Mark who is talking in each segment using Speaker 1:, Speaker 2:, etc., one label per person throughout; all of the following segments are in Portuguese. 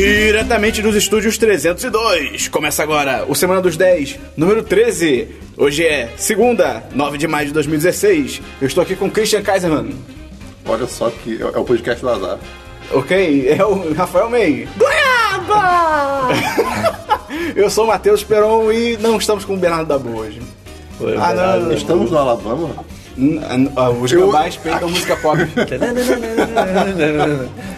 Speaker 1: diretamente dos estúdios 302. Começa agora o Semana dos 10, número 13. Hoje é segunda, 9 de maio de 2016. Eu estou aqui com Christian Kaiserman.
Speaker 2: Olha só que é é o podcast do azar.
Speaker 1: Ok? É o Rafael May. Eu sou o Matheus Peron e não estamos com o Bernardo da Boa hoje. ah, não, não, não.
Speaker 2: Estamos no Alabama?
Speaker 1: Hum, ah, ah, Os
Speaker 2: Eu-
Speaker 1: gambás peitam música pop.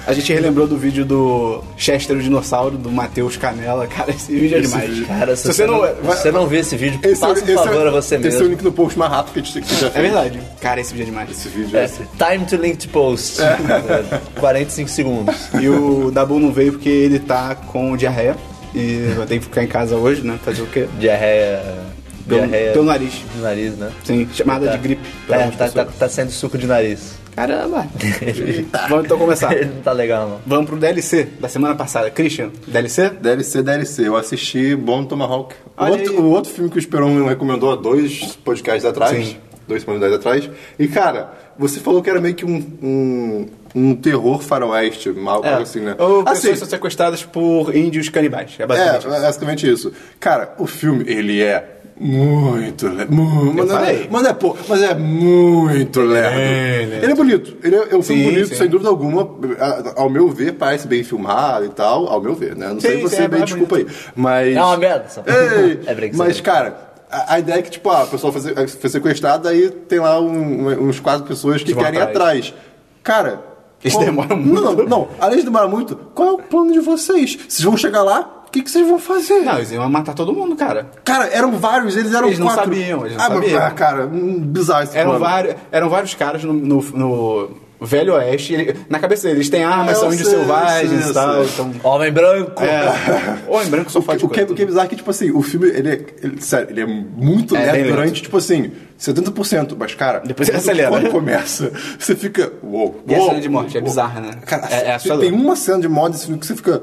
Speaker 1: A gente relembrou do vídeo do Chester o Dinossauro, do Matheus Canela. Cara, esse vídeo é
Speaker 2: Esse
Speaker 1: demais.
Speaker 2: vídeo.
Speaker 3: Cara, se, você,
Speaker 1: é,
Speaker 3: não, se você não vê esse vídeo,
Speaker 2: Esse,
Speaker 3: faça
Speaker 2: esse
Speaker 3: um favor
Speaker 2: é,
Speaker 3: a você
Speaker 2: Esse é o
Speaker 3: mesmo.
Speaker 2: link no post mais rápido que a gente que já fez.
Speaker 1: É verdade. Cara, esse vídeo é demais.
Speaker 2: Esse vídeo
Speaker 3: É,
Speaker 2: é.
Speaker 3: time to link to post. É, 45 segundos.
Speaker 1: E o Dabu não veio porque ele tá com diarreia. E vai ter que ficar em casa hoje, né? Fazer o quê?
Speaker 3: Diarreia.
Speaker 1: Pelo,
Speaker 3: Diarreia.
Speaker 1: pelo nariz.
Speaker 3: do nariz, né?
Speaker 1: Sim, chamada
Speaker 3: Tá.
Speaker 1: de gripe. pra
Speaker 3: É,
Speaker 1: algumas
Speaker 3: tá, tá,
Speaker 1: pessoas.
Speaker 3: tá saindo suco de nariz.
Speaker 1: Caramba! Vamos então começar.
Speaker 3: Ele não tá legal, não.
Speaker 1: Vamos pro DLC da semana passada. Christian, DLC?
Speaker 2: DLC, DLC. Eu assisti Bom Tomahawk. O
Speaker 1: Olha aí.
Speaker 2: outro, o outro filme que o Esperon me recomendou há dois podcasts atrás.
Speaker 1: Sim.
Speaker 2: Dois semanas atrás. E, cara, você falou que era meio que um, um, um terror faroeste, mal
Speaker 3: É.
Speaker 2: algo assim, né?
Speaker 1: Ou pessoas
Speaker 2: assim,
Speaker 1: são sequestradas por índios canibais. É basicamente
Speaker 2: É, é basicamente isso. Cara, o filme, ele é muito lerdo. Mu- Mas, não
Speaker 1: falei.
Speaker 2: é- mas, é, pou- mas é muito lerdo.
Speaker 1: É, né?
Speaker 2: Ele é bonito. Ele é, é um filme
Speaker 1: Sim,
Speaker 2: bonito,
Speaker 1: sim.
Speaker 2: sem dúvida alguma. A- Ao meu ver, parece bem filmado e tal. Ao meu ver, né? Não sei
Speaker 1: Sim,
Speaker 2: você
Speaker 1: sim, é
Speaker 2: bem,
Speaker 1: bem
Speaker 2: desculpa aí. Mas...
Speaker 3: É uma merda, só.
Speaker 2: Ei,
Speaker 3: É brincadeira.
Speaker 2: Mas, cara... A a ideia é que, tipo, ah, a pessoa foi, se- foi sequestrada aí tem lá um- um- uns quatro pessoas que
Speaker 1: vão
Speaker 2: querem ir
Speaker 1: Tipo, atrás.
Speaker 2: atrás. Cara...
Speaker 1: Eles
Speaker 2: qual-
Speaker 1: demoram muito.
Speaker 2: Não, não, além de demorar muito, qual é o plano de vocês? Vocês vão chegar lá? O que, que vocês vão fazer?
Speaker 1: Não, eles iam matar todo mundo, cara.
Speaker 2: Cara, eram vários, eles eram
Speaker 1: Eles não
Speaker 2: quatro.
Speaker 1: sabiam, eles não
Speaker 2: ah, mas-
Speaker 1: sabiam.
Speaker 2: ah, cara, hum, bizarro esse
Speaker 1: Eram,
Speaker 2: plano.
Speaker 1: vários, eram vários caras no, no- no Velho Oeste. Ele- na cabeça deles, tem armas,
Speaker 2: Eu
Speaker 1: são índios
Speaker 2: sei, eu
Speaker 1: selvagens
Speaker 2: sei,
Speaker 1: e
Speaker 2: eu
Speaker 1: tal.
Speaker 2: sei.
Speaker 1: Então,
Speaker 3: Homem branco.
Speaker 1: é. Ou em branco, só
Speaker 2: O
Speaker 1: faz
Speaker 2: que, o, que,
Speaker 1: coisa.
Speaker 2: o que é bizarro é que, tipo assim, o filme, ele é, ele- sério, ele é muito
Speaker 1: É, bem
Speaker 2: lento
Speaker 1: lento.
Speaker 2: durante, tipo assim, 70%, mas, cara...
Speaker 1: Depois ele
Speaker 2: quando-
Speaker 1: acelera.
Speaker 2: Quando começa, você fica, uou,
Speaker 1: E a
Speaker 2: uou,
Speaker 1: cena de morte é
Speaker 2: uou.
Speaker 1: bizarra, né?
Speaker 2: Cara,
Speaker 1: é, é
Speaker 2: tem
Speaker 1: assustador.
Speaker 2: tem uma cena de moda desse filme que você fica...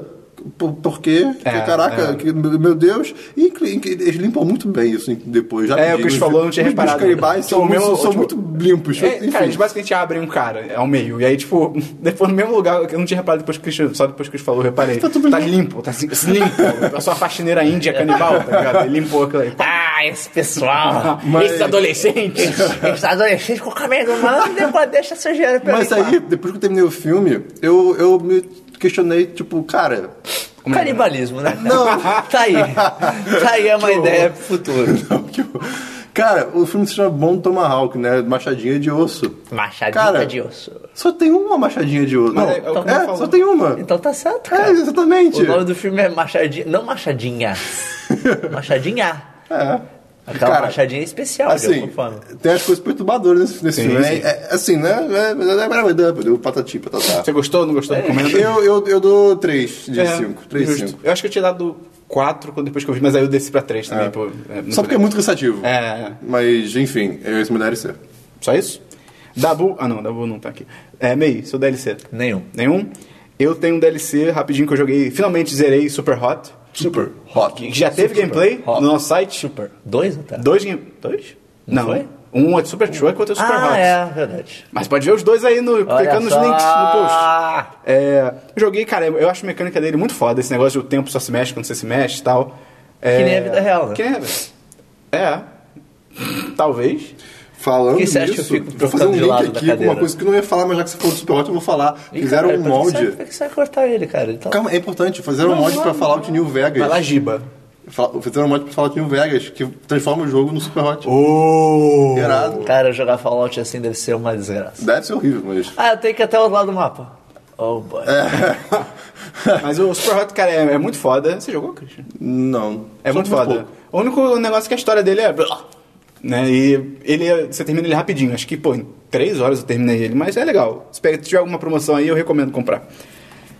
Speaker 2: Por, por quê?
Speaker 1: É,
Speaker 2: Caraca,
Speaker 1: é.
Speaker 2: que- meu Deus. E incli- eles limpam muito bem isso depois.
Speaker 1: É, o que
Speaker 2: rapidinho.
Speaker 1: eles falou, eu não tinha
Speaker 2: Os bichos
Speaker 1: reparado.
Speaker 2: canibais
Speaker 1: Tipo, o
Speaker 2: são,
Speaker 1: meu-
Speaker 2: são
Speaker 1: tipo,
Speaker 2: muito limpos.
Speaker 1: É,
Speaker 2: Enfim.
Speaker 1: cara, eles basicamente abrem um cara ao meio. E aí, tipo, depois no mesmo lugar, eu não tinha reparado depois que o Christian, só depois que o Christian falou, eu reparei.
Speaker 2: Tá tudo limpo.
Speaker 1: limpo, tá assim, limpo. A sua faxineira índia canibal, tá ligado? Ele limpou aquilo aí.
Speaker 3: Ah, esse pessoal.
Speaker 2: Mas-
Speaker 3: Esses adolescentes. esses adolescentes com o cabelo humano, depois deixa seu dinheiro pra
Speaker 2: Mas
Speaker 3: mim,
Speaker 2: aí, depois que eu terminei o filme, eu, eu me questionei, tipo, cara.
Speaker 3: Como é que é? Canibalismo, né? Não, tá aí. Tá aí é uma ideia pro futuro.
Speaker 2: não, que eu- Cara, o filme se chama Bom Tomahawk, né? Machadinha de osso.
Speaker 3: Machadinha
Speaker 2: Cara,
Speaker 3: de osso.
Speaker 2: Só tem uma machadinha de osso.
Speaker 1: Mas
Speaker 2: Não,
Speaker 1: é- é o que eu
Speaker 2: é,
Speaker 1: falo.
Speaker 2: só tem uma.
Speaker 3: Então tá certo,
Speaker 2: É,
Speaker 3: cara.
Speaker 2: exatamente.
Speaker 3: o nome do filme é Machadinha. Não Machadinha. Machadinha.
Speaker 2: É.
Speaker 3: Aquela
Speaker 2: Cara,
Speaker 3: machadinha especial, de
Speaker 2: Assim,
Speaker 3: alguma forma.
Speaker 2: tem as coisas perturbadoras nesse, nesse
Speaker 1: Sim,
Speaker 2: filme.
Speaker 1: sim.
Speaker 2: É, é, assim, né? É, é, é, é, patati, patatá.
Speaker 1: Você gostou, não gostou? Recomenda?
Speaker 2: É, Eu, eu, eu dou 3 de
Speaker 1: É,
Speaker 2: 5. 3 de
Speaker 1: justo.
Speaker 2: 5.
Speaker 1: Eu acho que eu tinha dado 4 quando depois que eu vi, mas aí eu desci pra 3 também. pô, é, não
Speaker 2: Só porque
Speaker 1: foi-
Speaker 2: é muito cansativo.
Speaker 1: É.
Speaker 2: Mas, enfim, eu esse mulher e ser.
Speaker 1: Só isso? Dabu. Ah, não, Dabu não tá aqui. É, Mei, seu DLC.
Speaker 3: Nenhum.
Speaker 1: Nenhum? Eu tenho um DLC rapidinho que eu joguei, finalmente zerei Super Hot.
Speaker 2: Super hot.
Speaker 1: Que já teve gameplay
Speaker 3: Hot.
Speaker 1: no nosso site.
Speaker 3: Super. Dois né? até?
Speaker 1: Dois game... Dois?
Speaker 3: Não
Speaker 1: Não.
Speaker 3: foi?
Speaker 1: Um é de Super Truck e outro é Super
Speaker 3: ah,
Speaker 1: Hot.
Speaker 3: é, verdade.
Speaker 1: Mas pode ver os dois aí, no,
Speaker 3: Olha
Speaker 1: clicando nos
Speaker 3: só.
Speaker 1: links no post. É, joguei, cara, eu acho a mecânica dele muito foda. Esse negócio de o tempo só se mexe quando você se mexe e tal. É,
Speaker 3: Que nem a vida real, né?
Speaker 1: Que nem a... É. Talvez.
Speaker 2: Falando
Speaker 3: Por que você acha que eu
Speaker 2: nisso,
Speaker 3: fico
Speaker 2: vou fazer um
Speaker 3: trocando de
Speaker 2: link
Speaker 3: lado da
Speaker 2: aqui com uma
Speaker 3: cadeira?
Speaker 2: coisa que eu não ia falar, mas já que você falou do Super Hot, eu vou falar.
Speaker 3: Ih,
Speaker 2: fizeram
Speaker 3: caralho,
Speaker 2: um
Speaker 3: pra que você-
Speaker 2: molde.
Speaker 3: Pra que você vai cortar ele, cara? Ele tá...
Speaker 2: Calma, é importante. Fizeram um
Speaker 3: Não,
Speaker 2: mod
Speaker 3: não,
Speaker 2: pra
Speaker 3: não.
Speaker 2: Fallout New
Speaker 1: Vai lá,
Speaker 2: Vegas.
Speaker 1: Giba.
Speaker 2: Fala- Fizeram um mod pra Fallout New Vegas, que transforma o jogo no Super Hot.
Speaker 1: Oh.
Speaker 2: Irado.
Speaker 3: Cara, jogar Fallout assim deve ser uma desgraça.
Speaker 2: Deve ser horrível, mas...
Speaker 3: Ah, eu tenho que ir até o outro lado do mapa. Oh, boy.
Speaker 2: É.
Speaker 1: Mas o Super Hot, cara, é, é muito foda. Você jogou, Christian?
Speaker 2: Não.
Speaker 1: É
Speaker 2: Só
Speaker 1: muito foda.
Speaker 2: pouco.
Speaker 1: O único negócio é que a história dele é. blá, Né? E ele é- você termina ele rapidinho. Acho que, pô, em três horas eu terminei ele, mas é legal. Se pega- se tiver alguma promoção aí, eu recomendo comprar.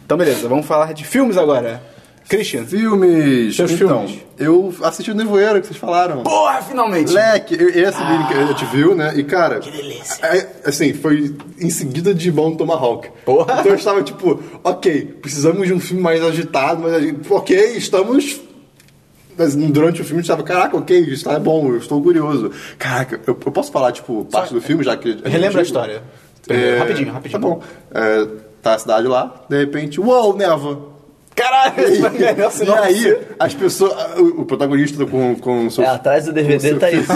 Speaker 1: Então, beleza, vamos falar de filmes agora. Christian.
Speaker 2: Filmes.
Speaker 1: Seus
Speaker 2: então,
Speaker 1: filmes.
Speaker 2: eu assisti o Nevoeiro que vocês falaram.
Speaker 1: Porra, finalmente!
Speaker 2: Leque, eu- esse vídeo que a gente viu, né? E cara, que delícia. assim, foi em seguida de Bom Tomahawk.
Speaker 1: Porra.
Speaker 2: Então eu estava tipo, ok, precisamos de um filme mais agitado, mas a gente, ok, estamos. Mas durante o filme a gente estava, caraca, ok, isso tá bom, eu estou curioso. Caraca, eu, eu posso falar, tipo, parte do filme já que.
Speaker 1: Relembra a história.
Speaker 2: É,
Speaker 1: Tá Primeiro, rapidinho, rapidinho.
Speaker 2: Tá bom. É, tá a cidade lá, de repente, uou, neva.
Speaker 1: Caralho!
Speaker 2: E aí,
Speaker 1: Melhor
Speaker 2: e
Speaker 1: sinopse.
Speaker 2: aí as pessoas. O, o protagonista com, com o seu
Speaker 3: É, atrás do DVD tá isso.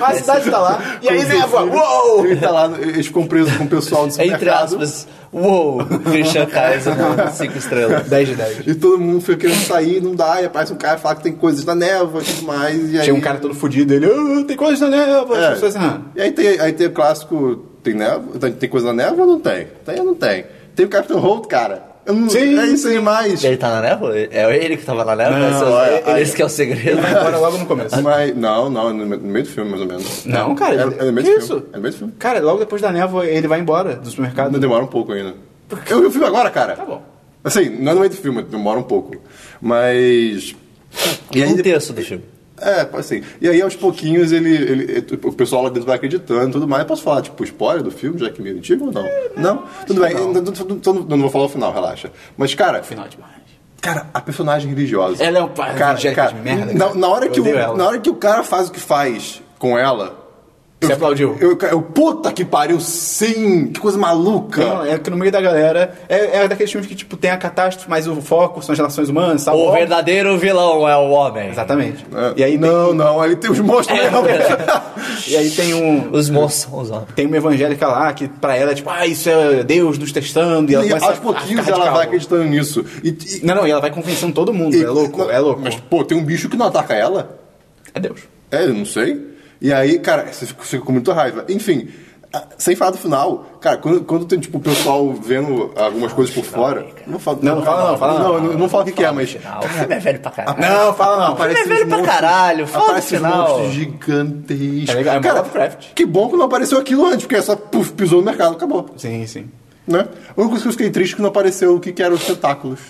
Speaker 1: A cidade tá lá. E aí vem a voz. Uou!
Speaker 2: Ele tá lá, eles ficam presos com o pessoal do
Speaker 3: É Entre
Speaker 2: supermercado.
Speaker 3: aspas, uou, Christian Kaiser, mano, cinco estrelas.
Speaker 1: 10 de 10.
Speaker 2: E todo mundo fica querendo sair, não dá, e aparece um cara e fala que tem coisas na névoa e tudo mais. E aí,
Speaker 1: Chega um cara todo fudido, ele, "Ah, tem coisa na neva,
Speaker 2: É.
Speaker 1: as pessoas ah.
Speaker 2: E aí tem, aí tem o clássico. Tem, névoa, tem, tem coisa na névoa ou não tem? Tem ou não tem? Tem o Captain Holt, cara. Eu não-
Speaker 1: Sim.
Speaker 2: É isso aí mais.
Speaker 3: Ele tá na névoa? É ele que tava na névoa?
Speaker 1: Não,
Speaker 3: esse,
Speaker 2: olha,
Speaker 3: é-
Speaker 2: olha.
Speaker 3: esse que é o segredo.
Speaker 1: Vai embora logo no começo.
Speaker 2: Mas, não, não, é no me- no meio do filme, mais ou menos.
Speaker 1: Não, cara.
Speaker 2: É, é no meio do
Speaker 1: que
Speaker 2: filme.
Speaker 1: isso?
Speaker 2: É no meio do filme.
Speaker 1: Cara, logo depois da névoa ele vai embora do supermercado.
Speaker 2: Ainda demora um pouco ainda. Eu vi o filme agora, cara.
Speaker 1: Tá bom.
Speaker 2: Assim, não é no meio do filme, demora um pouco. Mas. E
Speaker 3: um terço do filme.
Speaker 2: É, assim. E aí, aos pouquinhos, ele, ele- tipo, o pessoal lá dentro vai acreditando e tudo mais. Eu posso falar, tipo, spoiler do filme, já que me antigo ou não?
Speaker 1: É,
Speaker 2: não? Tudo bem, então então não, não vou falar o final, relaxa. Mas, cara,
Speaker 1: Final demais.
Speaker 2: cara, a personagem religiosa.
Speaker 1: Ela é um par-
Speaker 2: cara,
Speaker 1: evangélica
Speaker 2: cara,
Speaker 1: de merda,
Speaker 2: Na,
Speaker 1: cara.
Speaker 2: na hora
Speaker 1: Eu
Speaker 2: que
Speaker 1: odeio
Speaker 2: o,
Speaker 1: ela.
Speaker 2: na hora que o cara faz o que faz com ela.
Speaker 1: Você
Speaker 2: eu-
Speaker 1: aplaudiu?
Speaker 2: Eu, eu, puta que pariu, sim! Que coisa maluca!
Speaker 1: Não, é que no meio da galera. É, é daqueles filmes que, tipo, tem a catástrofe, mas o foco são as relações humanas, sabe?
Speaker 3: O verdadeiro vilão é o homem.
Speaker 1: Exatamente.
Speaker 2: É,
Speaker 1: E aí,
Speaker 2: não, não, aí tem os monstros né,
Speaker 3: É,
Speaker 2: mesmo.
Speaker 1: e aí tem um.
Speaker 3: Os monstros são os homens.
Speaker 1: Tem uma evangélica lá que pra ela é tipo, ah, isso é Deus nos testando. E ela
Speaker 2: E
Speaker 1: começa
Speaker 2: aos
Speaker 1: a
Speaker 2: pouquinhos
Speaker 1: ficar
Speaker 2: ela
Speaker 1: radical.
Speaker 2: vai acreditando nisso. E, e-
Speaker 1: Não, não, e ela vai convencendo todo mundo.
Speaker 2: E-
Speaker 1: é louco,
Speaker 2: não,
Speaker 1: é louco.
Speaker 2: Mas, pô, tem um bicho que não ataca ela?
Speaker 1: É Deus.
Speaker 2: É, eu não sei. E aí, cara, você fica, você fica com muita raiva. Enfim, a- sem falar do final, cara, quando, quando tem, tipo, o pessoal vendo algumas coisas por fora... Não, vou falar-
Speaker 1: Não, não fala não, fala não.
Speaker 2: Não, não, não fala o que, que é, mas...
Speaker 3: Ah, o filme é velho pra caralho.
Speaker 1: Não, fala não.
Speaker 2: Aparece
Speaker 3: é velho
Speaker 2: uns
Speaker 3: pra
Speaker 2: monstros-
Speaker 3: caralho, foda
Speaker 2: aparece
Speaker 3: o
Speaker 2: uns
Speaker 3: final.
Speaker 2: monstros gigantescos.
Speaker 1: É legal, é
Speaker 2: cara,
Speaker 1: Lovecraft.
Speaker 2: que bom que não apareceu aquilo antes, porque essa puf, pisou no mercado, acabou.
Speaker 1: Sim, sim.
Speaker 2: Né? A única coisa que eu fiquei triste é que não apareceu o que, que eram os tentáculos.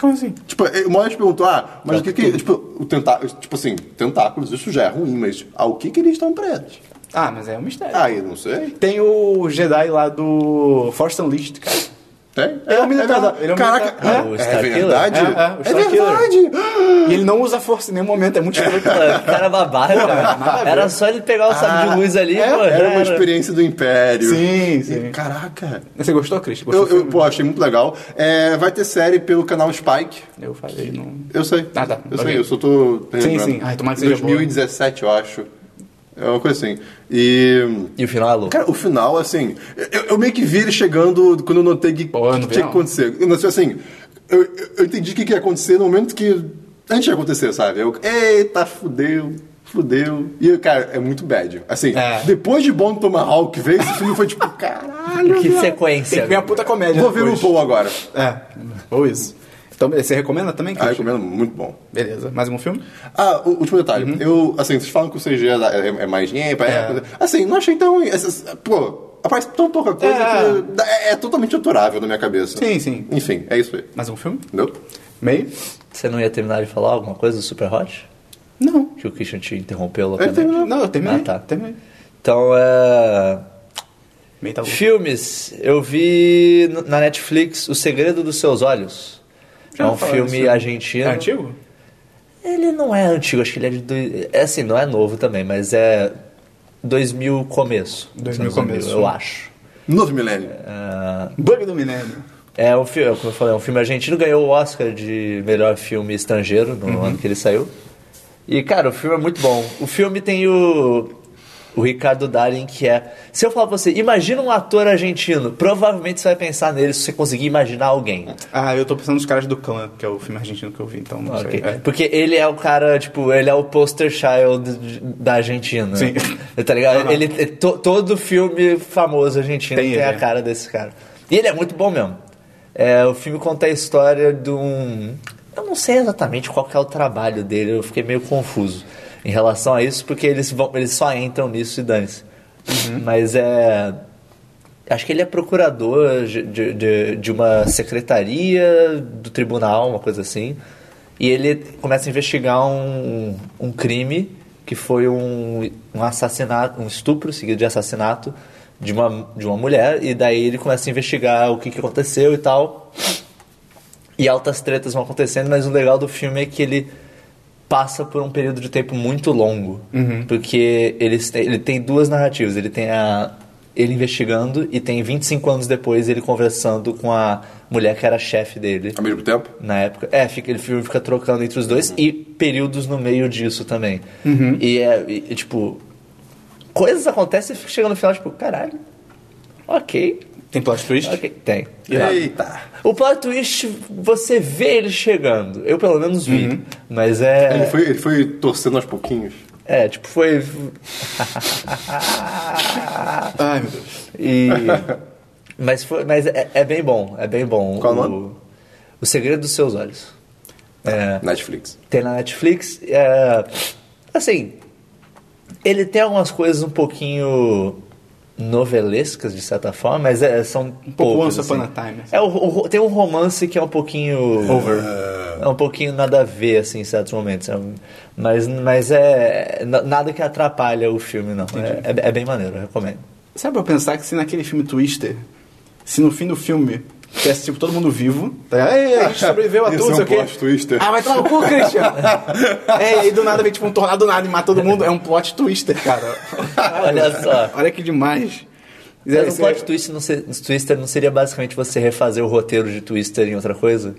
Speaker 1: Como assim?
Speaker 2: Tipo, eh, o Moyes perguntou, ah, mas o que que... Tipo, o tentá tipo assim, tentáculos, isso já é ruim, mas ao que que eles estão presos?
Speaker 1: Ah, mas é um mistério.
Speaker 2: Ah, eu não sei.
Speaker 1: Tem o Jedi lá do Force Unleashed, cara.
Speaker 2: Tem?
Speaker 1: é um militar.
Speaker 2: verdade.
Speaker 1: Ele é um
Speaker 2: Caraca,
Speaker 1: militar.
Speaker 2: é,
Speaker 1: É,
Speaker 3: o
Speaker 2: é
Speaker 3: Star Killer.
Speaker 2: verdade?
Speaker 1: É, é, o
Speaker 2: É,
Speaker 1: Star
Speaker 2: verdade!
Speaker 1: E ele não usa força em nenhum momento, é muito estranho.
Speaker 3: Mano, que cara babaca. cara. Era só ele pegar o
Speaker 1: Ah,
Speaker 3: sabre de luz ali,
Speaker 2: É,
Speaker 3: pô, já
Speaker 2: era uma
Speaker 3: era.
Speaker 2: experiência do Império.
Speaker 1: Sim, sim.
Speaker 2: E, caraca.
Speaker 1: Você gostou, Chris? Gostou
Speaker 2: Eu,
Speaker 1: do
Speaker 2: eu,
Speaker 1: filme?
Speaker 2: pô, achei muito legal. É, vai ter série pelo canal Spike.
Speaker 1: eu falei, não.
Speaker 2: Eu sei.
Speaker 1: Ah, tá.
Speaker 2: Eu
Speaker 1: Ok.
Speaker 2: sei, eu só tô. lembrando.
Speaker 1: sim. Ai, tomara que seja
Speaker 2: 2017, eu acho. É uma coisa assim. E.
Speaker 3: E o final é louco.
Speaker 2: Cara, o final, assim, eu, eu meio que vi ele chegando quando eu notei que,
Speaker 1: Pô, eu não
Speaker 2: que
Speaker 1: vi,
Speaker 2: tinha que
Speaker 1: não.
Speaker 2: acontecer. Eu, não sei, assim, eu, eu- eu entendi o que, que ia acontecer no momento que. Antes de acontecer, sabe? Eu, eita, fudeu, fudeu. E, cara, é muito bad. Assim,
Speaker 1: É.
Speaker 2: depois de Bom Tomahawk veio, esse filme foi tipo, caralho.
Speaker 3: Que
Speaker 1: Tem
Speaker 2: velho.
Speaker 3: sequência.
Speaker 1: que ver a puta comédia.
Speaker 2: Vou um ver o
Speaker 1: depois.
Speaker 2: Paul agora.
Speaker 1: É, ou isso. Então, beleza, você recomenda também,
Speaker 2: Ah, eu
Speaker 1: Chris?
Speaker 2: recomendo, muito bom.
Speaker 1: Beleza, mais um filme?
Speaker 2: Ah, o último detalhe. Eu, assim, vocês falam que o CG é, é- é mais nhepa, é.
Speaker 1: Uhum. É.
Speaker 2: coisa- Assim, não achei tão. ruim. Essas- Pô, aparece tão pouca coisa
Speaker 1: É.
Speaker 2: que é, é totalmente aturável na minha cabeça.
Speaker 1: Sim, sim.
Speaker 2: Enfim, é isso aí.
Speaker 1: Mais um filme?
Speaker 2: Entendeu?
Speaker 1: Meio?
Speaker 3: Você não ia terminar de falar alguma coisa do Super Hot?
Speaker 1: Não.
Speaker 3: Que o Christian te interrompeu
Speaker 2: Ele
Speaker 3: loucamente.
Speaker 2: terminou.
Speaker 1: Não, eu terminei.
Speaker 3: Ah, tá.
Speaker 1: Terminei.
Speaker 3: Então, é...
Speaker 1: Meio tá louco.
Speaker 3: Filmes, eu vi no- na Netflix O Segredo dos Seus Olhos.
Speaker 1: Já
Speaker 3: é um
Speaker 1: ouvi falar
Speaker 3: filme
Speaker 1: desse filme.
Speaker 3: argentino.
Speaker 1: É antigo?
Speaker 3: Ele não é antigo, acho que ele é de. doi- É assim, não é novo também, mas é 2000 começo.
Speaker 1: 2000
Speaker 3: anos 2000,
Speaker 1: começo.
Speaker 3: Eu acho.
Speaker 2: Novo milênio.
Speaker 1: É. Bug do Minério.
Speaker 3: É um filme, como eu falei, é um filme argentino, ganhou o Oscar de melhor filme estrangeiro no ano que ele saiu. E, cara, o filme é muito bom. O filme tem o, o Ricardo Darin, que é. Se eu falar pra você, imagina um ator argentino, provavelmente você vai pensar nele se você conseguir imaginar alguém.
Speaker 1: Ah, eu tô pensando nos caras do Clã, que é o filme argentino que eu vi, então não
Speaker 3: Ah,
Speaker 1: sei.
Speaker 3: ok.
Speaker 1: É.
Speaker 3: Porque ele é o cara, tipo, ele é o poster child de- da Argentina.
Speaker 1: Sim.
Speaker 3: Tá ligado? Ele, to- todo filme famoso argentino
Speaker 1: Tem
Speaker 3: tem,
Speaker 1: ele,
Speaker 3: a
Speaker 1: é.
Speaker 3: cara desse cara. E ele é muito bom mesmo. É, o filme conta a história de um. Eu não sei exatamente qual que é o trabalho dele, eu fiquei meio confuso em relação a isso, porque eles, vão, eles só entram nisso e dane-se.
Speaker 1: Uhum.
Speaker 3: Mas é. Acho que ele é procurador de, de- de, de uma secretaria do tribunal, uma coisa assim. E ele começa a investigar um, um crime que foi um, um assassinato, um estupro seguido de assassinato de uma, de uma mulher. E daí ele começa a investigar o que, que aconteceu e tal. E altas tretas vão acontecendo, mas o legal do filme é que ele passa por um período de tempo muito longo. Porque eles têm- ele tem duas narrativas. Ele tem a ele investigando e tem 25 anos depois ele conversando com a mulher que era chefe dele.
Speaker 2: Ao mesmo tempo?
Speaker 3: Na época. É, fica, ele fica fica trocando entre os dois e períodos no meio disso também. E é, e, e, tipo. Coisas acontecem e chega no final, tipo, caralho. Ok.
Speaker 1: Tem plot twist?
Speaker 3: Ok, tem.
Speaker 2: Eita.
Speaker 3: O plot twist, você vê ele chegando. Eu pelo menos vi. Mas é.
Speaker 2: Uhum. Ele, foi, ele foi torcendo aos pouquinhos.
Speaker 3: É, tipo, foi.
Speaker 1: Ai, meu Deus.
Speaker 3: E. mas foi, mas é, é bem bom, é bem bom.
Speaker 2: Qual o
Speaker 3: o
Speaker 2: nome?
Speaker 3: O Segredo dos Seus Olhos. É,
Speaker 2: Netflix.
Speaker 3: tem na Netflix. é, assim, ele tem algumas coisas um pouquinho novelescas, de certa forma, mas é, são um
Speaker 1: pouco
Speaker 3: poucas,
Speaker 1: Once Upon
Speaker 3: assim.
Speaker 1: a Time, assim.
Speaker 3: É, o, o- tem um romance que é um pouquinho... Over. É um pouquinho nada a ver, assim, em certos momentos. É um- mas, mas é na- nada que atrapalha o filme, não. É, é- é bem maneiro, eu recomendo.
Speaker 1: Sabe pra pensar que se naquele filme Twister, se no fim do filme tivesse tipo todo mundo vivo, tá ligado? Ei, a gente sobreviveu a
Speaker 2: Ia
Speaker 1: tudo,
Speaker 2: ser
Speaker 1: sei
Speaker 2: um
Speaker 1: o quê.
Speaker 2: plot twister.
Speaker 1: Ah, vai tomar no cu, Christian! é, e aí do nada vem tipo um tornado do nada e mata todo mundo. É um plot twister, cara.
Speaker 3: Olha só.
Speaker 1: Olha que demais.
Speaker 3: Mas um
Speaker 1: Isso é-
Speaker 3: plot twist não ser- Twister não seria basicamente você refazer o roteiro de Twister em outra coisa?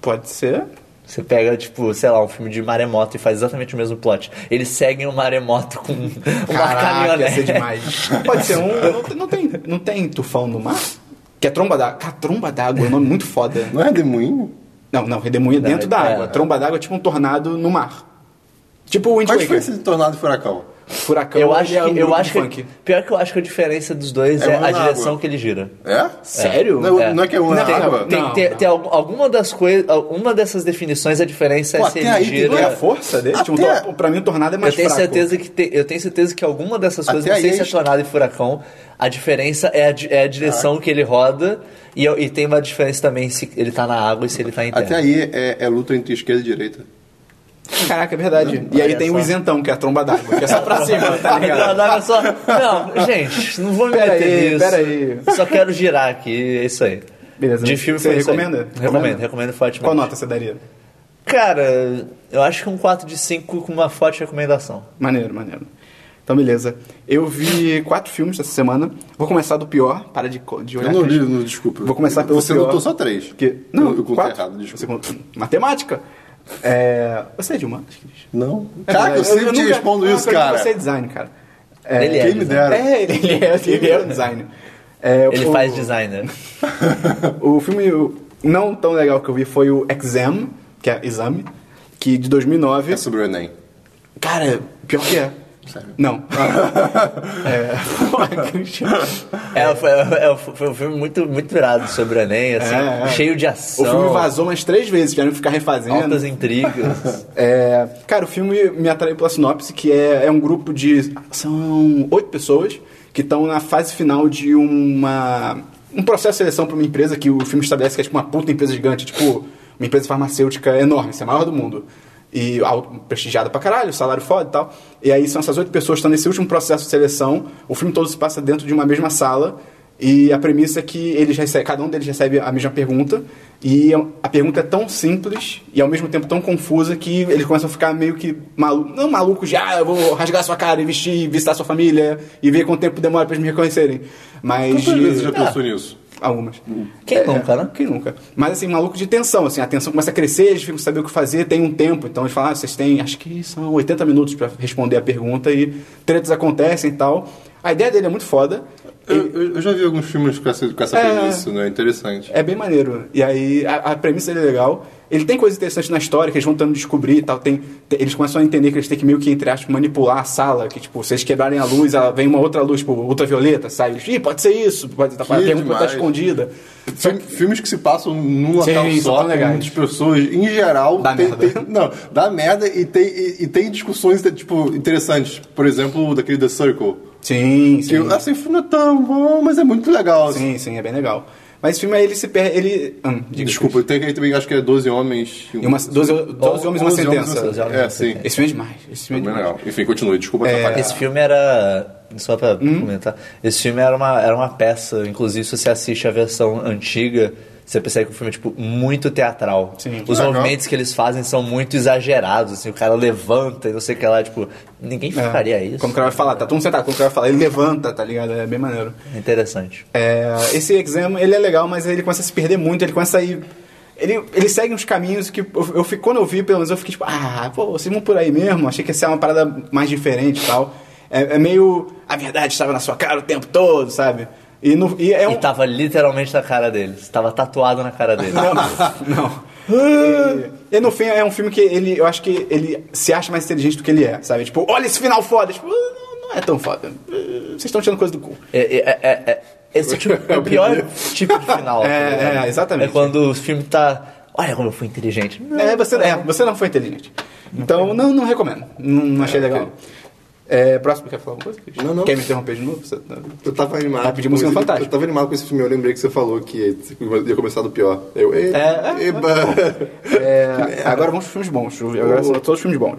Speaker 1: Pode ser.
Speaker 3: Você pega, tipo, sei lá, um filme de maremoto e faz exatamente o mesmo plot. Eles seguem o maremoto com uma
Speaker 1: Caraca, ia
Speaker 3: caminhonete.
Speaker 1: ser demais. Pode ser um. Não, tem- não tem, não tem tufão no mar? Que é tromba d'água. Cara, tromba d'água é um nome muito foda.
Speaker 2: Não é redemoinho?
Speaker 1: Não, não, redemoinho é
Speaker 3: Não,
Speaker 1: dentro da
Speaker 3: é.
Speaker 1: água. Tromba d'água é tipo um tornado no mar. Tipo o Wind
Speaker 2: Qual a
Speaker 1: Waker.
Speaker 2: diferença de tornado e furacão?
Speaker 1: Furacão
Speaker 3: Eu acho
Speaker 1: ele é um
Speaker 3: que, eu
Speaker 1: grupo
Speaker 3: acho que
Speaker 1: funk.
Speaker 3: pior que eu acho que a diferença dos dois
Speaker 2: É
Speaker 3: é,
Speaker 2: uma
Speaker 3: a
Speaker 2: na
Speaker 3: direção
Speaker 2: água.
Speaker 3: que ele gira.
Speaker 2: É?
Speaker 1: Sério?
Speaker 2: Não,
Speaker 3: É.
Speaker 2: não é que é um na
Speaker 1: Não, tem-
Speaker 2: água?
Speaker 3: Tem,
Speaker 1: Não,
Speaker 3: tem,
Speaker 1: não.
Speaker 3: tem al- alguma das coisas, uma dessas definições a diferença
Speaker 2: Pô,
Speaker 3: é se
Speaker 2: até aí
Speaker 3: ele
Speaker 2: tem
Speaker 1: Não é a
Speaker 3: gira.
Speaker 1: força dele? Tipo, um
Speaker 2: Até-
Speaker 1: tor- pra mim o tornado é
Speaker 3: Eu
Speaker 1: mais
Speaker 3: tenho,
Speaker 1: fraco.
Speaker 3: certeza que te- eu tenho certeza que alguma dessas coisas,
Speaker 2: Até
Speaker 3: não sei
Speaker 2: aí
Speaker 3: se é
Speaker 2: é-
Speaker 3: tornado e furacão, a diferença é a, di- é a direção que ele roda e, eu- e tem uma diferença também se ele tá na água e se ele tá em terra.
Speaker 2: Até aí é, é luta entre esquerda e direita.
Speaker 1: Caraca, é verdade. e aí
Speaker 3: olha
Speaker 1: tem o
Speaker 3: só.
Speaker 1: isentão, que é a tromba d'água, que é só pra cima, tá
Speaker 3: Não,
Speaker 1: ligado?
Speaker 3: não, mas só- não, gente, não vou me
Speaker 1: Pera
Speaker 3: meter
Speaker 1: aí,
Speaker 3: nisso.
Speaker 1: pera aí.
Speaker 3: Só quero girar aqui, é isso aí.
Speaker 1: Beleza.
Speaker 3: De filme
Speaker 1: Você
Speaker 3: foi isso aí.
Speaker 1: recomenda?
Speaker 3: Recomendo,
Speaker 1: Recomenda?
Speaker 3: recomendo fortemente.
Speaker 1: Qual nota você daria?
Speaker 3: Cara, eu acho que um 4 de 5 com uma forte recomendação.
Speaker 1: Maneiro, maneiro. Então, beleza. Eu vi quatro filmes essa semana. Vou começar do pior. Para de, co- de olhar.
Speaker 2: Eu não li,
Speaker 1: Christian.
Speaker 2: não, desculpa.
Speaker 1: É, Vou começar pelo
Speaker 2: Você
Speaker 1: pior.
Speaker 2: notou só três.
Speaker 1: Porque...
Speaker 2: Não,
Speaker 1: Não,
Speaker 2: eu, eu contei
Speaker 1: quatro.
Speaker 2: errado, desculpa.
Speaker 1: Você contou- Matemática. É... Você é de humanas, Cris?
Speaker 2: Não. Caraca, eu sempre te
Speaker 1: É nunca-
Speaker 2: respondo
Speaker 1: Ah,
Speaker 2: isso,
Speaker 1: pra mim
Speaker 2: cara.
Speaker 1: Você é design, cara.
Speaker 3: Ele é
Speaker 2: Quem me
Speaker 3: designer.
Speaker 2: dera.
Speaker 1: É, ele é, ele é um designer. É,
Speaker 3: Ele
Speaker 1: o-
Speaker 3: faz designer.
Speaker 1: O filme não tão legal que eu vi foi o Exam, que é Exame, que de 2009.
Speaker 2: É sobre o Enem.
Speaker 1: Cara, pior que é.
Speaker 2: Sério?
Speaker 1: Não. é. Porra, Christian.
Speaker 3: É, foi, é, foi um filme muito, muito irado sobre o Enem, assim,
Speaker 1: É, é.
Speaker 3: cheio de
Speaker 1: O
Speaker 3: ação.
Speaker 1: filme né? vazou umas três vezes, tiveram que ficar refazendo.
Speaker 3: Altas intrigas.
Speaker 1: É, cara, o filme me atraiu pela sinopse, que é, é um grupo de. São oito pessoas que estão na fase final de uma. Um processo de seleção para uma empresa que o filme estabelece que é tipo uma puta empresa gigante, tipo, uma empresa farmacêutica enorme, assim, a maior do mundo. E alto- prestigiada pra caralho, salário foda e tal. E aí são essas oito pessoas que estão nesse último processo de seleção. O filme todo se passa dentro de uma mesma sala. E a premissa é que eles recebem, cada um deles recebe a mesma pergunta, e a pergunta é tão simples e ao mesmo tempo tão confusa que eles começam a ficar meio que malucos. Não malucos de, ah, eu vou rasgar sua cara e vestir, visitar sua família e ver quanto tempo demora pra eles me reconhecerem. Mas.
Speaker 2: Quantas
Speaker 1: de-
Speaker 2: vezes você já
Speaker 1: Ah.
Speaker 2: pensou nisso?
Speaker 1: Algumas.
Speaker 3: Quem
Speaker 1: É,
Speaker 3: nunca, né?
Speaker 1: Quem nunca. Mas assim, maluco de tensão, assim, a tensão começa a crescer, eles ficam sem saber o que fazer, tem um tempo, então eles falam, ah, vocês têm, acho que são 80 minutos pra responder a pergunta e tretas acontecem e tal. A ideia dele é muito foda.
Speaker 2: Eu, eu- eu já vi alguns filmes com essa, com essa
Speaker 1: É.
Speaker 2: premissa, né? Interessante.
Speaker 1: É bem maneiro. E aí, a, a premissa dele é legal. Ele tem coisas interessantes na história que eles vão tentando descobrir e tal. Tem, te- eles começam a entender que eles têm que meio que, entre aspas, manipular a sala. Que, tipo, se eles quebrarem a luz, ela vem uma outra luz, tipo, ultravioleta, sai. Eles, Ih, pode ser isso. Pode, a pergunta pode estar
Speaker 2: demais.
Speaker 1: escondida.
Speaker 2: Filme- filmes que se passam num local
Speaker 1: Sim, são
Speaker 2: só,
Speaker 1: tão
Speaker 2: com
Speaker 1: legais.
Speaker 2: muitas pessoas, em geral,
Speaker 1: Dá
Speaker 2: tem,
Speaker 1: merda.
Speaker 2: tem- não, dá merda e tem, e, e tem discussões tipo, interessantes. Por exemplo, o daquele The Circle.
Speaker 1: Sim,
Speaker 2: Que eu, assim, o filme não é tão bom, mas é muito legal. assim.
Speaker 1: Sim, sim, é bem legal. Mas esse filme aí, ele se perde... Ele... hum, diga,
Speaker 2: Desculpa, tem aquele também, acho que é 12 homens.
Speaker 1: E umas 12, 12 homens e uma
Speaker 2: Onze
Speaker 1: sentença.
Speaker 2: Homens, uma sentença. É, sim.
Speaker 1: Esse filme é demais. Esse filme é
Speaker 2: Bem
Speaker 1: demais.
Speaker 2: legal. Enfim, continue,
Speaker 1: É,
Speaker 2: desculpa atrapalhar.
Speaker 3: Esse filme era. Só pra
Speaker 1: Hum?
Speaker 3: comentar. Esse filme era uma, era uma peça, inclusive se você assiste a versão antiga, Você percebe que o filme é, tipo, muito teatral.
Speaker 1: Sim.
Speaker 3: Os
Speaker 2: Legal.
Speaker 3: movimentos que eles fazem são muito exagerados, assim, o cara levanta e não sei o que lá, tipo, ninguém faria isso.
Speaker 1: É. Como o cara vai falar, tá todo mundo sentado, como o cara vai falar, ele levanta, tá ligado? É bem maneiro.
Speaker 3: Interessante.
Speaker 1: É, esse exame, ele é legal, mas ele começa a se perder muito, ele começa a ir... Ele, ele segue uns caminhos que eu, eu fico, quando eu vi, pelo menos eu fiquei tipo, ah, pô, vocês vão por aí mesmo, achei que ia ser uma parada mais diferente e tal. É, é meio, a verdade estava na sua cara o tempo todo, sabe? E, no, e é um...
Speaker 3: E tá. tava literalmente na cara deles. Tava tatuado na cara deles.
Speaker 1: Não, não. E, e no fim é um filme que ele, eu acho que ele se acha mais inteligente do que ele é, sabe? Tipo, olha esse final foda. Tipo, não, não é tão foda. Vocês estão tirando coisa do cu.
Speaker 3: É, é- é- é- esse tipo, é o pior tipo de final. tá
Speaker 1: É,
Speaker 3: ligado?
Speaker 1: é, exatamente.
Speaker 3: É quando o filme tá. Olha como eu fui inteligente. Não,
Speaker 1: É, você, é, você não foi inteligente. Então, não, não recomendo. Não, não achei legal. É, próximo, quer falar alguma coisa? Christian?
Speaker 2: Não, não.
Speaker 1: Quer me interromper de novo? Você tá-
Speaker 2: Eu tava animado.
Speaker 1: Vai pedir música
Speaker 2: com esse-
Speaker 1: fantástica.
Speaker 2: Eu tava animado com esse filme, eu lembrei que você falou que ia começar do pior. Eu, e,
Speaker 1: É, é,
Speaker 2: eba.
Speaker 1: É, agora vamos para filmes bons. Agora são todos filmes bons.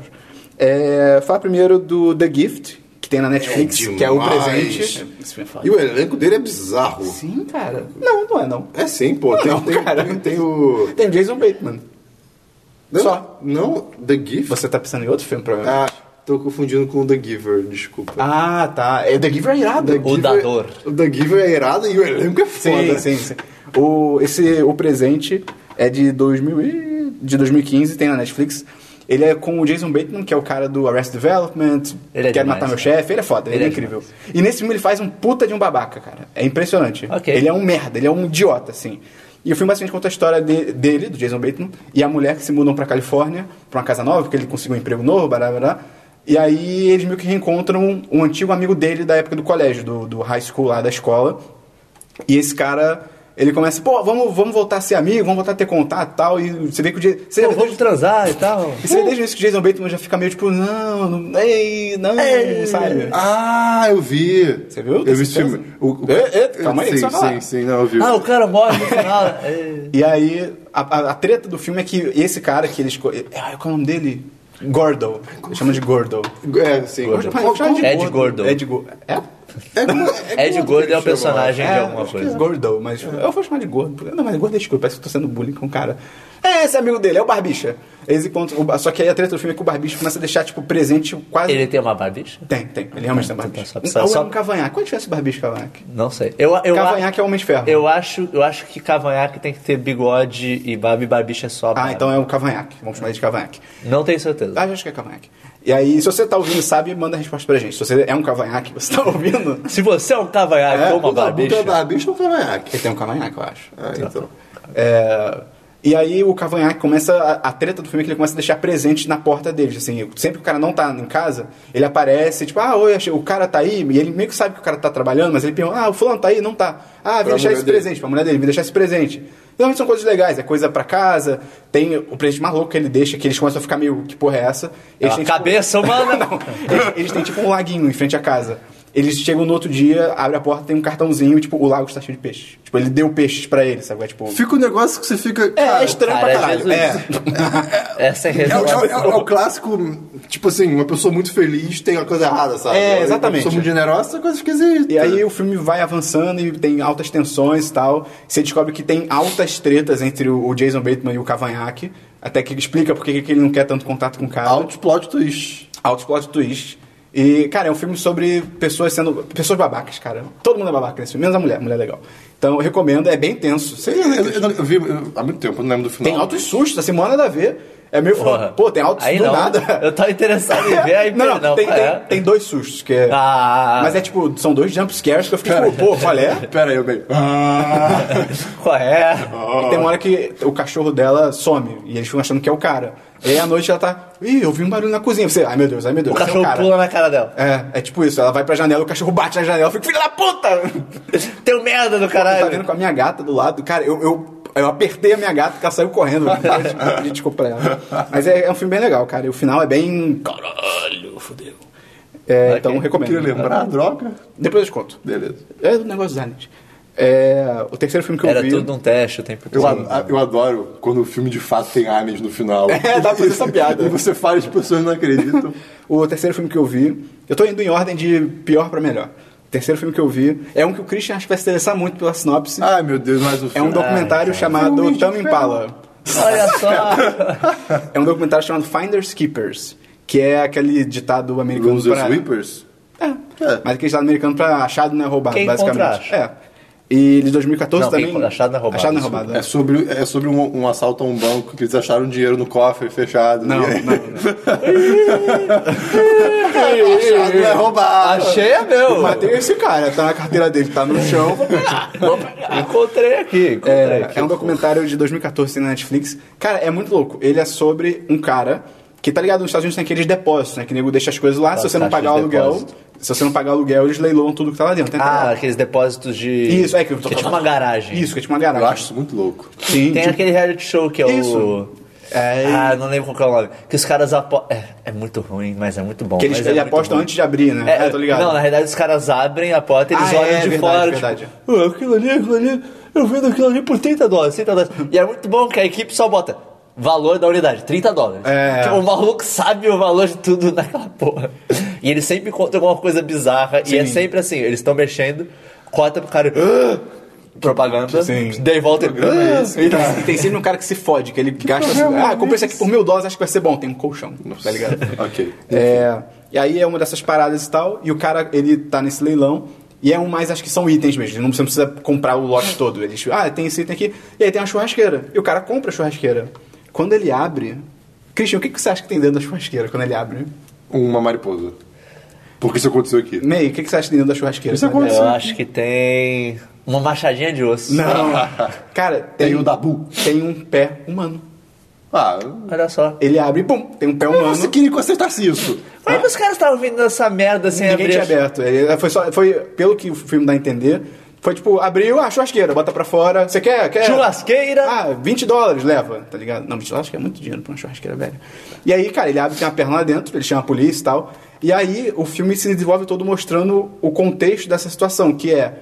Speaker 1: É, fala primeiro do The Gift, que tem na Netflix,
Speaker 2: É
Speaker 1: que é o
Speaker 2: demais.
Speaker 1: presente. Esse filme é foda.
Speaker 2: E o elenco dele é bizarro.
Speaker 1: Sim, cara. Não, não é não.
Speaker 2: É sim, pô. Tem,
Speaker 1: Não,
Speaker 2: tem,
Speaker 1: cara.
Speaker 2: tem, tem o.
Speaker 1: Tem Jason Bateman.
Speaker 2: Não,
Speaker 1: Só.
Speaker 2: Não, The Gift.
Speaker 1: Você tá pensando em outro filme, provavelmente.
Speaker 2: Ah, tô confundindo com o The Giver, desculpa.
Speaker 1: Ah, tá. É, The Giver é irado.
Speaker 2: The
Speaker 1: O-
Speaker 3: O da dor.
Speaker 2: O The Giver é irado e o elenco é
Speaker 1: Sim,
Speaker 2: foda.
Speaker 3: assim.
Speaker 1: sim, sim. O, esse, o presente é de, 2000 e- de 2015, tem na Netflix. Ele é com o Jason Bateman, que é o cara do Arrested Development,
Speaker 3: Ele é
Speaker 1: Quer
Speaker 3: demais,
Speaker 1: Matar Meu
Speaker 3: cara.
Speaker 1: Chefe, ele é foda, ele,
Speaker 3: Ele
Speaker 1: é
Speaker 3: é
Speaker 1: incrível. E nesse filme ele faz um puta de um babaca, cara. É impressionante.
Speaker 3: Ok.
Speaker 1: Ele é um merda, ele é um idiota, assim. E o filme basicamente conta a história de- dele, do Jason Bateman, e a mulher que se mudam pra Califórnia, pra uma casa nova, porque ele conseguiu um emprego novo, bará, bará. E aí eles meio que reencontram um antigo amigo dele da época do colégio, do, do high school lá da escola. E esse cara, ele começa, pô, vamos, vamos voltar a ser amigo, vamos voltar a ter contato e tal. E você vê que o Jason. Você,
Speaker 3: Pô,
Speaker 1: vê,
Speaker 3: vamos
Speaker 1: desde,
Speaker 3: transar e tal.
Speaker 1: e você vê desde o início que o Jason Bateman já fica meio tipo, não, não, ei, não, sabe?
Speaker 2: Ah, eu vi.
Speaker 1: Você viu? Tem
Speaker 2: Eu vi esse
Speaker 1: certeza?
Speaker 2: filme. O- o-
Speaker 1: É, é, calma aí,
Speaker 2: sim,
Speaker 1: só falar.
Speaker 2: sim, sim, não, eu vi.
Speaker 3: Ah, o cara morre no final. É.
Speaker 1: E aí, a, a- a treta do filme é que esse cara que ele escolhe. Ai, qual é o nome dele? Gordo. Ele chama de Gordo.
Speaker 2: É, sim.
Speaker 3: Gordo.
Speaker 2: Mas como-
Speaker 1: Chama de
Speaker 3: Ed Gordo.
Speaker 1: Ed Go- É?
Speaker 2: É, como-
Speaker 3: Ed
Speaker 2: como
Speaker 3: Gordo é
Speaker 2: chama?
Speaker 3: o personagem de alguma
Speaker 1: acho que
Speaker 3: coisa.
Speaker 1: É gordo, mas eu vou chamar de gordo. porque- Não, mas gordo é escuro, parece que eu tô sendo bullying com o cara. É, esse amigo dele, é o Barbicha. Eles encontram, o- só que aí a treta do filme é que o Barbicha começa a deixar, tipo, presente quase...
Speaker 3: Ele tem uma barbicha?
Speaker 1: Tem, tem. Ele realmente tem Barbicha.
Speaker 3: só-
Speaker 1: Ou
Speaker 3: só-
Speaker 1: é
Speaker 3: só-
Speaker 1: um cavanhaque. Qual é a diferença do Barbicha e cavanhaque?
Speaker 3: Não sei. Eu, eu,
Speaker 1: Cavanhaque é o Homem de Ferro.
Speaker 3: eu acho, eu acho que cavanhaque tem que ter bigode e barba e barbicha é só a barba.
Speaker 1: Ah, então é o cavanhaque. Vamos chamar ele de cavanhaque.
Speaker 3: Não tenho certeza.
Speaker 1: Ah, acho que é cavanhaque. E aí, se você tá ouvindo e sabe, manda a resposta pra gente. Se você é um cavanhaque, você tá ouvindo...
Speaker 3: Se você é um cavanhaque
Speaker 2: É,
Speaker 3: ou uma
Speaker 2: o
Speaker 1: Tá
Speaker 2: Barbicha é
Speaker 3: barbicha,
Speaker 2: barbicha ou cavanhaque?
Speaker 1: Ele tem um cavanhaque, eu acho.
Speaker 2: Ah, então.
Speaker 1: É, e aí o Cavanhaque começa. A, a treta do filme é que ele começa a deixar presente na porta deles. Assim, sempre que o cara não tá em casa, ele aparece, tipo, ah, oi, achei- o cara tá aí, e ele meio que sabe que o cara tá trabalhando, mas ele pergunta, ah, o fulano tá aí, não tá. Ah, vim
Speaker 2: Pra
Speaker 1: deixar
Speaker 2: mulher
Speaker 1: esse
Speaker 2: dele.
Speaker 1: presente pra mulher dele, vim deixar esse presente. Realmente são coisas legais, é coisa pra casa, tem o presente maluco que ele deixa, que eles começam a ficar meio, que porra é essa?
Speaker 3: é
Speaker 2: Ah,
Speaker 1: Eles
Speaker 3: uma
Speaker 1: têm, tipo,
Speaker 3: cabeça humana.
Speaker 1: não, eles, eles têm tipo um laguinho em frente à casa. Eles chegam no outro dia, abrem a porta, tem um cartãozinho, e, tipo, o lago está cheio de peixes. Tipo, ele deu peixes pra eles, sabe? É, tipo,
Speaker 2: Fica um negócio que você fica.
Speaker 1: é,
Speaker 2: cara,
Speaker 1: é estranho né?
Speaker 3: cara,
Speaker 1: pra
Speaker 3: é
Speaker 1: caralho.
Speaker 3: Jesus.
Speaker 1: É.
Speaker 3: Essa é a
Speaker 2: É, o- é o- é o- é
Speaker 3: resolução.
Speaker 2: o clássico, tipo assim, uma pessoa muito feliz tem uma coisa errada, sabe?
Speaker 1: É,
Speaker 2: Uma
Speaker 1: exatamente.
Speaker 2: pessoa muito generosa, é coisa esquisita.
Speaker 1: E aí o filme vai avançando e tem altas tensões e tal. Você descobre que tem altas tretas entre o o Jason Bateman e o Cavanhaque. Até que ele explica por que que ele não quer tanto contato com o cara.
Speaker 2: Alto plot twist.
Speaker 1: Alto plot twist. E, cara, é um filme sobre pessoas sendo. pessoas babacas, cara. Todo mundo é babaca nesse filme, menos a mulher. A mulher é legal. Então eu recomendo, é bem tenso.
Speaker 2: Eu, eu- eu não- eu vi eu- há muito tempo, eu não lembro do final.
Speaker 1: Tem altos sustos, assim, manda nada a ver. É meio
Speaker 3: Então, Porra.
Speaker 1: pô, tem altos
Speaker 3: Aí
Speaker 1: do
Speaker 3: não.
Speaker 1: nada.
Speaker 3: Eu tava interessado em ver, aí
Speaker 1: não, não, tem,
Speaker 3: qual é?
Speaker 1: tem- tem dois sustos, que é.
Speaker 3: Ah.
Speaker 1: Mas é tipo, são dois jump scares que eu fiquei tipo, pô, qual é?
Speaker 2: Pera aí, eu bem. Ah,
Speaker 3: Qual é?
Speaker 1: E tem uma hora que o cachorro dela some e eles ficam achando que é o cara. E aí à noite ela tá, ih, eu vi um barulho na cozinha. Você, ai meu Deus, ai meu Deus,
Speaker 3: O
Speaker 1: esse é
Speaker 3: cachorro
Speaker 1: cara.
Speaker 3: pula na cara dela.
Speaker 1: É, é tipo isso, ela vai pra janela, o cachorro bate na janela, eu fico, filho da puta!
Speaker 3: Teu um merda do
Speaker 1: Tá
Speaker 3: caralho.
Speaker 1: vendo com a minha gata do lado, cara, eu, eu, eu apertei a minha gata, que ela saiu correndo, eu pedi desculpa pra ela. Mas é, é um filme bem legal, cara, e o final é bem. Caralho, fodeu. É,
Speaker 3: Ok.
Speaker 1: Então recomendo.
Speaker 2: queria lembrar a droga?
Speaker 1: Depois eu te conto.
Speaker 2: Beleza.
Speaker 1: É do negócio dos aliens. É, o terceiro filme que eu
Speaker 3: Era
Speaker 1: vi.
Speaker 3: tudo um teste o tempo
Speaker 2: Eu,
Speaker 3: todo.
Speaker 2: ad- eu adoro quando o filme de fato tem aliens no final.
Speaker 1: É, dá pra fazer essa piada.
Speaker 2: E você fala e as pessoas não acreditam.
Speaker 1: O terceiro filme que eu vi, eu tô indo em ordem de pior pra melhor. terceiro filme que eu vi. É um que o Christian acho que vai se interessar muito pela sinopse.
Speaker 2: Ai, meu Deus, mais
Speaker 1: é
Speaker 2: um
Speaker 1: um
Speaker 3: Ah,
Speaker 2: filme.
Speaker 1: documentário chamado
Speaker 2: Filme de
Speaker 1: Tame
Speaker 2: ferro.
Speaker 1: Impala.
Speaker 3: Olha só!
Speaker 1: É um documentário chamado Finders Keepers, que é aquele ditado americano
Speaker 2: Guns
Speaker 1: pra...
Speaker 2: Sweepers? É.
Speaker 1: Mas aquele ditado americano pra achado não é roubado,
Speaker 3: Quem encontra,
Speaker 1: basicamente.
Speaker 3: acha.
Speaker 1: É. E de 2014
Speaker 3: Não, quem
Speaker 1: também...
Speaker 3: encontra, achado não é roubado,
Speaker 1: Achado não é
Speaker 3: desculpa.
Speaker 1: roubado, é.
Speaker 2: É sobre, é sobre um, um assalto a um banco que eles acharam dinheiro no cofre fechado.
Speaker 1: é. Não,
Speaker 2: E aí-
Speaker 1: não, não.
Speaker 2: Achado não é roubado.
Speaker 3: Achei a meu!
Speaker 1: Matei esse cara, tá na carteira dele, tá no chão.
Speaker 3: É. Vou pegar. Encontrei aqui, encontrei
Speaker 1: É,
Speaker 3: aqui.
Speaker 1: é um documentário de 2014 na Netflix. Cara, é muito louco. Ele é sobre um cara que, tá ligado, nos Estados Unidos tem aqueles depósitos, né? Que o nego deixa as coisas lá, se você não
Speaker 3: taxas Tá, de
Speaker 1: pagar o aluguel...
Speaker 3: depósito.
Speaker 1: Se você não pagar o aluguel, eles leiloam tudo que tá lá dentro. né?
Speaker 3: Ah, aqueles depósitos de.
Speaker 1: Isso, é que eu tô
Speaker 3: é tipo
Speaker 1: falando.
Speaker 3: uma garagem.
Speaker 1: Isso, que é tipo uma garagem.
Speaker 2: Eu acho isso muito louco.
Speaker 1: Sim,
Speaker 3: Tem
Speaker 1: tipo-
Speaker 3: aquele reality show que é
Speaker 1: Isso.
Speaker 3: o.
Speaker 1: É,
Speaker 3: Ah, não lembro qual que é o nome. Que os caras apostam. É, é muito ruim, mas é muito bom.
Speaker 1: que eles,
Speaker 3: mas é
Speaker 1: eles
Speaker 3: muito
Speaker 1: apostam
Speaker 3: ruim.
Speaker 1: antes de abrir, né?
Speaker 3: É,
Speaker 1: É, tô ligado.
Speaker 3: Não, na realidade os caras abrem a porta e eles
Speaker 1: Ah,
Speaker 3: olham
Speaker 1: é,
Speaker 3: de
Speaker 1: verdade,
Speaker 3: fora.
Speaker 1: verdade.
Speaker 3: Tipo, "Ah, aquilo ali, aquilo ali, eu vendo aquilo ali por 30 dólares, 30 dólares. E é muito bom que a equipe só bota valor da unidade, 30 dólares.
Speaker 1: É.
Speaker 3: Tipo, o maluco sabe o valor de tudo naquela porra. E ele sempre conta alguma coisa bizarra. E é
Speaker 1: Sim.
Speaker 3: sempre assim, eles estão mexendo, corta pro cara. "Ah!" Propaganda,
Speaker 1: Sim.
Speaker 3: daí volta
Speaker 2: é
Speaker 3: e. "Ah,
Speaker 2: esse,
Speaker 1: E tem, e tem sempre um cara que se fode, que ele gasta assim,
Speaker 2: programa
Speaker 1: ah,
Speaker 2: é
Speaker 1: comprei isso aqui por mil dólares, acho que vai ser bom, tem um colchão, tá ligado?
Speaker 2: ok.
Speaker 1: É, e aí é uma dessas paradas e tal, e o cara, ele tá nesse leilão, e é um mais, acho que são itens mesmo, não- você não precisa comprar o lote todo. Ele, tipo, ah, tem esse item aqui, e aí tem uma churrasqueira, e o cara compra a churrasqueira. Quando ele abre... Christian, o que, que você acha que tem dentro da churrasqueira quando ele abre?
Speaker 2: Uma mariposa. Porque isso aconteceu aqui.
Speaker 1: May, o que, que você acha que tem dentro da churrasqueira?
Speaker 2: Isso é
Speaker 1: quando ele
Speaker 3: Eu acho que tem. Uma machadinha de osso.
Speaker 1: abre? Não! Cara, tem,
Speaker 2: Tem o Dabu.
Speaker 1: tem um pé humano.
Speaker 2: Ah,
Speaker 3: Olha só.
Speaker 1: Ele abre e pum, tem um pé humano.
Speaker 2: você queria que acertasse isso.
Speaker 3: Como é que os caras estavam vendo essa merda sem
Speaker 1: assim, Ninguém
Speaker 3: abrir?
Speaker 1: tinha aberto. Ele- é, foi, só, foi, pelo que o filme dá a entender, foi tipo, abriu, ah, churrasqueira, bota pra fora. Você quer? quer?
Speaker 3: Churrasqueira?
Speaker 1: Ah, 20 dólares, leva, tá ligado? Não, 20 dólares que é muito dinheiro pra uma churrasqueira velha. E aí, cara, ele abre, tem uma perna lá dentro, ele chama a polícia e tal. E aí, o filme se desenvolve todo mostrando o contexto dessa situação, que é,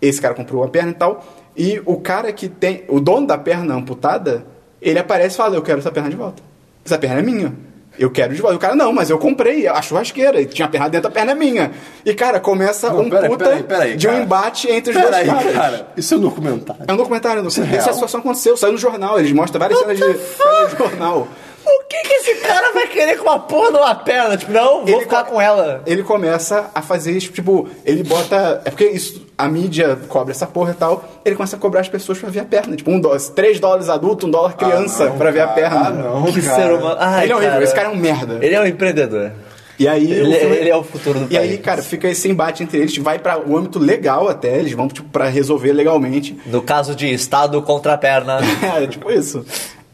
Speaker 1: esse cara comprou uma perna e tal, e o cara que tem, o dono da perna amputada, ele aparece e fala, eu quero essa perna de volta. Essa perna é minha. Eu quero de volta. O cara, não, mas eu comprei a churrasqueira. E tinha a perna dentro, a perna é minha. E, cara, começa
Speaker 2: Não,
Speaker 1: um
Speaker 2: pera aí,
Speaker 1: puta
Speaker 2: pera aí, pera aí,
Speaker 1: de um
Speaker 2: cara.
Speaker 1: embate entre os dois
Speaker 2: Peraí,
Speaker 1: caras.
Speaker 2: cara. Isso é um documentário.
Speaker 1: É um documentário, não sei.
Speaker 2: Isso é
Speaker 1: Essa
Speaker 2: real?
Speaker 1: situação aconteceu, saiu no jornal, eles mostram várias cenas de, cenas de jornal.
Speaker 3: O que que esse cara vai querer com uma porra de uma perna? Tipo, não, vou
Speaker 1: Ele tá
Speaker 3: ficar
Speaker 1: co-
Speaker 3: com ela.
Speaker 1: Ele começa a fazer isso, tipo, ele bota. É porque isso, a mídia cobra essa porra e tal. Ele começa a cobrar as pessoas pra ver a perna. Tipo, um dólar, três dólares adulto, um dólar
Speaker 3: Ah,
Speaker 1: criança
Speaker 2: não,
Speaker 1: pra ver a
Speaker 2: cara,
Speaker 1: perna.
Speaker 2: ah, não.
Speaker 3: que
Speaker 2: cara.
Speaker 3: ser humano. Ai,
Speaker 1: ele é horrível, esse cara é um merda.
Speaker 3: Ele é um empreendedor.
Speaker 1: E aí.
Speaker 3: Ele,
Speaker 1: o filme-
Speaker 3: ele é o futuro do
Speaker 1: E
Speaker 3: país.
Speaker 1: aí, cara, fica esse embate entre eles, vai pra o âmbito legal até, eles vão tipo para resolver legalmente.
Speaker 3: No caso de Estado contra a perna.
Speaker 1: É, tipo isso.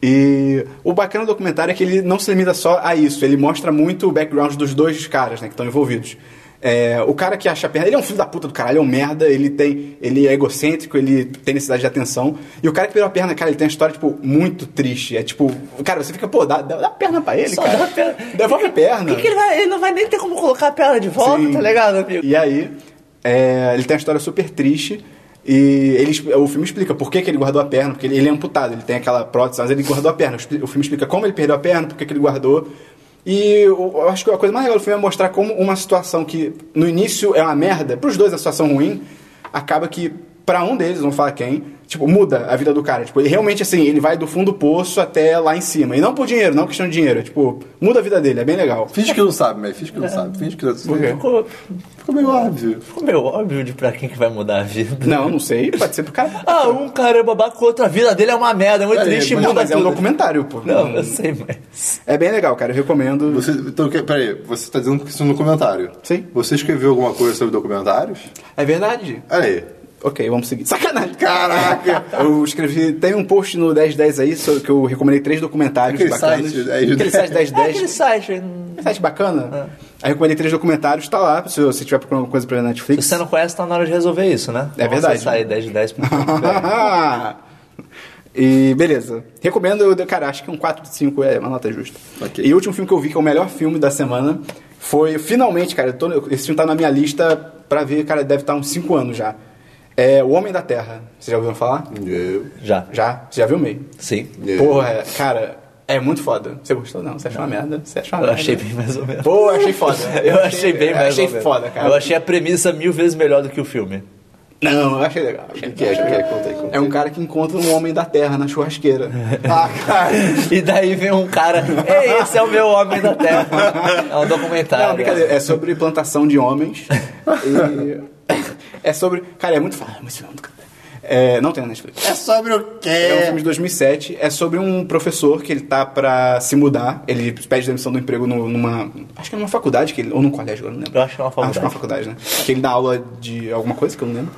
Speaker 1: E o bacana do documentário é que ele não se limita só a isso, ele mostra muito o background dos dois caras, né, que estão envolvidos. É, o cara que acha a perna, ele é um filho da puta do caralho, é um merda, ele tem, ele é egocêntrico, ele tem necessidade de atenção. E o cara que perdeu a perna, cara, ele tem uma história, tipo, muito triste. É tipo, cara, você fica, pô, dá, dá, dá a perna pra ele,
Speaker 3: Só
Speaker 1: cara.
Speaker 3: dá a perna.
Speaker 1: Devolve a perna.
Speaker 3: Que que ele, vai- ele não vai nem ter como colocar a perna de volta,
Speaker 1: Sim.
Speaker 3: tá ligado, amigo?
Speaker 1: E aí, é, ele tem uma história super triste. E ele, exp- o filme explica por que, que ele guardou a perna, porque ele, ele é amputado, ele tem aquela prótese, mas ele guardou a perna. O expli- O filme explica como ele perdeu a perna, por que, que ele guardou. E o- eu acho que a coisa mais legal do filme é mostrar como uma situação que no início é uma merda, pros dois é uma situação ruim, acaba que pra um deles, não falar quem, tipo, muda a vida do cara. Tipo, ele realmente assim, ele vai do fundo do poço até lá em cima. E não por dinheiro, não questão de dinheiro, é, tipo, muda a vida dele, é bem legal.
Speaker 2: Finge que não sabe, mas finge que não sabe. Finge que não
Speaker 1: Por quê?
Speaker 2: sabe.
Speaker 3: Ficou,
Speaker 2: Ficou meio óbvio.
Speaker 3: ficou meio óbvio de pra quem que vai mudar a vida.
Speaker 1: Não, não sei, pode ser pro cara.
Speaker 3: Ah, um cara é babaca com outro, a vida dele é uma merda, é muito
Speaker 2: É,
Speaker 3: triste,
Speaker 1: Não,
Speaker 3: muda
Speaker 1: mas é um
Speaker 3: tudo.
Speaker 1: documentário, pô.
Speaker 3: Não, eu sei, mas...
Speaker 1: É bem legal, cara. Eu recomendo.
Speaker 2: Você, então, que- peraí, você tá dizendo que isso é um documentário?
Speaker 1: Sim.
Speaker 2: Você escreveu alguma coisa sobre documentários?
Speaker 1: É verdade.
Speaker 2: Olha aí.
Speaker 1: Ok, vamos seguir. Sacanagem,
Speaker 2: Caraca!
Speaker 1: Eu escrevi. Tem um post no 1010 aí sobre- que eu recomendei três documentários
Speaker 2: Aquele
Speaker 1: bacanas.
Speaker 2: site, 1010.
Speaker 1: Aquele site
Speaker 3: É aquele
Speaker 1: 1010.
Speaker 3: site...
Speaker 1: É site bacana. Aí eu recomendei três documentários, tá lá. Se você tiver procurando alguma coisa pra ver na
Speaker 3: Se
Speaker 1: Netflix.
Speaker 3: você não conhece, tá na hora de resolver isso, né?
Speaker 1: É verdade.
Speaker 3: Você sai 10 de 10
Speaker 1: e beleza. Recomendo, eu- cara, acho que um 4 de 5 é uma nota justa.
Speaker 2: Ok.
Speaker 1: E o último filme que eu vi, que é o melhor filme da semana, foi. Finalmente, cara, eu tô- esse filme tá na minha lista pra ver, cara, deve estar uns 5 anos já. É O Homem da Terra. Vocês já ouviram falar?
Speaker 2: Eu.
Speaker 3: Já.
Speaker 1: Já? Você já viu meio?
Speaker 3: Sim.
Speaker 2: Eu.
Speaker 1: Porra, cara. É muito foda. Você gostou? Não, você achou uma merda. Você achou uma
Speaker 3: Eu
Speaker 1: merda.
Speaker 3: achei bem mais ou menos.
Speaker 1: Pô, eu achei foda.
Speaker 3: Eu achei bem
Speaker 1: eu
Speaker 3: mais
Speaker 1: achei
Speaker 3: ou menos.
Speaker 1: foda, cara.
Speaker 3: Eu achei a premissa mil vezes melhor do que o filme.
Speaker 1: Não, eu achei legal. Achei
Speaker 2: que é? O que é? Conta aí, conta
Speaker 1: É um cara que encontra um homem da terra na churrasqueira.
Speaker 2: Ah, cara.
Speaker 3: E daí vem um cara, Ei, esse é o meu homem da terra. É um documentário.
Speaker 1: Não, brincadeira. É sobre plantação de homens. e... É sobre. Cara, é muito fácil. É muito fácil, cara. É, não tem na Netflix.
Speaker 2: É sobre o quê?
Speaker 1: É um filme de 2007. É sobre um professor que ele tá pra se mudar. Ele pede demissão do emprego no- numa. Acho que é numa faculdade que ele, ou num colégio, agora não lembro.
Speaker 3: Eu acho que é uma faculdade.
Speaker 1: Acho que é uma faculdade, né? Que ele dá aula de alguma coisa que eu não lembro.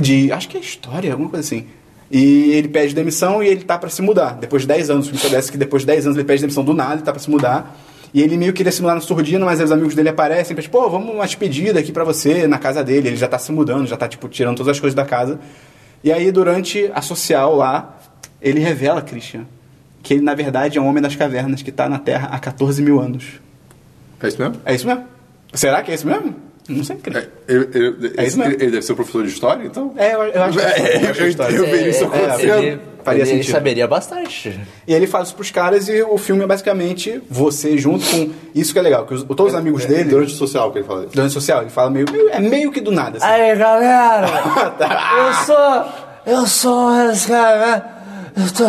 Speaker 1: De. Acho que é história, alguma coisa assim. E ele pede demissão e ele tá pra se mudar. Depois de 10 anos, o filme estabelece que depois de 10 anos ele pede demissão do nada, ele tá pra se mudar. E ele meio que queria se mudar no surdino, mas aí os amigos dele aparecem, tipo, pô, vamos uma despedida aqui pra você na casa dele. Ele já tá se mudando, já tá, tipo, tirando todas as coisas da casa. E aí, durante a social lá, ele revela, Christian, que ele, na verdade, é um homem das cavernas que tá na Terra há 14 mil anos.
Speaker 2: É isso mesmo?
Speaker 1: É isso mesmo? Será que é isso mesmo? Não sei, Christian.
Speaker 2: É, ele, ele-
Speaker 1: É isso mesmo.
Speaker 2: ele- ele deve ser um professor de história, então?
Speaker 1: É, eu, eu acho que
Speaker 2: É,
Speaker 1: eu acho que é a história.
Speaker 2: eu veria isso
Speaker 1: É,
Speaker 2: acontecendo.
Speaker 1: ele- faria
Speaker 3: ele
Speaker 1: sentido.
Speaker 3: saberia bastante.
Speaker 1: E ele fala isso pros caras e o filme é basicamente você junto com. Isso que é legal, que os, todos os amigos
Speaker 2: É,
Speaker 1: dele. Durante,
Speaker 2: Durante o social que ele fala isso.
Speaker 1: durante o social, ele fala meio. meio- É meio que do nada. assim.
Speaker 3: Aí, galera,
Speaker 1: Tá.
Speaker 3: eu sou, eu sou esse cara, né? Eu tô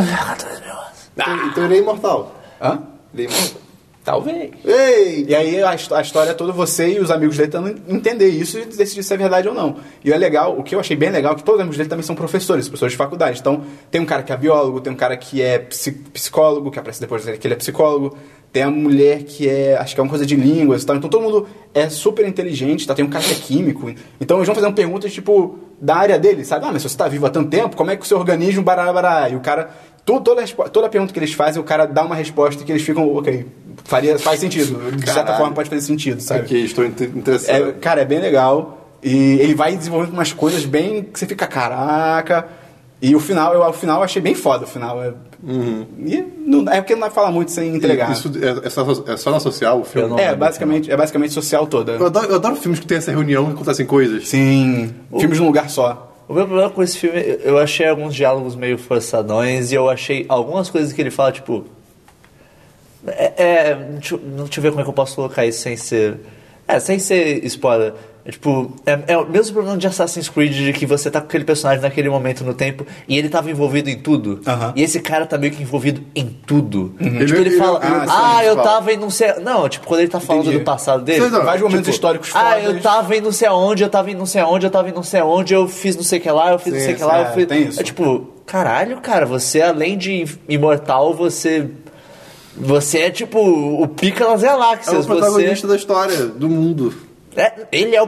Speaker 2: Então, então ele é imortal.
Speaker 1: Hã?
Speaker 2: Ele é imortal.
Speaker 1: Talvez.
Speaker 2: Ei!
Speaker 1: E aí a, his- a história é toda você e os amigos dele tentando entender isso e decidir se é verdade ou não. E é legal, o que eu achei bem legal é que todos os amigos dele também são professores, professores de faculdade. Então tem um cara que é biólogo, tem um cara que é psi- psicólogo, que aparece depois dele que ele é psicólogo, tem a mulher que é, acho que é uma coisa de línguas e tal. Então todo mundo é super inteligente, tá? Tem um cara que é químico. Então eles vão fazendo perguntas tipo da área dele, sabe? Ah, mas se você tá vivo há tanto tempo, como é que o seu organismo barará, barará? E o cara tu- toda, a respo- toda a pergunta que eles fazem, o cara dá uma resposta que eles ficam, ok, faria, faz sentido. De certa
Speaker 2: Caralho.
Speaker 1: forma pode fazer sentido, sabe?
Speaker 2: Aqui, É estou inte- interessado.
Speaker 1: É, cara, é bem legal. E ele vai desenvolvendo umas coisas bem. que você fica, caraca. E o final, eu, o final eu achei bem foda o final. É, E não- é porque não vai falar muito sem entregar.
Speaker 2: Isso é, é só, é só na social o filme?
Speaker 3: Eu não-
Speaker 1: é, basicamente, é basicamente social toda.
Speaker 2: Eu adoro, eu adoro filmes que tem essa reunião e acontecem coisas.
Speaker 1: Sim. Filmes num lugar só.
Speaker 3: O meu problema com esse filme, eu achei alguns diálogos meio forçadões e eu achei algumas coisas que ele fala, tipo. É, é, deixa, eu- deixa eu ver como é que eu posso colocar isso sem ser. É, sem ser spoiler. É, tipo, é, é o mesmo problema de Assassin's Creed, de que você tá com aquele personagem naquele momento no tempo e ele tava envolvido em tudo.
Speaker 1: Aham. Uhum.
Speaker 3: E esse cara tá meio que envolvido em tudo. Tipo,
Speaker 2: Ele-
Speaker 3: ele,
Speaker 2: ele-
Speaker 3: fala,
Speaker 2: ah, sim,
Speaker 3: ah,
Speaker 2: ele
Speaker 3: eu
Speaker 2: fala.
Speaker 3: tava em não sei. Não, tipo, quando ele tá falando
Speaker 1: Entendi.
Speaker 3: do passado dele.
Speaker 2: Sei lá,
Speaker 1: Vários momentos
Speaker 2: tipo,
Speaker 1: históricos
Speaker 3: Então, Ah,
Speaker 1: fodas.
Speaker 3: eu tava em não sei aonde, eu tava em não sei aonde, eu tava em não sei aonde, eu fiz não sei o que lá, eu fiz não
Speaker 1: Sim,
Speaker 3: sei o que lá,
Speaker 1: é,
Speaker 3: eu fiz.
Speaker 1: tem isso.
Speaker 3: É tipo, caralho, cara, você além de imortal, você. Você é tipo o pica das
Speaker 2: É o
Speaker 3: galáxias.
Speaker 2: protagonista
Speaker 3: você.
Speaker 2: da história, do mundo.
Speaker 3: É, ele é o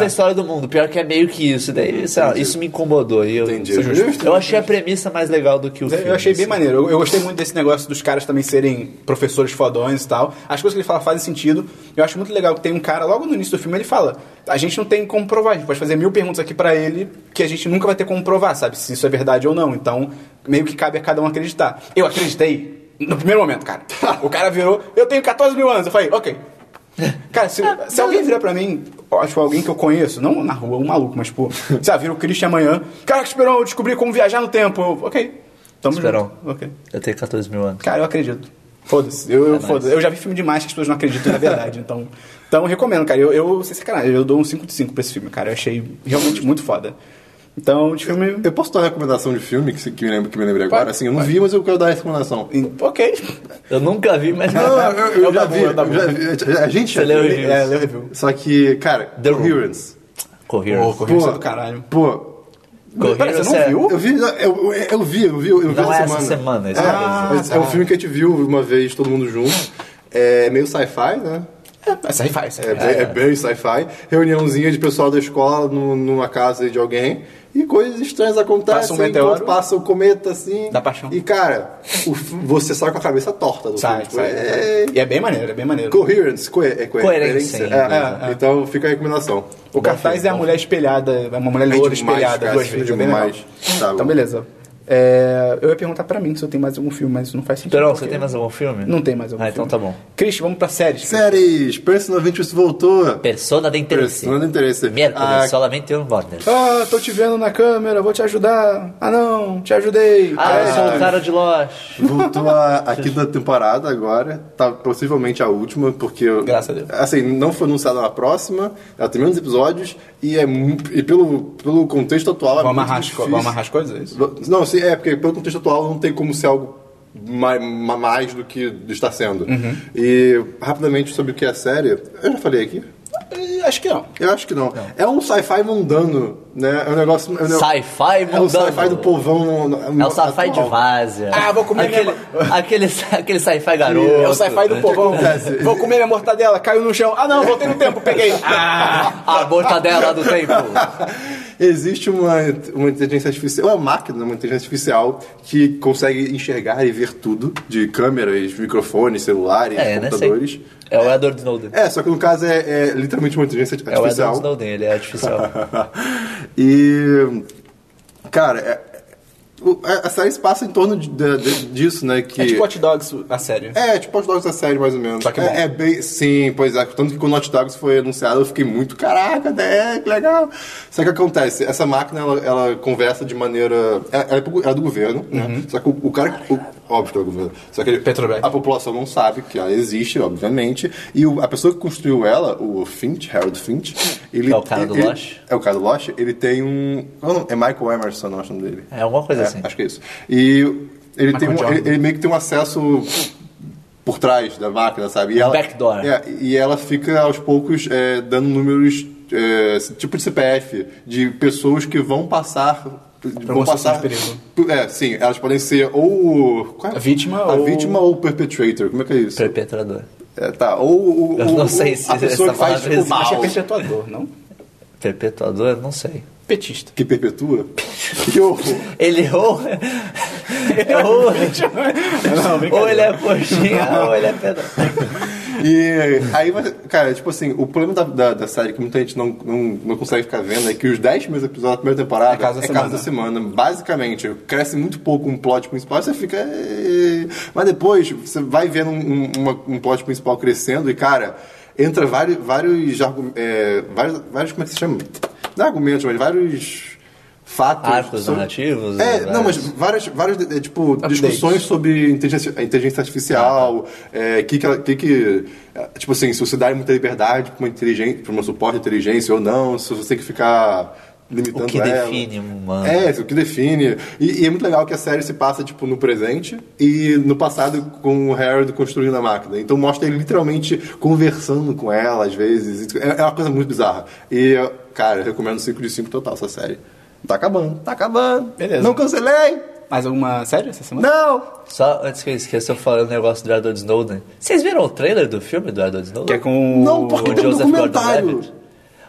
Speaker 1: É.
Speaker 3: da história do mundo. Pior que é meio que isso. Daí, sei lá, isso me incomodou. E eu,
Speaker 2: Entendi.
Speaker 3: Isso é justo.
Speaker 2: Justo,
Speaker 3: eu achei a premissa mais legal do que o
Speaker 1: né? Eu-
Speaker 3: filme.
Speaker 1: Eu achei bem
Speaker 3: assim.
Speaker 1: maneiro. Eu, eu gostei muito desse negócio dos caras também serem professores fodões e tal. As coisas que ele fala fazem sentido. Eu acho muito legal que tem um cara, logo no início do filme, ele fala: a gente não tem como provar, a gente pode fazer mil perguntas aqui pra ele que a gente nunca vai ter como provar, sabe? Se isso é verdade ou não. Então, meio que cabe a cada um acreditar. Eu acreditei no primeiro momento, cara. O cara virou: eu tenho 14 mil anos. Eu falei: ok. Cara, se, se alguém virar pra mim, eu acho que alguém que eu conheço, não na rua, um maluco, mas pô, sei lá, vira o Christian amanhã. Caraca, Esperão, eu descobri como viajar no tempo. Eu, ok. Tamo
Speaker 3: Esperão.
Speaker 1: junto. Ok.
Speaker 3: Eu tenho 14 mil anos.
Speaker 1: Cara, eu acredito. Foda-se. Eu, eu,
Speaker 3: É
Speaker 1: foda
Speaker 3: nóis.
Speaker 1: eu já vi filme demais que as pessoas não acreditam na verdade. então, então eu recomendo, cara. Eu, eu, sem sacanagem, eu dou um 5 de 5 pra esse filme, cara. Eu achei realmente muito foda. Então, de filme.
Speaker 2: Eu posso dar uma recomendação de filme que, se- que me lembro, que me lembrei agora?
Speaker 1: Pode,
Speaker 2: Assim, eu não
Speaker 1: pode.
Speaker 2: vi, mas eu quero dar a recomendação.
Speaker 1: Ok.
Speaker 3: Eu nunca vi, mas.
Speaker 2: Não, eu, eu
Speaker 1: É o
Speaker 2: já
Speaker 1: Dabu,
Speaker 2: vi,
Speaker 1: é o Dabu.
Speaker 2: eu já vi. A gente já
Speaker 3: Você leu
Speaker 2: viu.
Speaker 3: ele?
Speaker 1: É, leu review.
Speaker 2: Só que, cara,
Speaker 3: The
Speaker 2: The
Speaker 3: Room.
Speaker 2: Coherence.
Speaker 3: Correr.
Speaker 1: Pô, Coherence é do caralho.
Speaker 2: Pô,
Speaker 1: Pera, você não
Speaker 3: é-
Speaker 1: viu?
Speaker 2: eu vi, eu, eu, eu vi, eu vi, eu vi
Speaker 3: Não
Speaker 2: essa
Speaker 3: é essa semana, essa
Speaker 2: é,
Speaker 3: semana.
Speaker 2: mas é um filme que a gente viu uma vez, todo mundo junto. É meio sci-fi, né?
Speaker 1: É, sai, faz.
Speaker 2: É, bem- é bem sci-fi. Reuniãozinha de pessoal da escola no- numa casa de alguém. E coisas estranhas acontecem.
Speaker 1: Passa um meteoro.
Speaker 2: enquanto Passa o cometa, assim.
Speaker 1: Dá paixão.
Speaker 2: E, cara, o f- você sai com a cabeça torta do
Speaker 1: Sai,
Speaker 2: filme. Tipo,
Speaker 1: sai.
Speaker 2: é-
Speaker 1: E é bem maneiro, é bem maneiro.
Speaker 2: Coherence. Co é,
Speaker 3: Coerência,
Speaker 2: coerência. É,
Speaker 1: é, é.
Speaker 2: Então fica a recomendação.
Speaker 1: O cartaz é a mulher espelhada, é uma mulher loura
Speaker 2: demais,
Speaker 1: espelhada
Speaker 2: cara,
Speaker 1: duas
Speaker 2: filme
Speaker 1: vezes. é bem
Speaker 2: demais.
Speaker 1: legal.
Speaker 2: Tá bom.
Speaker 1: então, beleza. É, eu ia perguntar pra mim se eu tenho mais algum filme, mas isso não faz sentido.
Speaker 3: Perol,
Speaker 1: porque
Speaker 3: você tem mais algum filme?
Speaker 1: Não tem mais algum
Speaker 3: Ah,
Speaker 1: filme.
Speaker 3: então tá bom.
Speaker 1: Christian, vamos pra séries.
Speaker 2: é, Séries, Persona Ventures voltou.
Speaker 3: Persona de interesse.
Speaker 2: Persona de interesse.
Speaker 3: Miércoles,
Speaker 2: Ah,
Speaker 3: solamente um Warner.
Speaker 1: Ah, tô te vendo na câmera, vou te ajudar. Ah não, te ajudei.
Speaker 3: Ah, eu
Speaker 1: É,
Speaker 3: sou o cara de Lost.
Speaker 2: Voltou a, a quinta temporada agora, tá possivelmente a última, porque... eu-
Speaker 1: Graças a Deus.
Speaker 2: Assim, não foi anunciada na próxima, ela tem menos episódios, e, é, mu- e pelo, pelo contexto atual é
Speaker 1: Vou
Speaker 2: muito
Speaker 1: amarrar, as, co-
Speaker 2: difícil.
Speaker 1: vou amarrar as coisas, é isso?
Speaker 2: Não, sim, é porque pelo contexto atual não tem como ser algo mais, mais do que está sendo.
Speaker 1: Uhum.
Speaker 2: E rapidamente sobre o que é a série, eu já falei aqui.
Speaker 1: Eh, Acho que não.
Speaker 2: Eu acho que não. É um sci-fi mundano, né? É um negócio. É um ne-
Speaker 3: Sci-fi
Speaker 2: É um
Speaker 3: mundano.
Speaker 2: sci-fi do povão.
Speaker 3: É
Speaker 1: um
Speaker 3: o sci-fi de
Speaker 2: atual.
Speaker 3: várzea.
Speaker 1: Ah, vou comer
Speaker 3: aquele, aquele, aquele sci-fi garoto.
Speaker 1: É o sci-fi do povão.
Speaker 2: acontece?
Speaker 1: Vou comer minha mortadela, caiu no chão. Ah não, voltei no tempo, peguei. Ah,
Speaker 3: A mortadela do tempo.
Speaker 2: Existe uma, uma inteligência artificial, uma máquina, uma inteligência artificial que consegue enxergar e ver tudo de câmeras, microfones, celulares,
Speaker 3: É, né? Sei.
Speaker 2: computadores.
Speaker 3: É o Edward Snowden.
Speaker 2: É, só que no caso é, é literalmente uma inteligência
Speaker 3: É o Edward
Speaker 2: artificial.
Speaker 3: Snowden, ele é artificial.
Speaker 2: e. Cara, é- o- a, a série se passa em torno de- de- de- disso, né? Que,
Speaker 1: é tipo hot dogs, a sério.
Speaker 2: é, tipo Hot Dogs da série, mais ou menos.
Speaker 1: Só que
Speaker 2: é,
Speaker 1: bom.
Speaker 2: é bem. Sim, pois é. Tanto que quando Hot Dogs foi anunciado, eu fiquei muito, caraca, né? Que legal. Só que acontece, essa máquina, ela, ela conversa de maneira. Ela, ela é pro- ela é do governo, né?
Speaker 3: Uhum.
Speaker 2: Só que o, o cara. o- óbvio que é do governo. Só que
Speaker 1: Petrobras.
Speaker 2: a população não sabe que ela existe, obviamente. E o- a pessoa que construiu ela, o Finch, Harold Finch, ele.
Speaker 3: É o cara do
Speaker 2: ele-
Speaker 3: Lost?
Speaker 2: É o cara do Lost. Ele tem um. qual é o nome? É Michael Emerson, eu acho o nome dele.
Speaker 3: É alguma coisa
Speaker 2: É,
Speaker 3: assim.
Speaker 2: Acho que é isso. E ele, tem um,
Speaker 1: Jordan.
Speaker 2: ele, ele meio que tem um acesso por trás da máquina, sabe? E ela,
Speaker 3: backdoor.
Speaker 2: É, e ela fica aos poucos é, dando números, é, tipo de CPF, de pessoas que vão passar. Vão
Speaker 1: uma situação
Speaker 2: passar.
Speaker 1: de perigo.
Speaker 2: É, sim, elas podem ser ou. Qual é?
Speaker 1: A vítima
Speaker 2: a
Speaker 1: ou-
Speaker 2: vítima ou o perpetrator. Como é que é isso?
Speaker 3: Perpetrador.
Speaker 2: É, tá, ou, o
Speaker 3: Eu
Speaker 2: ou-
Speaker 3: não sei
Speaker 2: ou
Speaker 3: se
Speaker 2: a pessoa
Speaker 3: essa
Speaker 2: que faz
Speaker 3: palavra
Speaker 2: o
Speaker 3: existe.
Speaker 1: Acho que é
Speaker 2: mal.
Speaker 1: perpetuador, não?
Speaker 3: Perpetuador, eu não sei.
Speaker 1: Petista.
Speaker 2: Que perpetua? que horror.
Speaker 3: Ele errou. errou.
Speaker 1: Não,
Speaker 3: ou ele é coxinha, ou ele é pedra.
Speaker 2: E aí, você- cara, tipo assim, o problema da, da, da série que muita gente não, não, não consegue ficar vendo é que os 10 primeiros episódios da primeira temporada
Speaker 1: É casa da
Speaker 2: da semana. Basicamente, cresce muito pouco um plot principal, você fica. "Eh". Mas depois você vai vendo um, um, uma- um plot principal crescendo e, cara, entra vários. vários, argu- é, vários, vários como é que se chama? Não é argumentos, mas vários. Fatos.
Speaker 3: Arcos narrativos,
Speaker 2: É,
Speaker 3: né,
Speaker 2: não, mas
Speaker 3: vários-
Speaker 2: várias, várias é, tipo, discussões sobre inteligência, a inteligência artificial,
Speaker 3: Ah, tá.
Speaker 2: é, que, que, ela- que que- é, tipo assim, se você dá muita liberdade para uma inteligência, para uma suporte inteligência ou não, se você tem que ficar limitando
Speaker 3: O que
Speaker 2: ela.
Speaker 3: define um humano.
Speaker 2: É, o que define. E, e é muito legal que a série se passa tipo no presente e no passado com o Harold construindo a máquina. Então mostra ele literalmente conversando com ela às vezes. É, é uma coisa muito bizarra. E cara, eu recomendo 5 de 5 total essa série. Tá acabando, tá acabando.
Speaker 1: Beleza.
Speaker 2: Não cancelei.
Speaker 1: Mais alguma série essa semana?
Speaker 2: Não!
Speaker 3: Só antes que eu esqueça, eu falei o negócio do Edward Snowden. Vocês viram o trailer do filme do Edward Snowden?
Speaker 1: Que é com
Speaker 2: Não,
Speaker 1: o-
Speaker 2: porque
Speaker 3: o
Speaker 2: tem um
Speaker 3: Joseph
Speaker 2: documentário.
Speaker 3: Gordon-Levitt?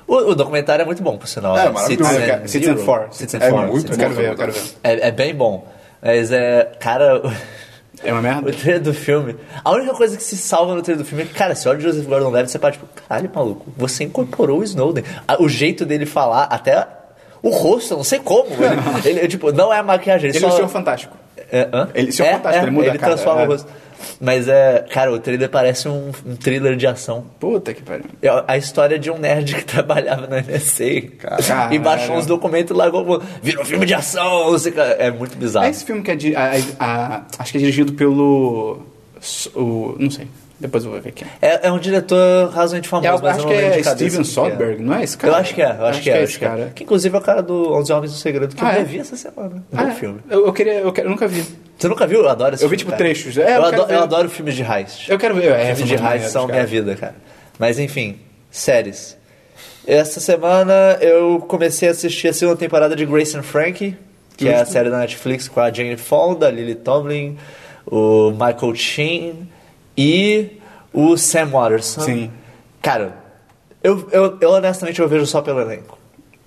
Speaker 3: O, o documentário é muito bom, por sinal.
Speaker 2: É,
Speaker 3: É,
Speaker 2: maravilhoso.
Speaker 1: Ah,
Speaker 3: Citizen,
Speaker 1: Citizen
Speaker 3: Zero.
Speaker 1: Four.
Speaker 3: Citizen
Speaker 2: É
Speaker 3: Four,
Speaker 2: muito
Speaker 1: Eu
Speaker 3: Citizen
Speaker 1: quero
Speaker 2: bom.
Speaker 1: ver, eu quero ver.
Speaker 3: É, é bem bom. Mas é. Cara,
Speaker 1: É uma merda?
Speaker 3: o trailer do filme. A única coisa que se salva no trailer do filme é que, cara, se olha o Joseph Gordon Levitt, você para tipo, caralho, maluco, você incorporou o Snowden. Ah, O jeito dele falar, até o rosto, eu não sei como. Ele, ele, tipo, não é a maquiagem. Ele,
Speaker 1: Ele é um
Speaker 3: só...
Speaker 1: senhor fantástico.
Speaker 3: É, hã?
Speaker 1: Ele se é um fantástico, ele muda a cara,
Speaker 3: transforma
Speaker 1: é.
Speaker 3: o rosto. Mas é, cara, o trailer parece um, um thriller de ação.
Speaker 1: Puta que pariu.
Speaker 3: É a história de um nerd que trabalhava na NSA
Speaker 1: Caralho.
Speaker 3: e baixou uns documentos e largou. Virou filme de ação. você- É muito bizarro.
Speaker 1: É esse filme que é di- a- a- a- acho que é dirigido pelo. s- O, não sei. Depois eu vou ver quem é.
Speaker 3: É, é um diretor razoavelmente famoso,
Speaker 1: É, eu acho
Speaker 3: mas eu não
Speaker 1: que
Speaker 3: lembro
Speaker 1: é
Speaker 3: de cabeça
Speaker 1: Steven
Speaker 3: quem que é.
Speaker 1: Soderbergh, não é esse cara?
Speaker 3: Eu acho que é, eu acho, que é.
Speaker 1: esse
Speaker 3: acho que é.
Speaker 1: cara.
Speaker 3: Que inclusive é o cara do 11 Homens do Segredo, que
Speaker 1: Ah,
Speaker 3: eu
Speaker 1: é?
Speaker 3: revi essa semana.
Speaker 1: Ah,
Speaker 3: Bom
Speaker 1: é.
Speaker 3: filme.
Speaker 1: Eu, eu queria, eu, quero- eu nunca vi.
Speaker 3: Você nunca viu? Eu adoro esse
Speaker 1: Eu vi, tipo,
Speaker 3: filme, cara.
Speaker 1: trechos. É, eu
Speaker 3: eu,
Speaker 1: quero
Speaker 3: adoro,
Speaker 1: ver.
Speaker 3: eu adoro filmes de heist.
Speaker 1: Eu quero ver. É,
Speaker 3: filmes de
Speaker 1: são maneiras,
Speaker 3: heist são
Speaker 1: cara.
Speaker 3: minha vida, cara. Mas enfim, séries. Essa semana eu comecei a assistir a segunda temporada de Grace and Frankie, que é a série da Netflix com a Jane Fonda, a Lily Tomlin, o Michael Sheen e o Sam Watterson.
Speaker 1: Sim.
Speaker 3: Cara, eu, eu, eu honestamente eu vejo só pelo elenco.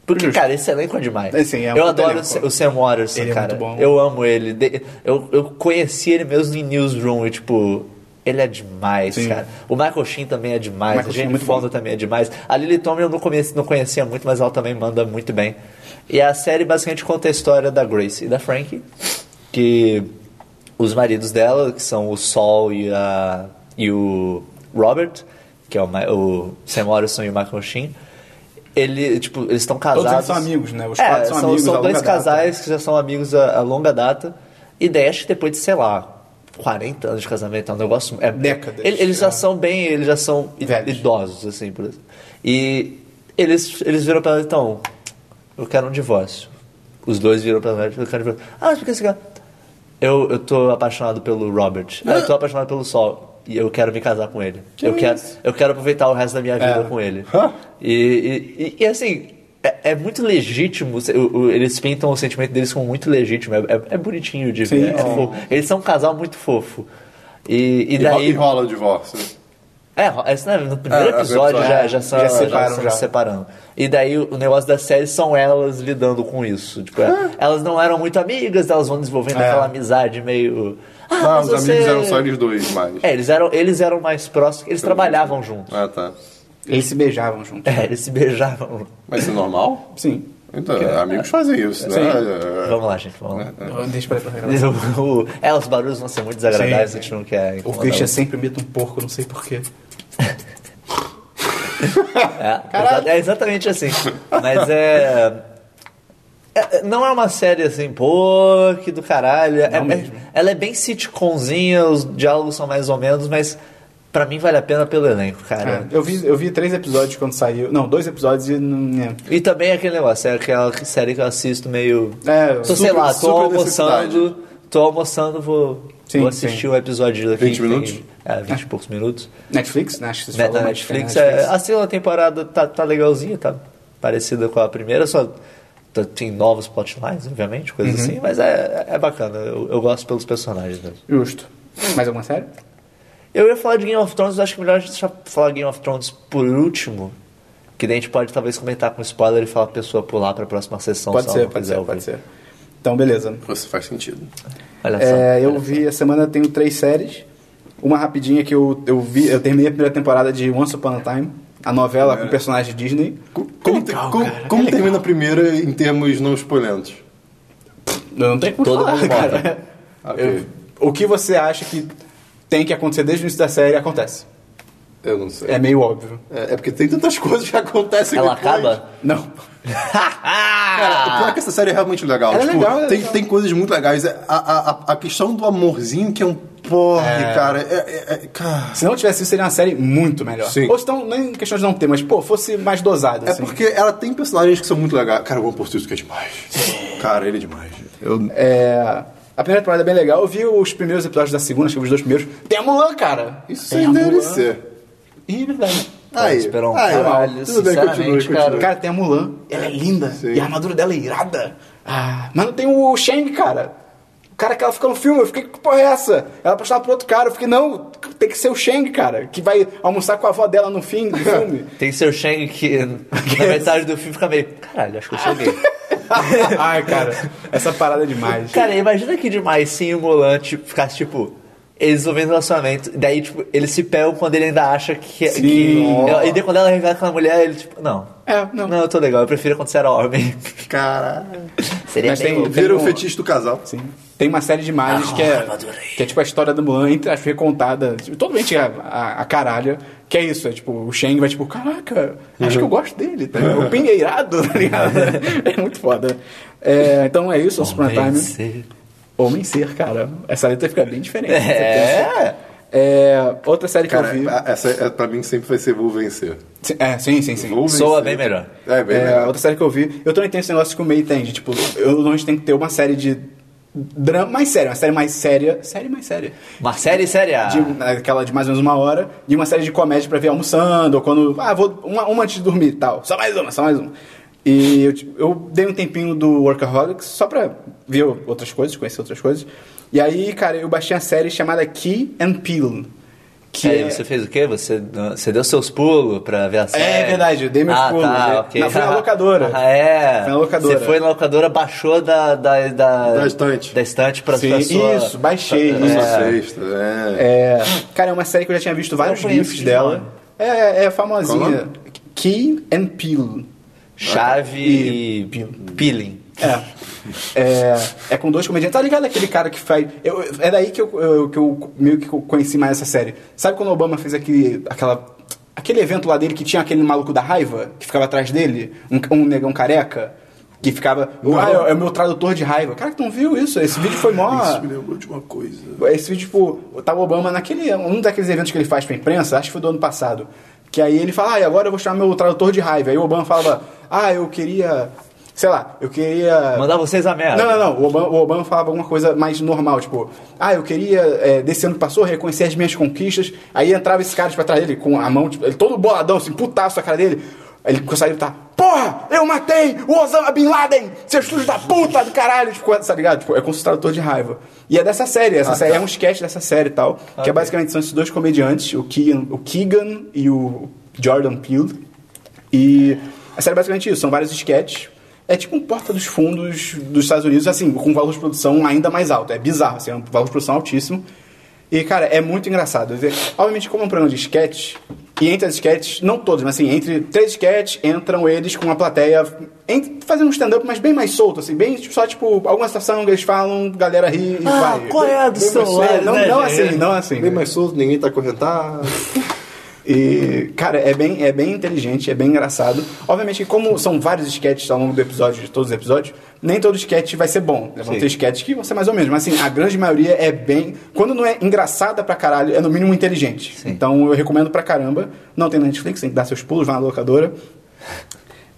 Speaker 3: Porque,
Speaker 1: Justo.
Speaker 3: cara, esse elenco é demais.
Speaker 1: É, sim, é um
Speaker 3: eu
Speaker 1: puta
Speaker 3: adoro
Speaker 1: elenco.
Speaker 3: o Sa- o Sam Watterson,
Speaker 1: Ele é
Speaker 3: cara.
Speaker 1: muito bom.
Speaker 3: Eu amo ele. De- Eu, eu conheci ele mesmo em Newsroom e, tipo, ele é demais,
Speaker 1: Sim.
Speaker 3: cara. O Michael Sheen também é demais.
Speaker 1: Michael
Speaker 3: a
Speaker 1: Sheen é
Speaker 3: Jane
Speaker 1: muito bom.
Speaker 3: Fonda também é demais. A Lily Tomlin eu não, conheci, não conhecia muito, mas ela também manda muito bem. E a série basicamente conta a história da Grace e da Frankie. que os maridos dela, que são o Sol e, a, e o Robert, que é o, Ma- o Sam Morrison e o Michael Sheen, ele, tipo, eles estão casados.
Speaker 1: eles são amigos, né? Os
Speaker 3: é,
Speaker 1: quatro são amigos
Speaker 3: São
Speaker 1: a
Speaker 3: dois
Speaker 1: longa data.
Speaker 3: casais que já são amigos a, a longa data. E daí acho que depois de, sei lá, 40 anos de casamento, é um negócio. É,
Speaker 1: Décadas,
Speaker 3: Ele- Eles
Speaker 1: é.
Speaker 3: já são bem, eles já são i-
Speaker 1: Velhos.
Speaker 3: idosos, assim, por exemplo. E eles, eles viram pra ela, então, eu quero um divórcio. Os dois viram pra ela, eu quero um divórcio. Ah, mas por que você quer? Eu, eu tô apaixonado pelo Robert. Ah, eu tô apaixonado pelo Sol. E eu quero me casar com ele. eu, quero, eu quero aproveitar o resto da minha vida
Speaker 1: É.
Speaker 3: com ele.
Speaker 2: Hã?
Speaker 3: E, e- e- e, assim, é, é muito legítimo. se- o- o- eles pintam o sentimento deles como muito legítimo. É, é- é bonitinho de ver.
Speaker 1: Sim,
Speaker 3: é
Speaker 1: sim.
Speaker 3: fofo. Eles são um casal muito fofo. E, e
Speaker 2: E ro-
Speaker 3: daí.
Speaker 2: e rola o divórcio.
Speaker 3: É, ro- é, né, no primeiro
Speaker 2: É, é,
Speaker 3: episódio
Speaker 2: é,
Speaker 3: já, já, são,
Speaker 1: já
Speaker 3: já,
Speaker 1: separam,
Speaker 3: são
Speaker 1: já.
Speaker 3: se separando. E daí o o negócio da série são elas lidando com isso. Tipo, é, elas não eram muito amigas, elas vão desenvolvendo
Speaker 1: É.
Speaker 3: aquela amizade meio. Ah,
Speaker 2: Ah,
Speaker 3: mas
Speaker 2: os
Speaker 3: você...
Speaker 2: amigos eram só eles dois, mas.
Speaker 3: É, eles eram, eles eram mais próximos, eles trabalhavam juntos.
Speaker 2: Ah, tá.
Speaker 1: Eles se beijavam juntos.
Speaker 3: É, eles se beijavam.
Speaker 2: Mas isso é normal?
Speaker 1: Sim.
Speaker 2: Então, amigos fazem isso, né?
Speaker 1: Sim.
Speaker 2: É, é.
Speaker 3: Vamos lá, gente, vamos lá.
Speaker 1: Deixa pra lá.
Speaker 3: O- o- é, os barulhos vão ser muito desagradáveis,
Speaker 1: Sim,
Speaker 3: a gente não quer
Speaker 1: O
Speaker 3: incomodar.
Speaker 1: Christian sempre imita um porco, não sei porquê.
Speaker 3: É, exa- é exatamente assim. Mas é, é- Não é uma série assim, pô, que do caralho. É,
Speaker 1: Não mesmo.
Speaker 3: é- ela é bem sitcomzinha, os diálogos são mais ou menos, mas pra mim vale a pena pelo elenco, cara.
Speaker 1: Ah, Eu, vi, eu vi três episódios quando saiu. Não, dois episódios e. não- é.
Speaker 3: E também é aquele negócio, é aquela série que eu assisto meio.
Speaker 1: É,
Speaker 3: tô, sei lá, tô
Speaker 2: super necessidade.
Speaker 3: almoçando. Tô almoçando, vou,
Speaker 1: Sim,
Speaker 3: vou assistir
Speaker 1: sim.
Speaker 3: um episódio daqui.
Speaker 2: 20
Speaker 3: que tem-
Speaker 2: minutos?
Speaker 3: É, 20 e poucos minutos.
Speaker 1: Netflix, né? Acho que você
Speaker 3: Né,
Speaker 1: falou,
Speaker 3: da
Speaker 1: mas
Speaker 3: Netflix.
Speaker 1: é,
Speaker 3: É, a segunda temporada tá, tá legalzinha, tá parecida com a primeira, só tá- tem novos plotlines, obviamente, coisa
Speaker 1: Uhum.
Speaker 3: assim, mas é, é bacana. Eu, eu gosto pelos personagens mesmo.
Speaker 1: Justo. Mais alguma série?
Speaker 3: Eu ia falar de Game of Thrones, mas acho que é melhor a gente deixar falar Game of Thrones por último, que daí a gente pode talvez comentar com spoiler e falar a pessoa pular pra próxima sessão.
Speaker 1: pode
Speaker 3: se ela
Speaker 1: ser,
Speaker 3: não
Speaker 1: pode
Speaker 3: quiser
Speaker 1: ser,
Speaker 3: ouvir.
Speaker 1: pode ser. Então, beleza.
Speaker 2: Isso é, faz sentido.
Speaker 3: Olha só.
Speaker 1: É, eu
Speaker 3: olha
Speaker 1: vi, a semana eu tenho três séries. Uma rapidinha que eu, eu vi, eu terminei a primeira temporada de Once Upon a Time, a novela
Speaker 2: É.
Speaker 1: com personagem Disney.
Speaker 2: Como, como, te-
Speaker 1: legal,
Speaker 2: como-
Speaker 1: cara,
Speaker 2: como termina a primeira em termos não spoilentos?
Speaker 1: Eu não tenho como
Speaker 3: Todo
Speaker 1: falar,
Speaker 3: mundo
Speaker 1: cara.
Speaker 2: Ah, Ok.
Speaker 1: Eu- o que você acha que tem que acontecer desde o início da série acontece.
Speaker 2: Eu não sei.
Speaker 1: É
Speaker 2: É,
Speaker 1: meio óbvio.
Speaker 2: é porque tem tantas coisas que acontecem
Speaker 3: Ela
Speaker 2: depois.
Speaker 3: acaba?
Speaker 1: Não.
Speaker 3: Ah!
Speaker 2: Cara, o pior é que essa série é realmente legal.
Speaker 1: Ela é
Speaker 2: tipo,
Speaker 1: legal, é
Speaker 2: tem,
Speaker 1: legal.
Speaker 2: tem coisas muito legais. É, A, a, a- a questão do amorzinho que é um porre, cara. É, é- é- cara.
Speaker 1: Se não tivesse isso, seria uma série muito melhor.
Speaker 2: Sim.
Speaker 1: Ou então, nem questão de não ter, mas, pô, fosse mais dosada,
Speaker 2: É
Speaker 1: assim.
Speaker 2: porque ela tem personagens que são muito legais. Cara, o One Post que é demais. Cara, ele é demais. Eu...
Speaker 1: É, A primeira temporada é bem legal. Eu vi os primeiros episódios da segunda, acho que os dois primeiros. Tem a Mulan, cara.
Speaker 2: Isso
Speaker 1: Tem a
Speaker 2: sem DLC.
Speaker 1: Ih, verdade.
Speaker 3: Pode esperar um
Speaker 1: Ah,
Speaker 2: aí,
Speaker 3: caralho,
Speaker 2: tudo bem,
Speaker 3: sinceramente,
Speaker 2: continue, continue.
Speaker 3: cara.
Speaker 1: Cara, tem a Mulan. Ela é linda.
Speaker 2: Sim.
Speaker 1: E a armadura dela é irada. Ah, mas não tem o Shang, cara. O cara que ela fica no filme, eu fiquei, que porra é essa? Ela apaixonada por outro cara. Eu fiquei, não, tem que ser o Shang, cara. Que vai almoçar com a avó dela no fim do filme.
Speaker 3: Tem seu Shang que na metade do filme fica meio. Caralho, acho que eu cheguei.
Speaker 1: Ai, cara, essa parada é demais.
Speaker 3: Cara, imagina que demais sim o Mulan tipo, ficasse, tipo, eles resolvendo o relacionamento, daí, tipo, eles se pegam quando ele ainda acha que.
Speaker 1: Sim.
Speaker 3: que-
Speaker 1: Ó.
Speaker 3: e daí quando ela revela aquela mulher, ele, tipo, não.
Speaker 1: É, não.
Speaker 3: Não, eu tô legal, eu prefiro quando você era homem.
Speaker 2: Caralho.
Speaker 3: Seria
Speaker 1: Mas
Speaker 3: bem
Speaker 1: tem-
Speaker 3: louco.
Speaker 2: Vira o
Speaker 1: um-
Speaker 2: fetiche do casal.
Speaker 1: Sim. Tem uma série de imagens
Speaker 3: Ah,
Speaker 1: que, é,
Speaker 3: armadura aí.
Speaker 1: que é tipo a história da Mulan, entre as recontada, tipo, totalmente a, a, a caralho, que é isso, é tipo, o Shang vai tipo, caraca, acho que eu gosto dele, tá? ligado? o Ping é irado, tá ligado? É muito foda. É, então é isso, Super Time.
Speaker 3: Convencer.
Speaker 1: Homem Ser, cara. Essa letra fica bem diferente.
Speaker 3: É.
Speaker 1: É, outra série que eu vi.
Speaker 2: Cara, essa é, pra mim sempre vai ser Vou Vencer.
Speaker 1: É, sim, sim, sim.
Speaker 2: Vou vencer.
Speaker 3: Soa bem melhor.
Speaker 2: É, bem
Speaker 1: É,
Speaker 2: melhor.
Speaker 1: outra série que eu vi. Eu também tenho esse negócio que o meio tem. De, tipo, eu não tem que ter uma série de drama mais séria, uma série mais séria. Série mais séria.
Speaker 3: Uma série séria.
Speaker 1: De, aquela de mais ou menos uma hora, e uma série de comédia pra ver almoçando, ou quando. Ah, vou. Uma, uma antes de dormir e tal. Só mais uma, só mais uma. E eu, tipo, eu dei um tempinho do Workaholics só pra ver outras coisas, conhecer outras coisas. E aí, cara, eu baixei a série chamada Key and Peel. Que
Speaker 3: Aí
Speaker 1: é-
Speaker 3: você fez o quê? Você, você deu seus pulos pra ver a série?
Speaker 1: verdade, eu dei meus
Speaker 3: ah,
Speaker 1: pulos,
Speaker 3: Tá,
Speaker 1: né?
Speaker 3: ok.
Speaker 1: Não, fui na locadora.
Speaker 3: Ah, é.
Speaker 1: Fui na locadora.
Speaker 3: Você foi na locadora, baixou da... Da, da,
Speaker 2: Da estante.
Speaker 3: Da estante pra,
Speaker 1: Sim,
Speaker 3: pra sua...
Speaker 1: isso, baixei.
Speaker 3: pra-
Speaker 2: Nossa
Speaker 1: é.
Speaker 2: sexta, é.
Speaker 1: É, cara, é uma série que eu já tinha visto vários
Speaker 3: Eu conheço
Speaker 1: gifs
Speaker 3: de
Speaker 1: dela.
Speaker 3: nome.
Speaker 1: É, é
Speaker 2: Qual o
Speaker 1: famosinha.
Speaker 2: nome?
Speaker 1: Key and Peel.
Speaker 3: Chave
Speaker 1: E
Speaker 3: e,
Speaker 1: pil-
Speaker 3: peeling.
Speaker 1: É. é. É com dois comediantes. Tá ligado aquele cara que faz. Eu, eu- é daí que eu, eu- que eu meio que eu conheci mais essa série. Sabe quando o Obama fez aquele, aquela, aquele evento lá dele que tinha aquele maluco da raiva que ficava atrás dele? Um, um negão careca? Que ficava. Ah, é, é o meu tradutor de raiva. Cara, tu não viu isso? Esse vídeo foi mó.
Speaker 2: Isso me lembrou de uma coisa.
Speaker 1: Esse vídeo, tipo, tava o Obama naquele. Um daqueles eventos que ele faz pra imprensa, acho que foi do ano passado. Que aí ele fala, ah, e agora eu vou chamar meu tradutor de raiva. Aí o Obama falava, ah, eu queria. Sei lá, eu queria.
Speaker 3: Mandar vocês a merda.
Speaker 1: Não, não, não. O Obama, o Obama falava alguma coisa mais normal, tipo, ah, eu queria, é, desse ano que passou, reconhecer as minhas conquistas. Aí entrava esse cara pra trás dele, com a mão, tipo, ele todo boladão, assim, putaço na cara dele. Aí ele conseguia gritar, porra, eu matei o Osama Bin Laden, seus filhos da puta do caralho, tipo, tá ligado? Tipo, é com esse tradutor de raiva. E é dessa série, essa série é um sketch dessa série e tal, que é basicamente são esses dois comediantes, o Keegan, o Keegan e o Jordan Peele. E a série é basicamente isso, são vários sketches. É tipo um porta dos fundos dos Estados Unidos, assim, com valor de produção ainda mais alto. É bizarro, assim, é um valor de produção altíssimo. E, cara, é muito engraçado. Obviamente, como é um programa de sketch, e entre as sketches, não todos, mas assim, entre três sketches entram eles com uma plateia em- fazendo um stand-up, mas bem mais solto, assim, bem tipo, só tipo, alguma situação que eles falam, galera ri e
Speaker 3: Ah,
Speaker 1: vai.
Speaker 3: qual é a do
Speaker 1: Bem mais solto.
Speaker 3: celular,
Speaker 1: Não,
Speaker 3: né,
Speaker 1: não
Speaker 3: gente?
Speaker 1: assim, não assim.
Speaker 2: Bem mais solto, ninguém tá acorrentado.
Speaker 1: E, cara, é bem, é bem inteligente, é bem engraçado. Obviamente, que como são vários sketches ao longo do episódio, de todos os episódios, nem todo sketch vai ser bom. Né? Vão ter sketches que vão ser mais ou menos, mas assim, a grande maioria é bem. Quando não é engraçada pra caralho, é no mínimo inteligente. Então eu recomendo pra caramba. Não tem na Netflix, tem que dar seus pulos, vai na locadora.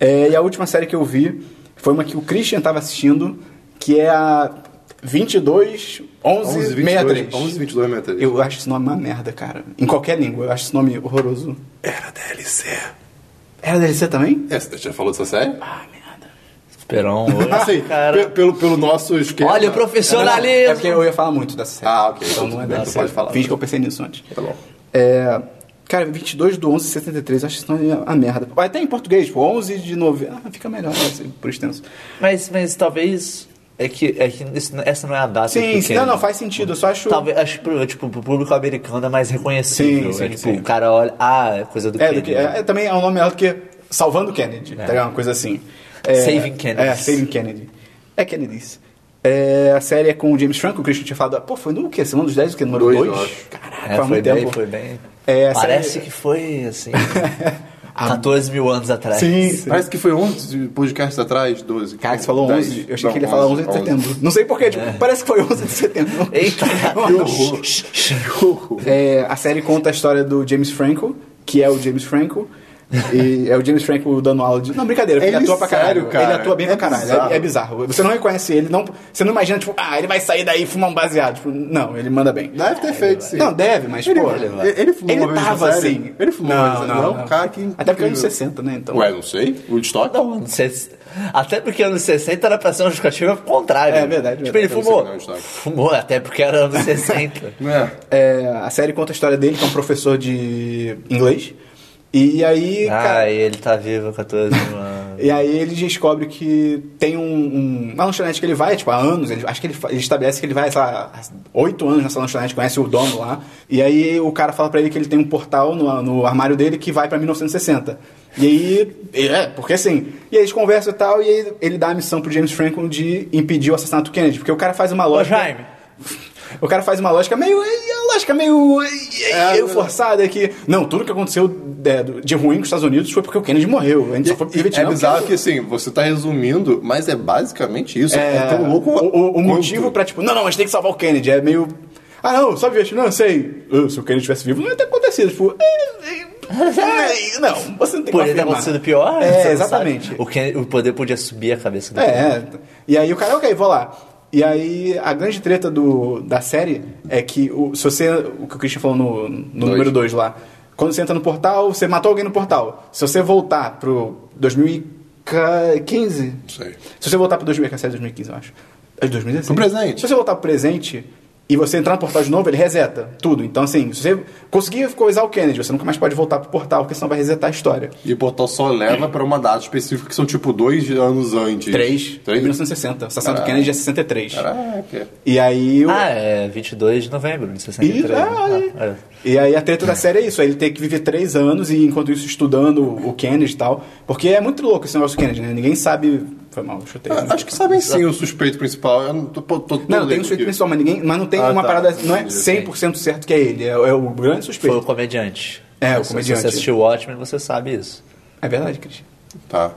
Speaker 1: É, e a última série que eu vi foi uma que o Christian tava assistindo, que é a 22 11,
Speaker 2: 11,
Speaker 1: 63.
Speaker 2: 22, 11, 22, 63.
Speaker 1: Eu acho esse nome uma merda, cara. Em qualquer língua, eu acho esse nome horroroso.
Speaker 2: Era DLC.
Speaker 1: Era DLC também?
Speaker 2: É, você já falou dessa série?
Speaker 1: Ah, merda.
Speaker 3: Esperão hoje.
Speaker 1: Ah,
Speaker 2: Assim, pe-
Speaker 3: cara.
Speaker 2: pelo, pelo nosso esquema.
Speaker 3: Olha o
Speaker 1: É porque
Speaker 3: profissionalismo.
Speaker 1: eu ia falar muito dessa série.
Speaker 2: Ah, ok.
Speaker 1: Então não é
Speaker 2: Então
Speaker 1: dessa
Speaker 2: você pode
Speaker 1: série.
Speaker 2: falar.
Speaker 1: Finge que eu pensei nisso antes.
Speaker 2: Tá bom.
Speaker 1: É, cara, 22 do 11 de 73, acho que isso não é a merda. Até em português, tipo, 11 de novembro. Ah, fica melhor, né, assim, por extenso.
Speaker 3: Mas, mas talvez. É que, é que isso- essa não é a data que
Speaker 1: Sim,
Speaker 3: eu
Speaker 1: sim,
Speaker 3: quero.
Speaker 1: não, não, faz sentido. Eu só
Speaker 2: Tá
Speaker 1: acho.
Speaker 3: Talvez, acho que pro, tipo, pro público americano é mais
Speaker 1: Sim,
Speaker 3: reconhecível.
Speaker 1: sim,
Speaker 3: é, tipo,
Speaker 1: sim.
Speaker 3: o cara olha, ah, é coisa do
Speaker 1: É,
Speaker 3: Kennedy.
Speaker 1: do que- é, é, também é um nome melhor do que Salvando Kennedy, tá ligado? Uma coisa assim. É,
Speaker 3: Saving Kennedy.
Speaker 1: É, Saving Kennedy. É Kennedys. É, a série é com o James Franco, o Christian tinha falado. Pô, foi no quê? Semana dos 10, o quê? Número
Speaker 2: Dois,
Speaker 1: 2?
Speaker 2: eu acho.
Speaker 1: Caraca,
Speaker 3: É,
Speaker 1: faz
Speaker 3: foi
Speaker 1: muito
Speaker 3: bem,
Speaker 1: tempo.
Speaker 3: foi bem.
Speaker 1: É, a
Speaker 3: Parece
Speaker 1: série-
Speaker 3: que foi assim.
Speaker 1: A-
Speaker 3: 14 mil anos atrás.
Speaker 1: Sim, sim.
Speaker 2: Parece que foi 11 podcasts atrás, 12.
Speaker 1: Cara, você falou
Speaker 2: 10.
Speaker 1: 11, eu achei
Speaker 2: Não,
Speaker 1: que ele ia falar 11 de
Speaker 2: 11.
Speaker 1: setembro. Não sei porquê,
Speaker 3: É.
Speaker 1: tipo, parece que foi 11 de setembro.
Speaker 3: Eita,
Speaker 2: Que horror. Que horror.
Speaker 1: É, a série conta a história do James Franco, que é o James Franco. e é o James Franco dando aula de. Não, brincadeira, porque ele,
Speaker 2: Ele
Speaker 1: atua pra caralho.
Speaker 2: sério, cara.
Speaker 1: Ele atua bem pra
Speaker 2: É
Speaker 1: caralho.
Speaker 2: bizarro.
Speaker 1: É, é bizarro. Você não reconhece ele, não, você não imagina, tipo, ah, ele vai sair daí e fumar um baseado. Tipo, não, ele manda bem.
Speaker 2: Deve ter feito, sim.
Speaker 1: Não, deve, mas,
Speaker 2: Ele,
Speaker 1: pô.
Speaker 2: ele, ele fumou uma vez
Speaker 1: tava
Speaker 2: na série?
Speaker 1: assim.
Speaker 2: Ele fumou uma
Speaker 1: não,
Speaker 2: vez,
Speaker 1: não, não.
Speaker 2: Cara, que
Speaker 1: Até porque é
Speaker 2: incrível.
Speaker 1: anos 60, né? Então.
Speaker 2: Ué, não sei. Woodstock?
Speaker 3: Não, anos 60. Até porque anos 60 era pra ser uma justificativa contrária.
Speaker 1: É verdade,
Speaker 3: Tipo,
Speaker 1: verdade.
Speaker 3: ele fumou.
Speaker 2: Eu não sei não, eu estou aqui.
Speaker 3: Fumou, até porque era anos 60.
Speaker 2: É.
Speaker 1: É, a série conta a história dele, que é um professor de inglês. E aí, cara.
Speaker 3: ah, e ele tá vivo 14 mil anos.
Speaker 1: E aí ele descobre que tem um, um- uma lanchonete que ele vai, tipo, há anos, ele- acho que ele, fa- ele estabelece que ele vai, sei lá, há oito anos nessa lanchonete, conhece o dono lá, e aí o cara fala pra ele que ele tem um portal no, no armário dele que vai pra 1960. E aí, é, porque assim, e aí eles conversam e tal, e aí ele dá a missão pro James Franklin de impedir o assassinato do Kennedy, porque o cara faz uma
Speaker 3: Ô,
Speaker 1: lógica...
Speaker 3: Jaime.
Speaker 1: O cara faz uma lógica meio. é uma lógica meio. é, é, forçada que. Não, tudo que aconteceu é, do- de ruim com os Estados Unidos foi porque o Kennedy morreu. A gente só foi pro
Speaker 2: E-
Speaker 1: Vietnã
Speaker 2: é
Speaker 1: porque-
Speaker 2: bizarro que assim, você tá resumindo, mas é basicamente isso. É,
Speaker 1: É,
Speaker 2: tão louco.
Speaker 1: O, o- o
Speaker 2: quanto.
Speaker 1: motivo pra, tipo, não, não, a gente tem que salvar o Kennedy. É meio. Ah, não, só Vietnã, não sei. Ah, se o Kennedy estivesse vivo, não ia ter acontecido. Tipo. é, é, é, não, você não tem como
Speaker 3: Poderia ter
Speaker 1: afirmar.
Speaker 3: acontecido tá pior?
Speaker 1: É,
Speaker 3: você não
Speaker 1: exatamente.
Speaker 3: sabe. O, Ken- o poder podia subir a cabeça do Kennedy.
Speaker 1: É, e aí o cara, ok, vou lá. E aí a grande treta do, da série é que o, se você. O que o Christian falou no, no número 2 lá. Quando você entra no portal, você matou alguém no portal. Se você voltar pro 2015.
Speaker 2: Não sei.
Speaker 1: Se você voltar pro 2017, 2015, eu acho. É de 2016.
Speaker 2: Pro presente.
Speaker 1: Se você voltar pro presente e você entrar no portal de novo, ele reseta tudo. Então, assim, se você conseguir coisar o Kennedy, você nunca mais pode voltar pro portal, porque senão vai resetar a história.
Speaker 2: E o portal só leva pra uma data específica que são tipo dois anos antes.
Speaker 1: 3,
Speaker 2: Três?
Speaker 1: 1960. O assassinato do
Speaker 2: Caraca.
Speaker 1: Kennedy é 63.
Speaker 2: Caraca.
Speaker 1: E aí o.
Speaker 3: Ah, é 22 de novembro de 63.
Speaker 1: Isso, é, olha
Speaker 3: Ah,
Speaker 1: aí. E aí a treta da série é isso, é ele ter que viver três anos e enquanto isso estudando o Kennedy e tal. Porque é muito louco esse negócio do Kennedy, né? Ninguém sabe Foi mal, eu chutei.
Speaker 2: Ah,
Speaker 1: né?
Speaker 2: Acho que sabem sim o suspeito principal. Eu não tô, tô, tô, tô
Speaker 1: Não, tem
Speaker 2: lendo
Speaker 1: um suspeito
Speaker 2: aqui.
Speaker 1: principal, mas, ninguém, mas não tem
Speaker 2: Ah,
Speaker 1: uma
Speaker 2: tá.
Speaker 1: parada. Não é
Speaker 2: Entendi,
Speaker 1: 100% certo que é ele, é, é o grande
Speaker 3: Foi
Speaker 1: suspeito.
Speaker 3: o comediante.
Speaker 1: É, o
Speaker 3: Se
Speaker 1: comediante.
Speaker 3: você assistiu Watchmen, você sabe isso.
Speaker 1: É verdade, Christian.
Speaker 2: Tá.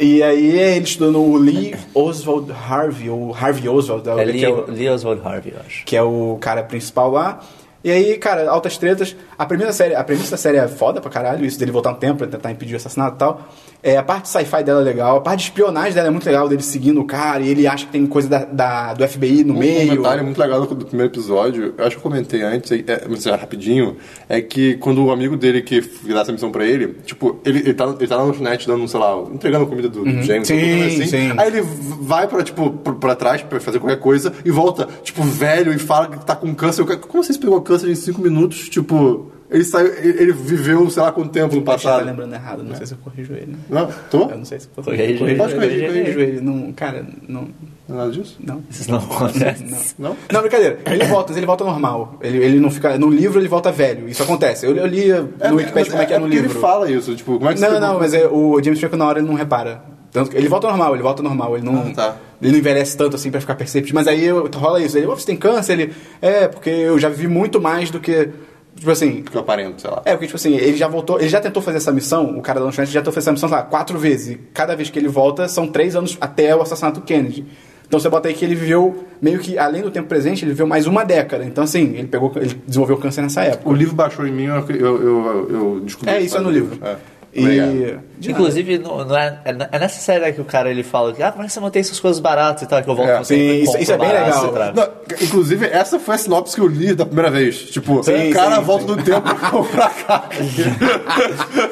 Speaker 1: E aí ele estudou no Lee Oswald Harvey, ou Harvey Oswald,
Speaker 3: É
Speaker 1: que, é
Speaker 3: Lee,
Speaker 2: né?
Speaker 1: o,
Speaker 3: Lee Oswald Harvey, eu acho.
Speaker 1: que é o cara principal lá. E aí, cara, altas tretas. A primeira série, a premissa da série é foda pra caralho, isso dele voltar no tempo pra tentar impedir o assassinato e tal. É, a parte de sci-fi dela é legal, a parte de espionagem dela é muito legal, dele seguindo o cara, e ele acha que tem coisa da, da- do FBI no
Speaker 2: Um
Speaker 1: meio.
Speaker 2: comentário muito legal do, do primeiro episódio, eu acho que eu comentei antes, é, é, mas é rapidinho, é que quando o amigo dele que f- dá essa missão pra ele, tipo, ele, ele, tá, ele tá na lanchonete dando, sei lá, entregando comida do, do James,
Speaker 1: Uhum. Sim,
Speaker 2: alguma coisa assim.
Speaker 1: sim.
Speaker 2: aí ele v- vai pra, tipo, pra, pra trás pra fazer qualquer coisa e volta, tipo, velho e fala que tá com câncer. Eu quero- Como você pegou câncer em cinco minutos? Tipo, ele saiu, ele, ele viveu, sei lá, quanto tempo no
Speaker 1: Acho que tá
Speaker 2: passado. É.
Speaker 1: lembrando errado, não sei se eu corrijo ele. né?
Speaker 2: Não, tô?
Speaker 1: Eu não sei se eu corrijo
Speaker 3: Corrige,
Speaker 1: ele.
Speaker 2: pode corrigir,
Speaker 1: Eu corrijo ele. Não, cara, não.
Speaker 2: Não é Nada disso?
Speaker 1: Não.
Speaker 3: Isso não
Speaker 1: Não.
Speaker 3: acontece.
Speaker 2: Não?
Speaker 1: Não, brincadeira. Ele volta, mas ele volta normal. Ele, ele não fica. No livro ele volta velho. Isso acontece. Eu, eu li no Wikipedia como é que é, no
Speaker 2: porque
Speaker 1: livro.
Speaker 2: ele fala isso, tipo, como é que você
Speaker 1: Não,
Speaker 2: pegou
Speaker 1: não, mas é, o James Franco na hora ele não repara. Tanto que ele volta normal, ele volta normal, ele não.
Speaker 2: Ah, tá.
Speaker 1: Ele não envelhece tanto assim pra ficar perceptível. Mas aí eu- rola isso. Ele, "Ô, você tem câncer? Ele. É, porque eu já vivi muito mais do que. Tipo assim,
Speaker 2: que eu aparento, sei lá.
Speaker 1: é, porque, tipo assim, ele já voltou, ele já tentou fazer essa missão, o cara da lanchonete já tentou fazer essa missão, sei lá, quatro vezes. E cada vez que ele volta, são três anos até o assassinato do Kennedy. Então você bota aí que ele viveu, meio que além do tempo presente, ele viveu mais uma década. Então, assim, ele pegou, ele desenvolveu câncer nessa época.
Speaker 2: O livro baixou em mim, eu, eu, eu, eu descobri.
Speaker 1: É, isso é no livro.
Speaker 2: É. Obrigado.
Speaker 1: E. de nada.
Speaker 3: Inclusive, não, não é, é na- é nessa série que o cara ele fala que, ah, como é que você mantém essas coisas baratas e tal, que eu volto
Speaker 2: É,
Speaker 3: com
Speaker 1: sim,
Speaker 3: você e
Speaker 1: isso-
Speaker 3: compro
Speaker 1: isso é bem
Speaker 3: barato
Speaker 1: legal.
Speaker 3: e trago.
Speaker 2: Não, inclusive, essa foi a sinopse que eu li da primeira vez. Tipo,
Speaker 1: Sim,
Speaker 2: o cara
Speaker 1: sim,
Speaker 2: volta
Speaker 1: sim.
Speaker 2: no tempo pra comprar carne.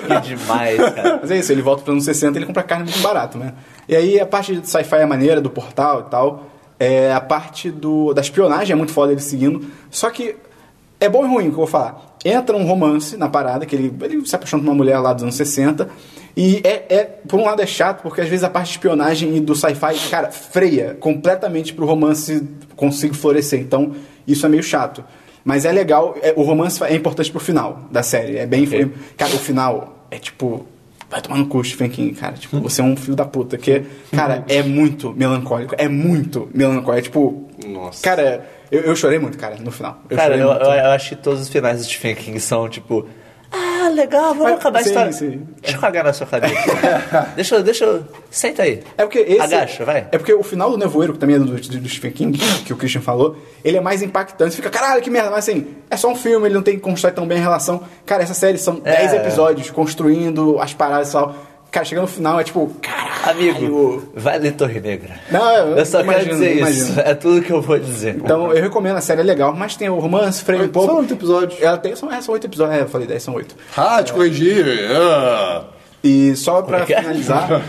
Speaker 3: Que demais, cara.
Speaker 1: Mas é isso, ele volta para anos 60 e ele compra carne muito barato, né? E aí a parte de sci-fi é maneira, do portal e tal. É, a parte do, da espionagem é muito foda ele seguindo. Só que é bom e ruim o que eu vou falar. Entra um romance na parada, que ele, ele se apaixona por uma mulher lá dos anos 60. E é, é- por um lado é chato, porque às vezes a parte de espionagem e do sci-fi, cara, freia completamente pro romance conseguir florescer. Então, isso é meio chato. Mas é legal, é- o romance é importante pro final da série. É bem.
Speaker 3: Ok.
Speaker 1: Cara, o final é tipo. Vai tomar no cu, Stephen King, cara. Tipo, você é um filho da puta. Que, cara, é muito melancólico. É muito melancólico. É tipo.
Speaker 2: Nossa.
Speaker 1: Cara, eu, eu chorei muito, cara, no final. Eu "Então."
Speaker 3: Cara,
Speaker 1: chorei
Speaker 3: eu,
Speaker 1: muito.
Speaker 3: eu- eu acho que todos os finais do Stephen King são tipo. Ah, legal, vamos
Speaker 1: Mas-
Speaker 3: acabar a
Speaker 1: sim,
Speaker 3: história.
Speaker 1: sim.
Speaker 3: Deixa eu cagar na sua cadeira. deixa eu, deixa eu. Senta aí.
Speaker 1: É porque esse.
Speaker 3: Agacha, vai.
Speaker 1: É porque o final do Nevoeiro, que também é do, do, do Stephen King, que o Christian falou, ele é mais impactante. Você fica, caralho, que merda. Mas assim, é só um filme, ele não tem que construir tão bem a relação. Cara, essa série são
Speaker 3: É.
Speaker 1: 10 episódios construindo as paradas e tal. Cara, chegando no final é tipo, caralho.
Speaker 3: Amigo, vai ler Torre Negra.
Speaker 1: Não, eu,
Speaker 3: Eu só
Speaker 1: imagino,
Speaker 3: quero dizer
Speaker 1: imagino.
Speaker 3: isso. É tudo que eu vou dizer.
Speaker 1: Então, eu recomendo, a série é legal, mas tem o romance, freia um
Speaker 2: Só
Speaker 1: pouco.
Speaker 2: oito episódios.
Speaker 1: Ela tem, são, é, são oito episódios, é, eu falei dez, são oito.
Speaker 2: Ah, te corrigir. Ah.
Speaker 1: E só pra
Speaker 3: que é?
Speaker 1: finalizar,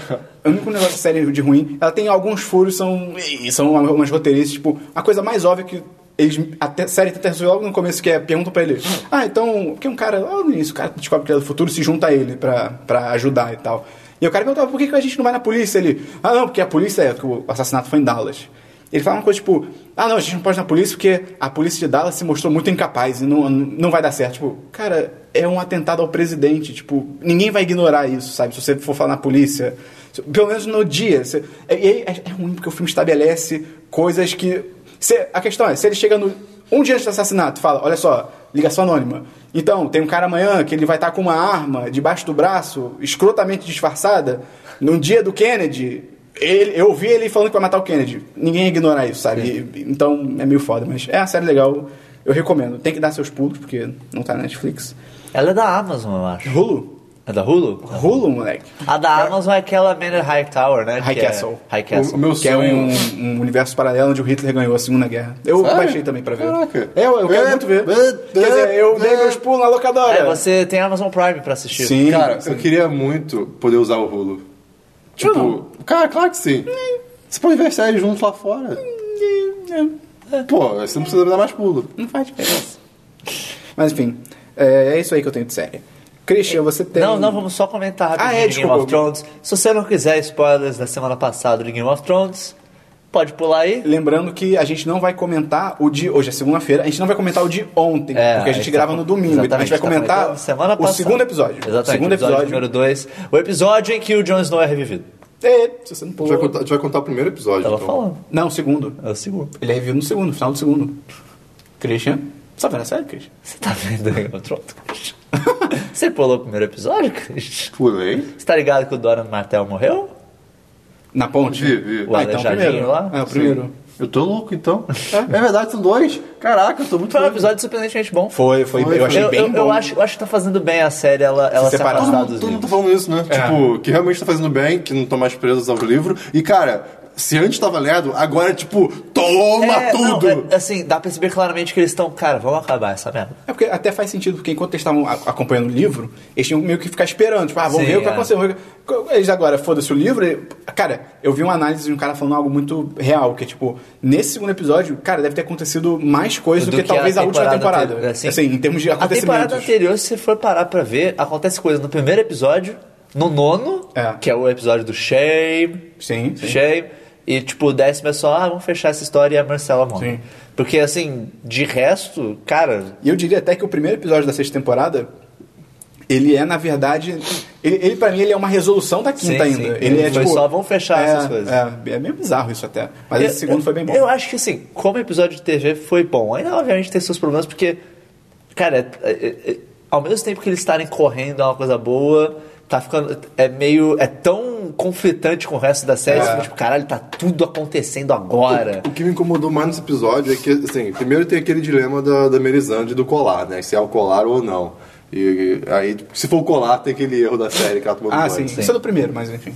Speaker 1: o único negócio da série de ruim, ela tem alguns furos, são, e são umas roteiristas, tipo, a coisa mais óbvia que eles, a te- série tenta resolver logo no começo, que é, perguntam pra ele, ah, então, porque um cara, logo no início, o cara descobre que ele é do futuro, se junta a ele pra, pra ajudar e tal. E o cara perguntava, por que que a gente não vai na polícia? Ele, ah, não, porque a polícia é, que o assassinato foi em Dallas. Ele fala uma coisa tipo, ah, não, a gente não pode ir na polícia porque a polícia de Dallas se mostrou muito incapaz e não, não vai dar certo. Tipo, cara, é um atentado ao presidente. Tipo, ninguém vai ignorar isso, sabe? Se você for falar na polícia. Se- Pelo menos no dia. Você- e aí é, é ruim porque o filme estabelece coisas que. se- a questão é, se ele chega no, um dia antes do assassinato fala, olha só, ligação anônima. Então, tem um cara amanhã que ele vai estar com uma arma debaixo do braço, escrotamente disfarçada, no dia do Kennedy. Ele- eu ouvi ele falando que vai matar o Kennedy. Ninguém ia ignorar isso, sabe? E- então é meio foda, mas é uma série legal. Eu recomendo. Tem que dar seus pulos, porque não tá na Netflix.
Speaker 3: Ela é da Amazon, eu acho.
Speaker 1: Hulu?
Speaker 3: É da Hulu?
Speaker 1: Hulu, moleque.
Speaker 3: A da Amazon é aquela Manor High Tower, né?
Speaker 1: High
Speaker 3: que é-
Speaker 1: Castle.
Speaker 3: High
Speaker 2: O, o
Speaker 3: Castle.
Speaker 2: meu
Speaker 1: Que é um,
Speaker 2: sonho.
Speaker 1: um universo paralelo onde o Hitler ganhou a Segunda Guerra. Eu
Speaker 2: Sério?
Speaker 1: baixei também pra ver.
Speaker 2: Caraca.
Speaker 1: É, eu, eu quero
Speaker 2: É,
Speaker 1: muito ver.
Speaker 2: é,
Speaker 1: Quer dizer, eu dei
Speaker 2: é.
Speaker 1: meus pulos na locadora.
Speaker 3: É, você tem Amazon Prime pra assistir.
Speaker 1: Sim,
Speaker 2: Cara,
Speaker 1: sim.
Speaker 2: eu queria muito poder usar o Hulu. Tipo, cara, claro que sim. Você pode ver séries junto lá fora. Pô, você não precisa dar mais pulo.
Speaker 1: É, Não faz diferença. Mas enfim, é, é isso aí que eu tenho de série. Christian, você tem.
Speaker 3: Não, não, vamos só comentar rapidinho
Speaker 1: Ah, é,
Speaker 3: de
Speaker 1: desculpa,
Speaker 3: Game of
Speaker 1: eu-
Speaker 3: Thrones. Se você não quiser spoilers da semana passada de Game of Thrones, pode pular aí.
Speaker 1: Lembrando que a gente não vai comentar o de. Hoje é segunda-feira, a gente não vai comentar o de ontem,
Speaker 3: É,
Speaker 1: porque a gente
Speaker 3: tá
Speaker 1: grava
Speaker 3: com-
Speaker 1: no domingo. Então a gente
Speaker 3: exatamente,
Speaker 1: vai
Speaker 3: tá
Speaker 1: comentar
Speaker 3: comentando semana
Speaker 1: o
Speaker 3: passada.
Speaker 1: segundo episódio.
Speaker 3: Exatamente,
Speaker 1: Segundo
Speaker 3: episódio,
Speaker 1: episódio.
Speaker 3: número 2. O episódio em que o Jon Snow é revivido.
Speaker 1: É ele, se você não
Speaker 2: A gente vai
Speaker 1: pulou.
Speaker 2: contar, a gente vai contar o primeiro episódio.
Speaker 3: Tava
Speaker 2: então.
Speaker 3: falando.
Speaker 1: Não, o segundo.
Speaker 3: É o segundo.
Speaker 1: Ele é review no segundo, final do segundo. Christian. Você tá vendo a série, Christian?
Speaker 3: Você tá vendo aí o troto? Você pulou o primeiro episódio, Christian?
Speaker 2: Pulei.
Speaker 3: Você tá ligado que o Doran Martel morreu?
Speaker 1: Na ponte?
Speaker 2: Vi, vi.
Speaker 3: O Aleijadinho
Speaker 1: primeiro.
Speaker 3: lá?
Speaker 1: É, o primeiro.
Speaker 2: Eu tô louco, então. É, verdade, são dois. Caraca, eu tô muito
Speaker 3: Foi um
Speaker 2: louco.
Speaker 3: episódio surpreendentemente bom.
Speaker 1: Foi, foi,
Speaker 2: Foi,
Speaker 1: eu achei
Speaker 3: eu,
Speaker 1: bem
Speaker 3: eu,
Speaker 1: bom.
Speaker 3: eu acho, eu acho que tá fazendo bem a série ela, ela se,
Speaker 1: separar.
Speaker 3: afastar
Speaker 2: Todo,
Speaker 3: dos
Speaker 2: mundo, todo mundo tá
Speaker 3: livros.
Speaker 2: falando isso, né?
Speaker 1: É.
Speaker 2: Tipo, que realmente tá fazendo bem, que não estão mais presos ao livro. E, cara, se antes tava lerdo, agora é tipo, toma
Speaker 3: É, não,
Speaker 2: tudo!
Speaker 3: é, assim, dá pra perceber claramente que eles estão, cara, vamos acabar essa merda.
Speaker 1: É porque até faz sentido, porque enquanto eles estavam a- acompanhando o livro, eles tinham meio que ficar esperando, tipo, ah, vamos
Speaker 3: Sim,
Speaker 1: ver o que
Speaker 3: é.
Speaker 1: aconteceu. vamos ver o que- Eles agora, foda-se o livro. e- Cara, eu vi uma análise de um cara falando algo muito real, que é tipo, nesse segundo episódio, cara, deve ter acontecido mais coisa do, que, talvez a, última temporada.
Speaker 3: anterior,
Speaker 1: Assim, em termos de
Speaker 3: é, A temporada
Speaker 1: acontecimentos.
Speaker 3: anterior, se você for parar pra ver, acontece coisa no primeiro episódio, no nono,
Speaker 1: É.
Speaker 3: que é o episódio do Shame.
Speaker 1: Sim, sim.
Speaker 3: Shame. E, tipo, o décimo é só, ah, vamos fechar essa história e a Marcela morre.
Speaker 1: Sim.
Speaker 3: Porque, assim, de resto, cara,
Speaker 1: E eu diria até que o primeiro episódio da sexta temporada, ele é, na verdade. Ele, ele para mim, ele é uma resolução da quinta
Speaker 3: Sim,
Speaker 1: ainda.
Speaker 3: sim.
Speaker 1: Ele é
Speaker 3: Foi
Speaker 1: tipo.
Speaker 3: só, "Vamos fechar
Speaker 1: é,
Speaker 3: essas coisas."
Speaker 1: É, é meio bizarro isso até. Mas esse segundo foi bem bom.
Speaker 3: Eu acho que assim, como episódio de TV foi bom. Ainda obviamente tem seus problemas, porque, cara, é- é- é- ao mesmo tempo que eles estarem correndo é uma coisa boa, tá ficando. É meio. É tão conflitante com o resto da série,
Speaker 1: É.
Speaker 3: assim, tipo, caralho, tá tudo acontecendo agora.
Speaker 2: O que me incomodou mais nesse episódio é que, assim, primeiro tem aquele dilema da, da Melisande e do colar, né? Se é o colar ou não. E aí, se for o colar, tem aquele erro da série que ela tomou no
Speaker 1: Ah,
Speaker 2: banho.
Speaker 1: sim. Isso é do primeiro, mas enfim.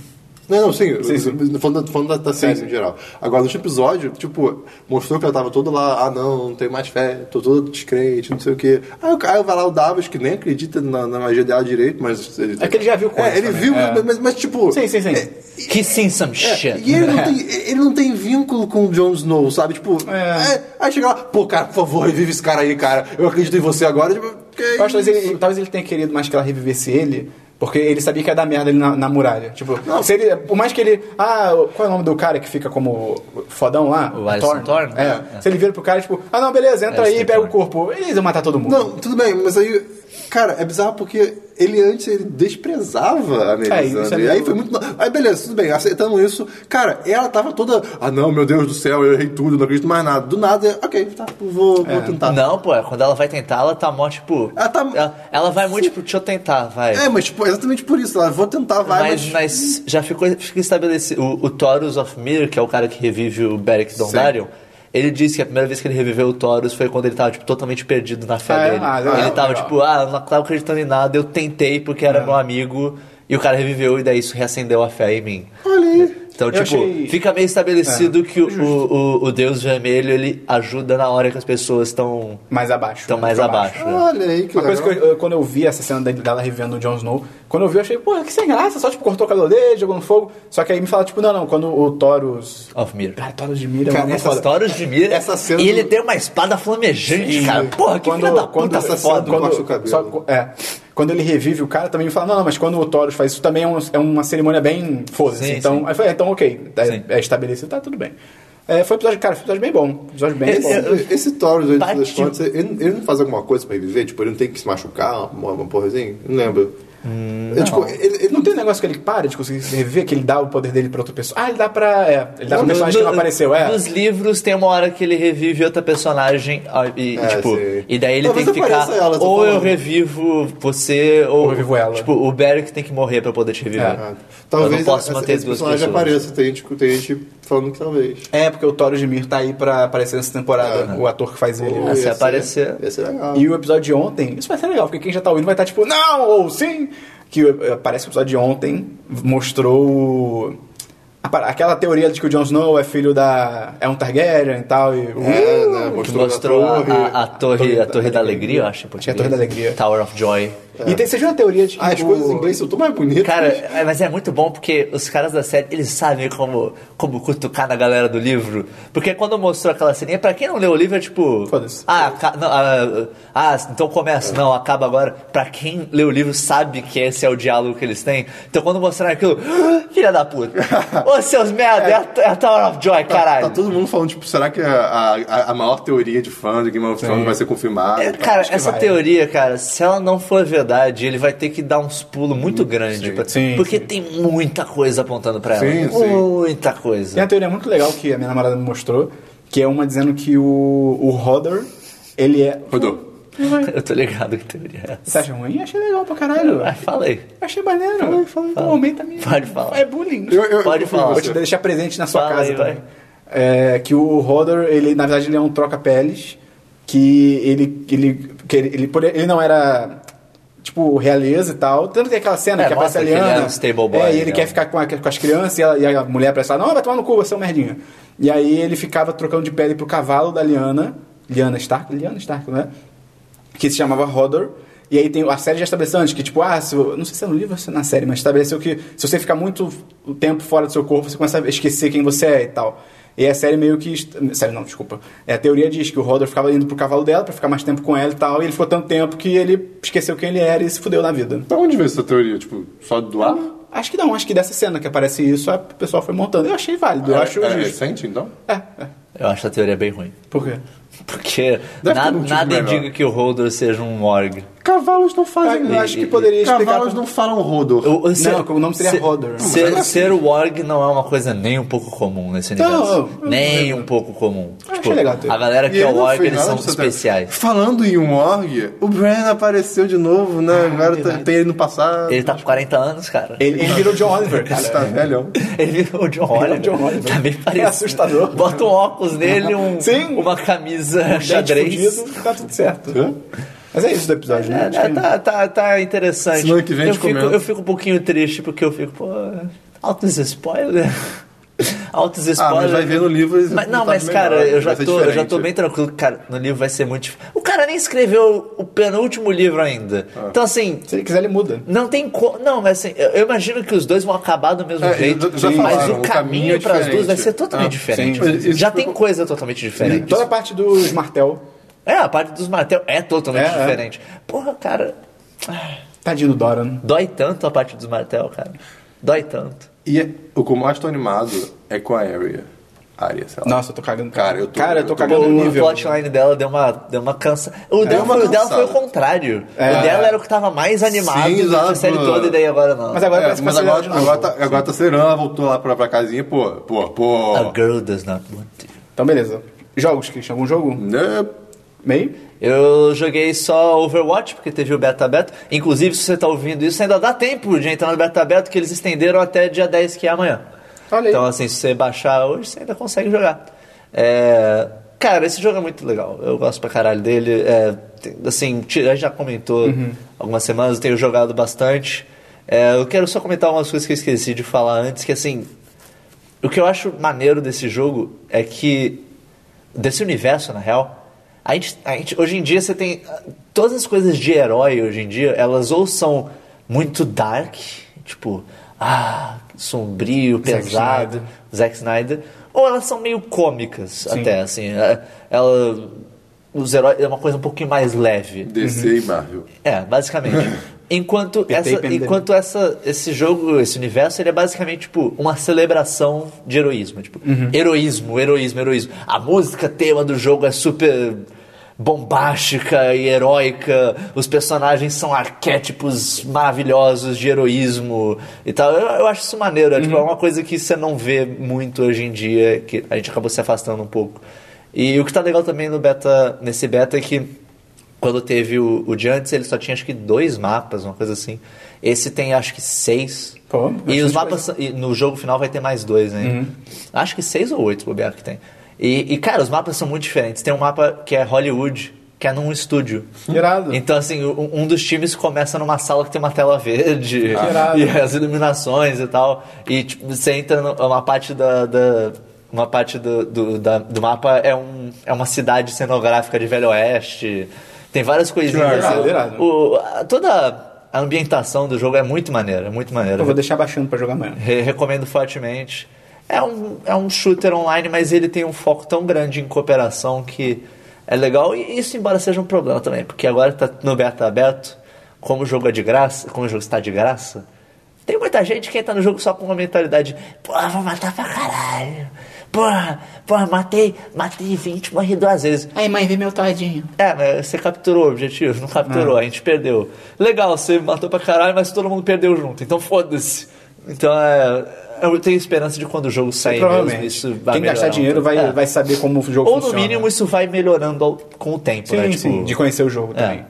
Speaker 2: Não, não, sim,
Speaker 1: Sim, sim.
Speaker 2: eu- Falando, da, falando da, da série em geral. Agora, no último episódio, tipo, mostrou que ela tava toda lá, ah não, não tenho mais fé, tô toda descrente, não sei o quê. Aí, o cara- aí vai lá o Davos, que nem acredita na, na magia dela direito, mas... Ele,
Speaker 1: É que ele já viu coisas
Speaker 2: É, ele
Speaker 1: também,
Speaker 2: viu,
Speaker 1: é.
Speaker 2: mas, mas tipo...
Speaker 1: Sim, sim, sim.
Speaker 3: Que sim, some
Speaker 2: É,
Speaker 3: shit.
Speaker 2: E ele não, tem, ele não tem vínculo com o Jon Snow, sabe? Tipo,
Speaker 1: É.
Speaker 2: é, aí chega lá, pô, cara, por favor, revive esse cara aí, cara. Eu acredito em você agora. Tipo, que
Speaker 1: Eu acho que talvez
Speaker 2: isso?
Speaker 1: ele, talvez ele tenha querido mais que ela revivesse ele, porque ele sabia que ia dar merda ali na, na muralha. Tipo, se ele, por mais que ele. Ah, o- qual é o nome do cara que fica como fodão lá?
Speaker 3: O Alisson Thorne?
Speaker 1: É.
Speaker 3: É.
Speaker 1: Se ele vira pro cara, tipo, ah não, beleza, entra
Speaker 3: Alisson
Speaker 1: aí e pega o
Speaker 3: Thorne.
Speaker 1: corpo. Eles iam matar todo mundo.
Speaker 2: Não, tudo bem, mas aí. Cara, é bizarro porque ele antes ele desprezava a
Speaker 1: É, isso é
Speaker 2: Melisandre.
Speaker 1: meio-
Speaker 2: aí foi muito. Aí beleza, tudo bem, aceitando isso. Cara, ela tava toda. Ah não, meu Deus do céu, eu errei tudo, não acredito mais nada. Do nada, ok, tá, vou,
Speaker 1: É. tá
Speaker 2: vou tentar.
Speaker 3: Não, pô, quando ela vai tentar, ela tá mó, tipo.
Speaker 2: Ela tá-
Speaker 3: ela, ela vai muito, tipo, deixa eu tentar, vai.
Speaker 2: É, mas tipo, exatamente por isso, ela vou tentar, vai,
Speaker 3: mas,
Speaker 2: mas.
Speaker 3: mas já ficou, fica estabelecido. O, o Taurus of Mir, que é o cara que revive o Beric Dondarrion, ele disse que a primeira vez que ele reviveu o Taurus foi quando ele tava tipo, totalmente perdido na fé
Speaker 1: Ah, é?
Speaker 3: dele.
Speaker 1: Ah, legal,
Speaker 3: ele tava
Speaker 1: legal. É.
Speaker 3: tipo, ah, eu não tava acreditando em nada, eu tentei porque era meu amigo, e o cara reviveu, e daí isso reacendeu a fé em mim.
Speaker 2: Olha aí.
Speaker 3: Então,
Speaker 1: Eu
Speaker 3: tipo,
Speaker 1: achei- É,
Speaker 3: fica meio estabelecido que o, o, o Deus Vermelho ele ajuda na hora que as pessoas estão
Speaker 1: Mais abaixo.
Speaker 3: estão
Speaker 1: né?
Speaker 3: mais
Speaker 1: Pra
Speaker 3: abaixo. né?
Speaker 2: Olha aí, que
Speaker 1: Uma coisa
Speaker 2: legal.
Speaker 1: que eu, eu- quando eu vi essa cena da- dela revendo o Jon Snow, quando eu vi, eu achei, pô, que sem graça, só tipo, cortou o cabelo dele, jogou no fogo. Só que aí me fala, tipo, não, não, quando o Taurus.
Speaker 3: Of Mir.
Speaker 1: Cara, Taurus de Mira,
Speaker 2: Cara,
Speaker 1: é uma
Speaker 2: essa
Speaker 1: foda.
Speaker 3: Taurus de Mir.
Speaker 2: Essa cena
Speaker 3: e
Speaker 2: do-
Speaker 3: ele tem uma espada
Speaker 2: é
Speaker 3: flamejante, cara. Porra, que filha da puta
Speaker 2: essa
Speaker 3: foda.
Speaker 2: cena do corte do cabelo.
Speaker 1: só- é, quando ele revive o cara, também me fala, não, não, mas quando o Taurus faz isso também é, um- é uma cerimônia bem foda-se.
Speaker 3: Sim,
Speaker 1: Então,
Speaker 3: sim.
Speaker 1: aí eu falei, então ok,
Speaker 3: Sim.
Speaker 1: é, é estabelecido, tá tudo bem. É, foi um episódio, cara, foi um episódio bem bom. Episódio bem bom.
Speaker 2: Esse, é- esse Taurus, antes das
Speaker 3: Partiu.
Speaker 2: contas, ele, ele não faz alguma coisa pra reviver? Tipo, ele não tem que se machucar, uma, uma porra assim? Não lembro. É, tipo, ele, ele
Speaker 1: Hum, Não tem um negócio que ele para de conseguir se reviver, que ele dá o poder dele pra outra pessoa. Ah, ele dá pra. É, ele dá pra
Speaker 3: No-
Speaker 1: personagem que não
Speaker 3: no-
Speaker 1: apareceu, é.
Speaker 3: Nos livros tem uma hora que ele revive outra personagem ah, e,
Speaker 2: É,
Speaker 3: tipo,
Speaker 2: sim.
Speaker 3: e daí ele
Speaker 2: Talvez
Speaker 3: tem que ficar
Speaker 2: apareça ela, tô
Speaker 3: ou eu
Speaker 2: falando.
Speaker 3: revivo você ou,
Speaker 1: Ou revivo ela.
Speaker 3: Tipo, o Beric tem que morrer pra poder te reviver.
Speaker 1: É.
Speaker 2: Ah,
Speaker 3: eu
Speaker 2: Talvez
Speaker 3: não posso
Speaker 2: essa-
Speaker 3: manter as
Speaker 2: esse
Speaker 3: duas
Speaker 2: personagem
Speaker 3: pessoas.
Speaker 2: apareça, tem gente, tem gente falando que talvez.
Speaker 1: É, porque o Thor de Mir tá aí pra aparecer nessa temporada, o ator que faz ele.
Speaker 3: Ah, se aparecer.
Speaker 2: Ia ser legal.
Speaker 1: E o episódio de ontem, isso vai ser legal, porque quem já tá ouvindo vai estar tipo, não, ou sim! Que eh, parece que o episódio de ontem mostrou a par- aquela teoria de que o Jon Snow é filho da. é um Targaryen e tal. E,
Speaker 2: É, né,
Speaker 3: uh, Que
Speaker 2: mostrou,
Speaker 3: mostrou
Speaker 2: na
Speaker 3: a,
Speaker 2: torre.
Speaker 3: a- a torre, a torre da Alegria, eu acho. em
Speaker 1: É, a Torre da Alegria.
Speaker 3: Tower of Joy.
Speaker 1: E tem, você viu a teoria de que.
Speaker 2: Ah, as
Speaker 1: o-
Speaker 2: coisas em inglês são tão mais bonitas.
Speaker 3: Cara, é, mas é muito bom porque os caras da série, eles sabem como, como cutucar na galera do livro. Porque quando mostrou aquela ceninha, pra quem não leu o livro, é tipo...
Speaker 1: Foda-se.
Speaker 3: Ah, ca- não, ah, ah, então começa. Não, acaba agora. Pra quem lê o livro, sabe que esse é o diálogo que eles têm. Então quando mostraram aquilo... "Ah, Filha da puta. Ô, seus merda, é, a, é a Tower of Joy, caralho.
Speaker 2: Tá todo mundo falando, tipo, será que a, a, a maior teoria de fã de Game of Thrones vai ser confirmada?
Speaker 3: É, cara, essa
Speaker 1: vai.
Speaker 3: teoria, cara, se ela não for verdade, ele vai ter que dar uns pulos muito grandes. pra-
Speaker 1: Sim,
Speaker 3: porque
Speaker 1: sim.
Speaker 3: tem muita coisa apontando pra ela.
Speaker 2: Sim, sim.
Speaker 3: muita
Speaker 1: Tem
Speaker 3: coisa.
Speaker 1: uma teoria muito legal que a minha namorada me mostrou, que é uma dizendo que o, o Hodor, ele é...
Speaker 2: Rodou.
Speaker 3: Eu tô ligado que teoria é essa.
Speaker 1: Você acha ruim? Achei legal pra caralho.
Speaker 3: Mas falei.
Speaker 1: Achei maneiro. Então aumenta a minha...
Speaker 3: Pode falar.
Speaker 1: É bullying.
Speaker 2: Eu- eu-
Speaker 3: Pode
Speaker 2: eu-
Speaker 3: falar.
Speaker 1: Vou te deixar presente na sua
Speaker 3: Fala
Speaker 1: casa
Speaker 3: aí,
Speaker 1: também.
Speaker 3: vai.
Speaker 1: É, que o Hodor, ele, na verdade, ele é um troca-peles. Que ele, ele, que ele, ele, poderia- ele não era, tipo, realeza e tal. Tanto que tem aquela cena
Speaker 3: É,
Speaker 1: que aparece a
Speaker 3: mostra que ele
Speaker 1: Lyanna.
Speaker 3: era um stable boy,
Speaker 1: é, e ele
Speaker 3: né?
Speaker 1: quer ficar com, a- com as crianças e, ela- e a mulher aparece lá, não, vai tomar no cu, você é um merdinha. E aí ele ficava trocando de pele pro cavalo da Lyanna. Lyanna Stark? Lyanna Stark, não é? que se chamava Hodor. E aí tem a série já estabeleceu antes que, tipo, ah, se, eu- não sei se é no livro ou se é na série, mas estabeleceu que se você ficar muito tempo fora do seu corpo, você começa a esquecer quem você é e tal. E a série meio que. est- Série não, desculpa. É, a teoria diz que o Hodor ficava indo pro cavalo dela pra ficar mais tempo com ela e tal, e ele ficou tanto tempo que ele esqueceu quem ele era e se fudeu na vida.
Speaker 2: Da onde veio essa teoria? Tipo, só do ar?
Speaker 1: Acho que não, acho que dessa cena que aparece isso, a- o pessoal foi montando. Eu achei válido, eu
Speaker 2: é,
Speaker 1: acho
Speaker 2: é
Speaker 1: justo.
Speaker 2: recente, então?
Speaker 1: É, é.
Speaker 3: Eu acho a teoria bem ruim.
Speaker 1: Por quê?
Speaker 3: Porque
Speaker 2: ter
Speaker 3: nada,
Speaker 2: um motivo
Speaker 3: nada
Speaker 2: melhor.
Speaker 3: indica que o Holder seja um Morg.
Speaker 2: Cavalos não fazem
Speaker 1: Ah, Eu acho que poderia explicar.
Speaker 2: Cavalos não um falam Rodor.
Speaker 3: O- o ser-
Speaker 1: o nome seria
Speaker 3: ser-
Speaker 1: Hodor. né? assim.
Speaker 3: Ser,
Speaker 2: Não, mas-
Speaker 3: ser Warg não é uma coisa nem um pouco comum nesse
Speaker 1: Não,
Speaker 3: universo.
Speaker 1: Então, eu- eu-
Speaker 3: nem um pouco comum.
Speaker 1: Eu achei legal, teu.
Speaker 3: a galera que é
Speaker 2: ele não
Speaker 3: Warg,
Speaker 2: fez
Speaker 3: eles
Speaker 2: nada
Speaker 3: são
Speaker 2: dessa teoria.
Speaker 3: especiais.
Speaker 2: Falando em um org, o Bran apareceu de novo, né? Agora tá- tem ele no passado.
Speaker 3: Ah, Ele tá com 40 anos, cara.
Speaker 1: Ele, ele virou John Oliver, cara.
Speaker 2: Ele tá velhão.
Speaker 3: Ele virou o John Oliver.
Speaker 1: John Oliver.
Speaker 3: Tá bem
Speaker 1: É
Speaker 3: parecido.
Speaker 1: assustador.
Speaker 3: Bota um óculos nele, um,
Speaker 1: Sim.
Speaker 3: uma camisa
Speaker 1: Gente
Speaker 3: xadrez.
Speaker 1: fudido, tá tudo certo.
Speaker 2: Hã?
Speaker 1: Mas é isso do episódio, né?
Speaker 3: É,
Speaker 1: Acho
Speaker 3: é,
Speaker 1: que-
Speaker 3: tá, tá, tá interessante.
Speaker 2: Semana que vem a
Speaker 3: eu,
Speaker 2: gente
Speaker 3: fico,
Speaker 2: comenta.
Speaker 3: eu fico um pouquinho triste porque eu fico, pô, altos spoilers. Altos spoilers.
Speaker 2: Ah, mas vai ver no livro e
Speaker 3: Mas, não,
Speaker 2: tá
Speaker 3: mas
Speaker 2: melhor,
Speaker 3: cara, eu já,
Speaker 2: vai ser
Speaker 3: tô, eu já
Speaker 2: diferente.
Speaker 3: tô
Speaker 2: né?
Speaker 3: bem tranquilo. que, Cara, no livro vai ser muito. dif- O cara nem escreveu o penúltimo livro ainda.
Speaker 2: Ah.
Speaker 3: Então, assim,
Speaker 1: Se ele quiser, ele muda.
Speaker 3: não tem como. Não, mas assim, eu, eu imagino que os dois vão acabar do mesmo
Speaker 2: É,
Speaker 3: jeito.
Speaker 2: já- já
Speaker 3: mas
Speaker 2: falaram,
Speaker 3: o
Speaker 2: o
Speaker 3: caminho
Speaker 2: caminho é
Speaker 3: para as duas vai
Speaker 2: diferente.
Speaker 3: ser totalmente
Speaker 2: Ah,
Speaker 3: diferente.
Speaker 1: sim.
Speaker 2: Isso
Speaker 3: já
Speaker 2: foi-
Speaker 3: tem coisa totalmente diferente.
Speaker 1: Toda a parte dos martel.
Speaker 3: É, a parte dos martel é totalmente
Speaker 1: É, é.
Speaker 3: diferente. Porra, cara,
Speaker 1: Tadinho do Doran.
Speaker 3: dói tanto a parte dos martel, cara. Dói tanto.
Speaker 2: E é- o que eu mais tô animado é com a Arya. Arya, sei lá.
Speaker 1: Nossa, eu tô cagando.
Speaker 2: Cara, eu tô-
Speaker 1: Cara, eu tô
Speaker 2: eu tô-
Speaker 1: cagando
Speaker 2: Pô,
Speaker 1: no
Speaker 3: O
Speaker 1: nível.
Speaker 3: plotline dela deu uma, deu uma cansa. O, dela,
Speaker 2: É uma
Speaker 3: foi, o dela foi o
Speaker 2: cansada.
Speaker 3: contrário.
Speaker 1: É.
Speaker 3: O dela era o que tava mais animado
Speaker 2: Sim,
Speaker 3: durante a
Speaker 2: exato.
Speaker 3: série toda, e daí agora não.
Speaker 1: Mas agora
Speaker 2: É,
Speaker 1: parece que
Speaker 2: mas
Speaker 1: vai ser
Speaker 2: agora,
Speaker 1: de novo.
Speaker 2: agora, tá, agora tá acelerando, ela voltou lá pra, pra casinha, pô, pô, pô.
Speaker 3: A girl does not want to.
Speaker 1: Então, beleza. Jogos, Christian. Algum jogo?
Speaker 2: Né?
Speaker 1: Meio?
Speaker 3: Eu joguei só Overwatch, porque teve o beta aberto. Inclusive, se você tá ouvindo isso, ainda dá tempo de entrar no beta aberto, que eles estenderam até dia 10, que é amanhã.
Speaker 1: Olha aí.
Speaker 3: Então, assim, se você baixar hoje, você ainda consegue jogar. É, Cara, esse jogo é muito legal. Eu gosto pra caralho dele. É, tem- Assim, ti- a gente já comentou algumas semanas, eu tenho jogado bastante. É, eu quero só comentar umas coisas que eu esqueci de falar antes, que assim... O que eu acho maneiro desse jogo é que. Desse universo, na real. A gente, a gente- hoje em dia você tem. ah, Todas as coisas de herói hoje em dia, elas ou são muito dark, tipo. Ah, sombrio,
Speaker 1: Zack
Speaker 3: pesado,
Speaker 1: Snyder.
Speaker 3: Zack Snyder. Ou elas são meio cômicas, até, assim. é- Ela. Os heróis é uma coisa um pouquinho mais leve.
Speaker 2: DC e Marvel.
Speaker 3: É, basicamente. Enquanto,
Speaker 1: PT e
Speaker 3: essa,
Speaker 1: PMDB.
Speaker 3: enquanto essa, esse jogo, esse universo, ele é basicamente tipo, uma celebração de heroísmo. Tipo, Heroísmo, heroísmo, heroísmo. A música tema do jogo é super bombástica e heróica. Os personagens são arquétipos maravilhosos de heroísmo e tal. Eu, eu acho isso maneiro. É, tipo, é uma coisa que você não vê muito hoje em dia, que a gente acabou se afastando um pouco. E o que tá legal também no beta, nesse beta é que quando teve o, o de antes, ele só tinha acho que dois mapas, uma coisa assim. Esse tem acho que seis.
Speaker 1: Pô, bastante
Speaker 3: e
Speaker 1: Uhum.
Speaker 3: os mapas. são- E no jogo final vai ter mais dois, né? Acho que seis ou oito, bobear que tem. E, e, cara, os mapas são muito diferentes. Tem um mapa que é Hollywood, que é num estúdio.
Speaker 1: Irado.
Speaker 3: Então, assim, um um dos times começa numa sala que tem uma tela verde
Speaker 1: irado.
Speaker 3: e as iluminações e tal. E tipo, você entra numa parte da. da- uma parte do, do, da- do mapa é, um, é uma cidade cenográfica de Velho Oeste. Tem várias coisinhas.
Speaker 1: Irado, irado.
Speaker 3: O- a- toda a ambientação do jogo é muito maneira, é muito maneira.
Speaker 1: Eu vou deixar baixando pra jogar amanhã.
Speaker 3: Re- recomendo fortemente. É um, é um shooter online, mas ele tem um foco tão grande em cooperação que é legal. E isso, embora seja um problema também, porque agora tá no beta aberto, como o jogo é de graça, como o jogo está de graça, tem muita gente que entra no jogo só com uma mentalidade: pô, eu vou matar pra caralho. Porra, porra, matei, matei 20, morri duas vezes.
Speaker 4: Aí, mãe, vê meu tadinho.
Speaker 3: É, mas você capturou o objetivo, não capturou,
Speaker 1: É.
Speaker 3: a gente perdeu. Legal, você matou pra caralho, mas todo mundo perdeu junto, então foda-se. Então é. Eu tenho esperança de quando o jogo sair mesmo,
Speaker 1: Provavelmente.
Speaker 3: isso vai
Speaker 1: Quem gastar
Speaker 3: melhorar
Speaker 1: dinheiro
Speaker 3: um
Speaker 1: vai,
Speaker 3: pouco. É.
Speaker 1: vai saber como o jogo
Speaker 3: Ou no
Speaker 1: funciona.
Speaker 3: mínimo isso vai melhorando ao- com o tempo,
Speaker 1: Sim,
Speaker 3: né? Tipo,
Speaker 1: sim, de conhecer o jogo também.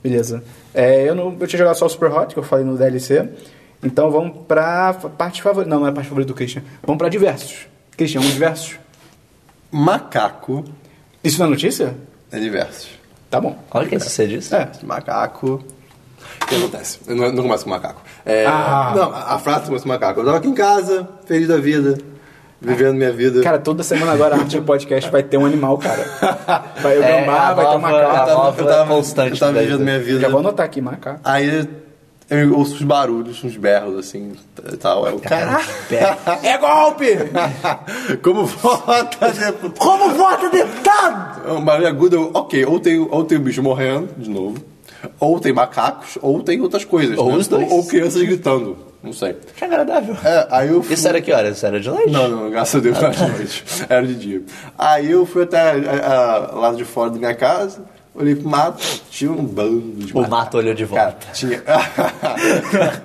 Speaker 1: Beleza. É, eu, não, eu tinha jogado só o Super Hot, que eu falei no DLC. Então vamos pra fa- parte favorita. Não, não é a parte favorita do Christian. Vamos pra diversos. Christian, um diversos.
Speaker 2: Macaco
Speaker 1: Isso não é notícia?
Speaker 2: é diversos.
Speaker 1: Tá bom.
Speaker 3: Olha o que você disse.
Speaker 1: É.
Speaker 2: Macaco. O que acontece? Eu não, não começo com macaco. É,
Speaker 1: Ah.
Speaker 2: Não, a, a frase começa com macaco. Eu tava aqui em casa, feliz da vida, vivendo minha vida.
Speaker 1: Cara, toda semana agora a arte do podcast vai ter um animal, cara. Vai o
Speaker 3: É,
Speaker 1: gambá,
Speaker 3: a
Speaker 1: vai ter o
Speaker 3: nova-
Speaker 2: eu
Speaker 1: macaco.
Speaker 3: a
Speaker 2: tava,
Speaker 3: nova
Speaker 2: eu tava,
Speaker 3: constante
Speaker 2: eu tava
Speaker 3: da
Speaker 2: vivendo
Speaker 3: vida.
Speaker 2: minha vida.
Speaker 1: Já vou anotar aqui, macaco.
Speaker 2: Aí eu ouço uns barulhos, uns berros, assim, e tal. Eu, caraca,
Speaker 1: É golpe!
Speaker 2: como vota, deputado? Como vota, deputado? É um barulho agudo, eu, ok, ou tem, ou tem o bicho morrendo, de novo, ou tem macacos, ou tem outras coisas,
Speaker 3: Ou
Speaker 2: né?
Speaker 3: os dois.
Speaker 2: Ou, ou crianças gritando, não sei.
Speaker 3: Que agradável.
Speaker 2: É, aí eu fui-
Speaker 3: Isso era que horas? Isso era de noite?
Speaker 2: Não, não, graças a Deus
Speaker 3: Ah,
Speaker 2: não era
Speaker 3: tá.
Speaker 2: de noite. Era de dia. Aí eu fui até a- a- lá de fora da minha casa, olhei pro mato, tinha um bando de
Speaker 3: O
Speaker 2: macacos.
Speaker 3: mato olhou de
Speaker 2: Cara,
Speaker 3: volta.
Speaker 2: tinha.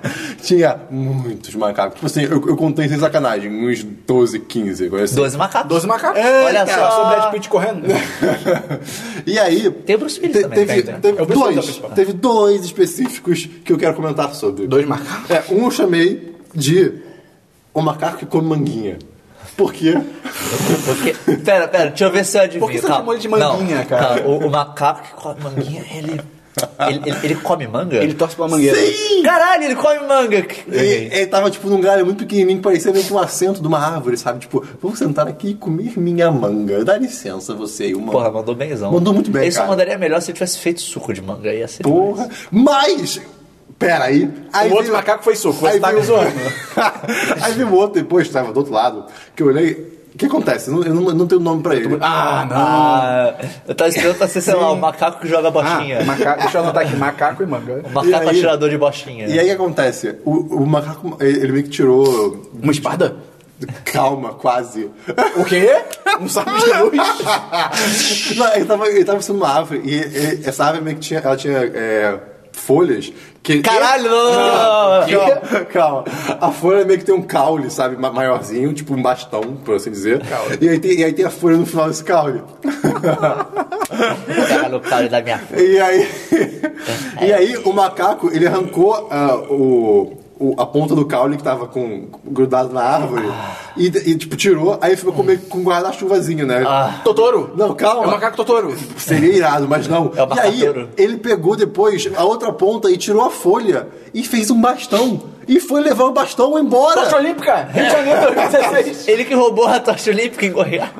Speaker 2: tinha muitos macacos. Tipo assim, eu, eu contei sem sacanagem, uns 12, 15, coisa assim.
Speaker 3: 12 macacos.
Speaker 1: 12 macacos.
Speaker 2: É,
Speaker 3: Olha
Speaker 1: Cara,
Speaker 3: só.
Speaker 1: sou o Brad Pitt correndo.
Speaker 2: e aí.
Speaker 3: Tem o Bruce Willis também, tá
Speaker 2: teve,
Speaker 3: tem, tem.
Speaker 2: teve
Speaker 1: É o Bruce Willis
Speaker 2: dois,
Speaker 3: tá
Speaker 1: também.
Speaker 2: teve dois específicos que eu quero comentar sobre.
Speaker 1: Dois macacos.
Speaker 2: É, um eu chamei de O Macaco que Come Manguinha. Por quê?
Speaker 3: Porque, pera, pera, deixa eu ver se eu adivinho.
Speaker 1: Por que você
Speaker 3: Calma.
Speaker 1: chamou ele de manguinha,
Speaker 3: Não,
Speaker 1: cara?
Speaker 3: calma. O, o macaco que come manguinha, ele. Ele, ele- ele come manga?
Speaker 1: Ele torce pela mangueira.
Speaker 3: Caralho, ele come manga!
Speaker 2: Ele, ele tava tipo num galho muito pequenininho, parecia meio que um assento de uma árvore, sabe? Tipo, vou sentar aqui e comer minha manga. Dá licença, você aí, uma.
Speaker 3: Porra, mandou bemzão.
Speaker 2: Mandou muito bem,
Speaker 3: Ele só
Speaker 2: cara.
Speaker 3: mandaria melhor se ele tivesse feito suco de manga. Ia ser
Speaker 2: Porra. Mas. Pera aí. aí
Speaker 1: O outro
Speaker 2: veio-
Speaker 1: macaco foi soco, você
Speaker 2: Aí
Speaker 1: tá me
Speaker 2: veio-
Speaker 1: zoando.
Speaker 2: aí veio outro depois, tava do outro lado, que eu olhei. O que acontece? Eu não, eu não, eu não tenho nome pra ele.
Speaker 1: Ah, não.
Speaker 3: Ah, eu tava esperando pra ser, sei lá, o macaco que joga
Speaker 1: Ah,
Speaker 3: bochinha.
Speaker 1: macaco, deixa eu anotar aqui, macaco e manga.
Speaker 3: O macaco
Speaker 2: E aí-
Speaker 3: atirador de bochinha.
Speaker 2: Ah, E aí o que acontece? O, o macaco, ele ele meio que tirou
Speaker 1: Uma espada?
Speaker 2: calma, quase.
Speaker 1: O quê? Um sabre de luz?
Speaker 2: Não, ele, tava, ele tava sendo uma árvore e, e- essa árvore meio que tinha, ela tinha é, folhas que.
Speaker 3: Caralho, não, não, não, não.
Speaker 2: Calma, calma. A folha meio que tem um caule, sabe? ma- Maiorzinho, tipo um bastão, por assim dizer. E aí, tem, e aí tem a folha no final desse caule.
Speaker 3: Caralho, o cara da minha.
Speaker 2: E aí, e aí o macaco, ele arrancou ah, o, o- a ponta do caule que tava com, grudado na árvore
Speaker 3: Ah.
Speaker 2: e, e, tipo, tirou, aí ficou com, meio, que com um guarda-chuvazinho, né?
Speaker 3: Ah.
Speaker 1: Totoro?
Speaker 2: Não, calma.
Speaker 1: É o macaco Totoro.
Speaker 2: Seria irado, mas não.
Speaker 3: É o
Speaker 2: e aí,
Speaker 3: marcateiro.
Speaker 2: ele pegou depois a outra ponta e tirou a folha e fez um bastão. E foi levar o bastão
Speaker 1: Tocha
Speaker 2: embora.
Speaker 1: Olímpica, Rio de Janeiro 2016.
Speaker 3: Ele que roubou a tocha olímpica em Goiás.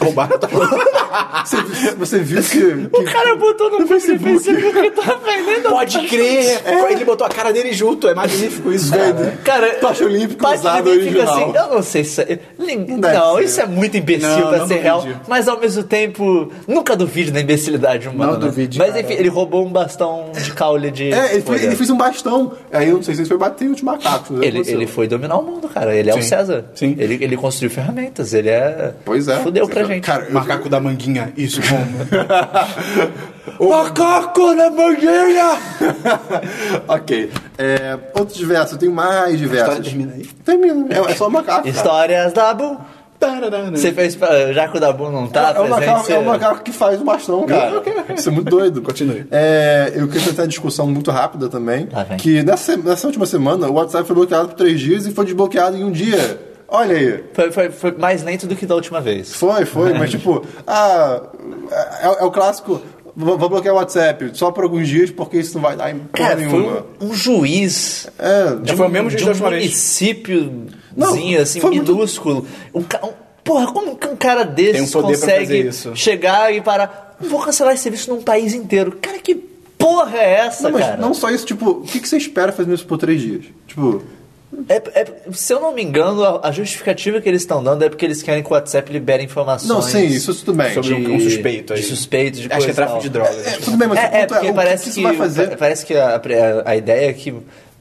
Speaker 1: Roubaram a tocha?
Speaker 2: Você, você viu que.
Speaker 3: O cara botou no Facebook que tá vendendo.
Speaker 1: Pode crer. Ele botou a cara dele junto, é magnífico isso, velho.
Speaker 3: Cara,
Speaker 2: Tocha olímpica
Speaker 3: parte
Speaker 2: usada
Speaker 3: de mim fica
Speaker 2: original.
Speaker 3: assim, eu não sei se é, ninguém-
Speaker 2: Deve
Speaker 3: não,
Speaker 2: ser.
Speaker 3: isso é muito imbecil
Speaker 1: Não,
Speaker 3: pra
Speaker 1: não
Speaker 3: ser
Speaker 1: duvide.
Speaker 3: real, mas ao mesmo tempo, nunca duvide da imbecilidade humana.
Speaker 1: Não
Speaker 3: né?
Speaker 1: duvide,
Speaker 3: Mas
Speaker 1: cara.
Speaker 3: enfim, ele roubou um bastão de caule de
Speaker 2: É, ele fez,
Speaker 3: folha.
Speaker 2: ele fez um bastão. Aí eu não sei se ele foi bater os macacos. não sei o que
Speaker 3: Ele,
Speaker 2: aconteceu.
Speaker 3: ele foi dominar o mundo, cara. Ele é
Speaker 1: Sim.
Speaker 3: o César.
Speaker 1: Sim.
Speaker 3: Ele, ele construiu ferramentas, ele é.
Speaker 2: Pois é.
Speaker 3: Fudeu pra gente.
Speaker 2: Cara, eu-
Speaker 1: Macaco da manguinha, isso, como?
Speaker 3: macaco na mangueira!
Speaker 2: ok. É, outro diverso, eu tenho mais diversos.
Speaker 1: termina aí?
Speaker 2: Termina. É, é só macaco. cara.
Speaker 3: Histórias da Bu. Você fez. pra- Já que o Dabu não tá
Speaker 2: É o,
Speaker 3: presente.
Speaker 2: macaco,
Speaker 3: você-
Speaker 2: é o macaco que faz o bastão, cara. Isso é muito doido.
Speaker 1: Continue.
Speaker 2: É, eu queria tentar uma discussão muito rápida também.
Speaker 3: Lá vem.
Speaker 2: que nessa, nessa última semana o WhatsApp foi bloqueado por três dias e foi desbloqueado em um dia. Olha aí.
Speaker 3: Foi, foi- foi mais lento do que da última vez.
Speaker 2: Foi, foi, mas tipo, ah, é, é o clássico. Vou vou bloquear o WhatsApp só por alguns dias, porque isso não vai dar em porra
Speaker 3: Cara, foi
Speaker 2: nenhuma.
Speaker 3: um, um juiz.
Speaker 2: É,
Speaker 1: Já foi o mesmo
Speaker 3: de
Speaker 1: juiz
Speaker 3: um
Speaker 1: da última vez.
Speaker 3: municípiozinho,
Speaker 2: Não,
Speaker 3: assim,
Speaker 2: foi muito-
Speaker 3: minúsculo. Um, ca- um- porra, como que um cara
Speaker 1: Tem
Speaker 3: desse
Speaker 1: um poder pra fazer
Speaker 3: consegue
Speaker 1: isso.
Speaker 3: chegar e parar? Vou cancelar esse serviço num país inteiro. Cara, que porra é essa,
Speaker 2: não, mas
Speaker 3: cara?
Speaker 2: não só isso, tipo, o que, que você espera fazendo isso por três dias? Tipo,
Speaker 3: É- é- se eu não me engano, a, a justificativa que eles estão dando é porque eles querem que o WhatsApp libere informações.
Speaker 2: não, sim, isso tudo bem.
Speaker 1: Sobre um, um suspeito aí.
Speaker 3: de suspeito, de
Speaker 1: Acho que é
Speaker 3: coisa e
Speaker 1: tráfico
Speaker 3: tal.
Speaker 1: de drogas.
Speaker 2: É, tudo bem, mas o
Speaker 3: É, é,
Speaker 2: ponto é,
Speaker 3: porque
Speaker 2: o que
Speaker 3: parece
Speaker 2: que
Speaker 3: que,
Speaker 2: isso vai fazer?
Speaker 3: pa- parece que a, a- a ideia é que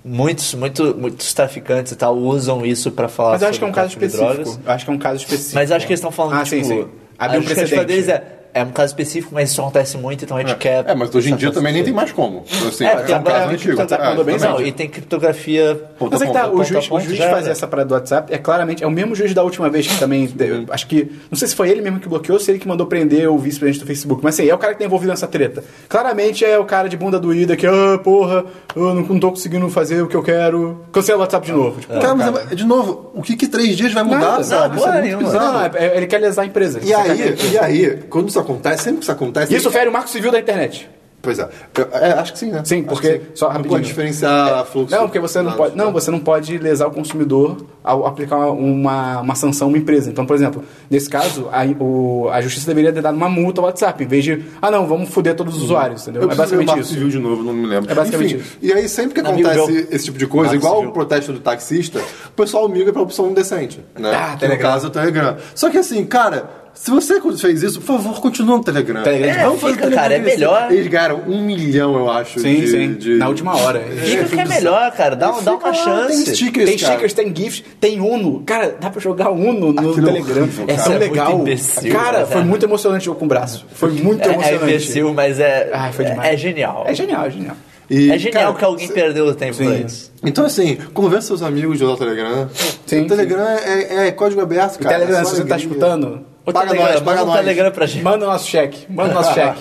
Speaker 3: Muitos, muito, muitos traficantes e tal usam isso pra falar
Speaker 1: Mas eu acho que é um
Speaker 3: sobre
Speaker 1: caso
Speaker 3: tráfico de
Speaker 1: específico.
Speaker 3: drogas.
Speaker 1: Eu acho que é um caso específico.
Speaker 3: Mas eu acho que eles estão falando,
Speaker 1: Ah, sim,
Speaker 3: tipo...
Speaker 1: sim. Abriu um
Speaker 3: a
Speaker 1: precedente.
Speaker 3: justificativa deles é, é um caso específico, mas isso acontece muito, então a gente quer...
Speaker 2: É, mas hoje em dia também nem tem mais como. Assim, é,
Speaker 3: porque
Speaker 2: um
Speaker 3: agora
Speaker 2: caso
Speaker 3: a
Speaker 2: antigo.
Speaker 1: tá
Speaker 2: É,
Speaker 1: mandando bem,
Speaker 2: exatamente.
Speaker 3: Não, e tem criptografia...
Speaker 1: Mas é que tá,
Speaker 3: ponto
Speaker 1: o
Speaker 3: a
Speaker 1: juiz, o
Speaker 3: ponto
Speaker 1: juiz
Speaker 3: já
Speaker 1: fazer
Speaker 3: era.
Speaker 1: essa parada do WhatsApp é claramente, é o mesmo juiz da última vez que também, eu acho que, não sei se foi ele mesmo que bloqueou, se ele que mandou prender o vice-presidente do Facebook, mas assim, é o cara que tá envolvido nessa treta. Claramente é o cara de bunda doída que, ah, porra, eu não, não tô conseguindo fazer o que eu quero, cancela o WhatsApp de novo. Tipo,
Speaker 2: Cara, mas é- de novo, o que que três dias vai mudar,
Speaker 1: Nada,
Speaker 2: sabe?
Speaker 3: não,
Speaker 2: Isso é
Speaker 3: porra
Speaker 2: muito
Speaker 3: nenhuma.
Speaker 2: bizarro.
Speaker 1: não, não, é- é- ele quer lesar a empresa. ele
Speaker 2: E aí,
Speaker 1: sacaneia.
Speaker 2: e aí, quando isso acontece, sempre que isso acontece.
Speaker 1: isso fere o marco civil da internet.
Speaker 2: Pois é. Eu- é, acho que sim, né?
Speaker 1: Sim,
Speaker 2: Acho
Speaker 1: porque-
Speaker 2: que
Speaker 1: só
Speaker 2: não
Speaker 1: rapidinho.
Speaker 2: pode diferenciar fluxo.
Speaker 1: Não, porque você não
Speaker 2: de
Speaker 1: pode.
Speaker 2: dados,
Speaker 1: Não, você não pode lesar o consumidor ao aplicar uma, uma, uma sanção a uma empresa. Então, por exemplo, nesse caso, a, o- a justiça deveria ter dado uma multa ao WhatsApp, em vez de. Ah, não, vamos foder todos os usuários, entendeu?
Speaker 2: Eu
Speaker 1: é
Speaker 2: preciso ver o
Speaker 1: basicamente
Speaker 2: Marco
Speaker 1: isso.
Speaker 2: Civil de novo, não me lembro.
Speaker 1: É basicamente
Speaker 2: Enfim,
Speaker 1: isso.
Speaker 2: E aí, sempre que
Speaker 3: Amigo
Speaker 2: acontece
Speaker 3: meu.
Speaker 2: esse tipo de coisa,
Speaker 3: Marco
Speaker 2: igual
Speaker 3: Civil.
Speaker 2: o protesto do taxista, o pessoal migra pra opção decente, né?
Speaker 1: Ah,
Speaker 2: Que no
Speaker 1: Telegram.
Speaker 2: caso é o Telegram. Só que assim, cara... Se você fez isso, por favor, continua no Telegram.
Speaker 1: Telegram de
Speaker 2: Vamos
Speaker 3: boa.
Speaker 2: fazer
Speaker 3: Fica, cara, é
Speaker 2: crescer.
Speaker 3: melhor.
Speaker 2: Eles ganharam um milhão, eu acho.
Speaker 1: Sim,
Speaker 2: de-
Speaker 1: sim.
Speaker 2: de-
Speaker 1: Na última hora.
Speaker 3: Fica que é melhor, cara. Dá, dá uma
Speaker 2: Fica lá, Tem
Speaker 3: chance.
Speaker 2: stickers,
Speaker 1: tem
Speaker 2: cara.
Speaker 1: stickers, tem GIFs, tem Uno. Cara, dá pra jogar Uno no
Speaker 2: Aquilo é
Speaker 1: Telegram.
Speaker 2: horrível,
Speaker 1: é tão
Speaker 2: cara.
Speaker 3: Isso é muito
Speaker 1: legal.
Speaker 3: imbecil,
Speaker 1: cara,
Speaker 3: né,
Speaker 1: foi
Speaker 3: cara?
Speaker 1: muito emocionante o jogo com o braço. Foi muito
Speaker 3: É, é
Speaker 1: emocionante.
Speaker 3: imbecil, mas é,
Speaker 2: Ah,
Speaker 1: Ai, foi demais.
Speaker 3: é, genial.
Speaker 1: É genial, é genial.
Speaker 2: E,
Speaker 3: É genial
Speaker 2: cara,
Speaker 3: que alguém perdeu o tempo
Speaker 1: Sim.
Speaker 3: antes.
Speaker 2: Então, assim, convença seus amigos de usar o Telegram. né?
Speaker 1: Sim,
Speaker 2: o Telegram É, é código aberto, cara.
Speaker 1: Telegram,
Speaker 2: é só
Speaker 1: se você tá
Speaker 2: alegria.
Speaker 1: escutando,
Speaker 3: O
Speaker 2: Paga
Speaker 3: Telegram,
Speaker 2: nós, paga
Speaker 3: manda um
Speaker 2: nós.
Speaker 3: Telegram pra gente.
Speaker 1: manda o nosso cheque. Manda o nosso cheque.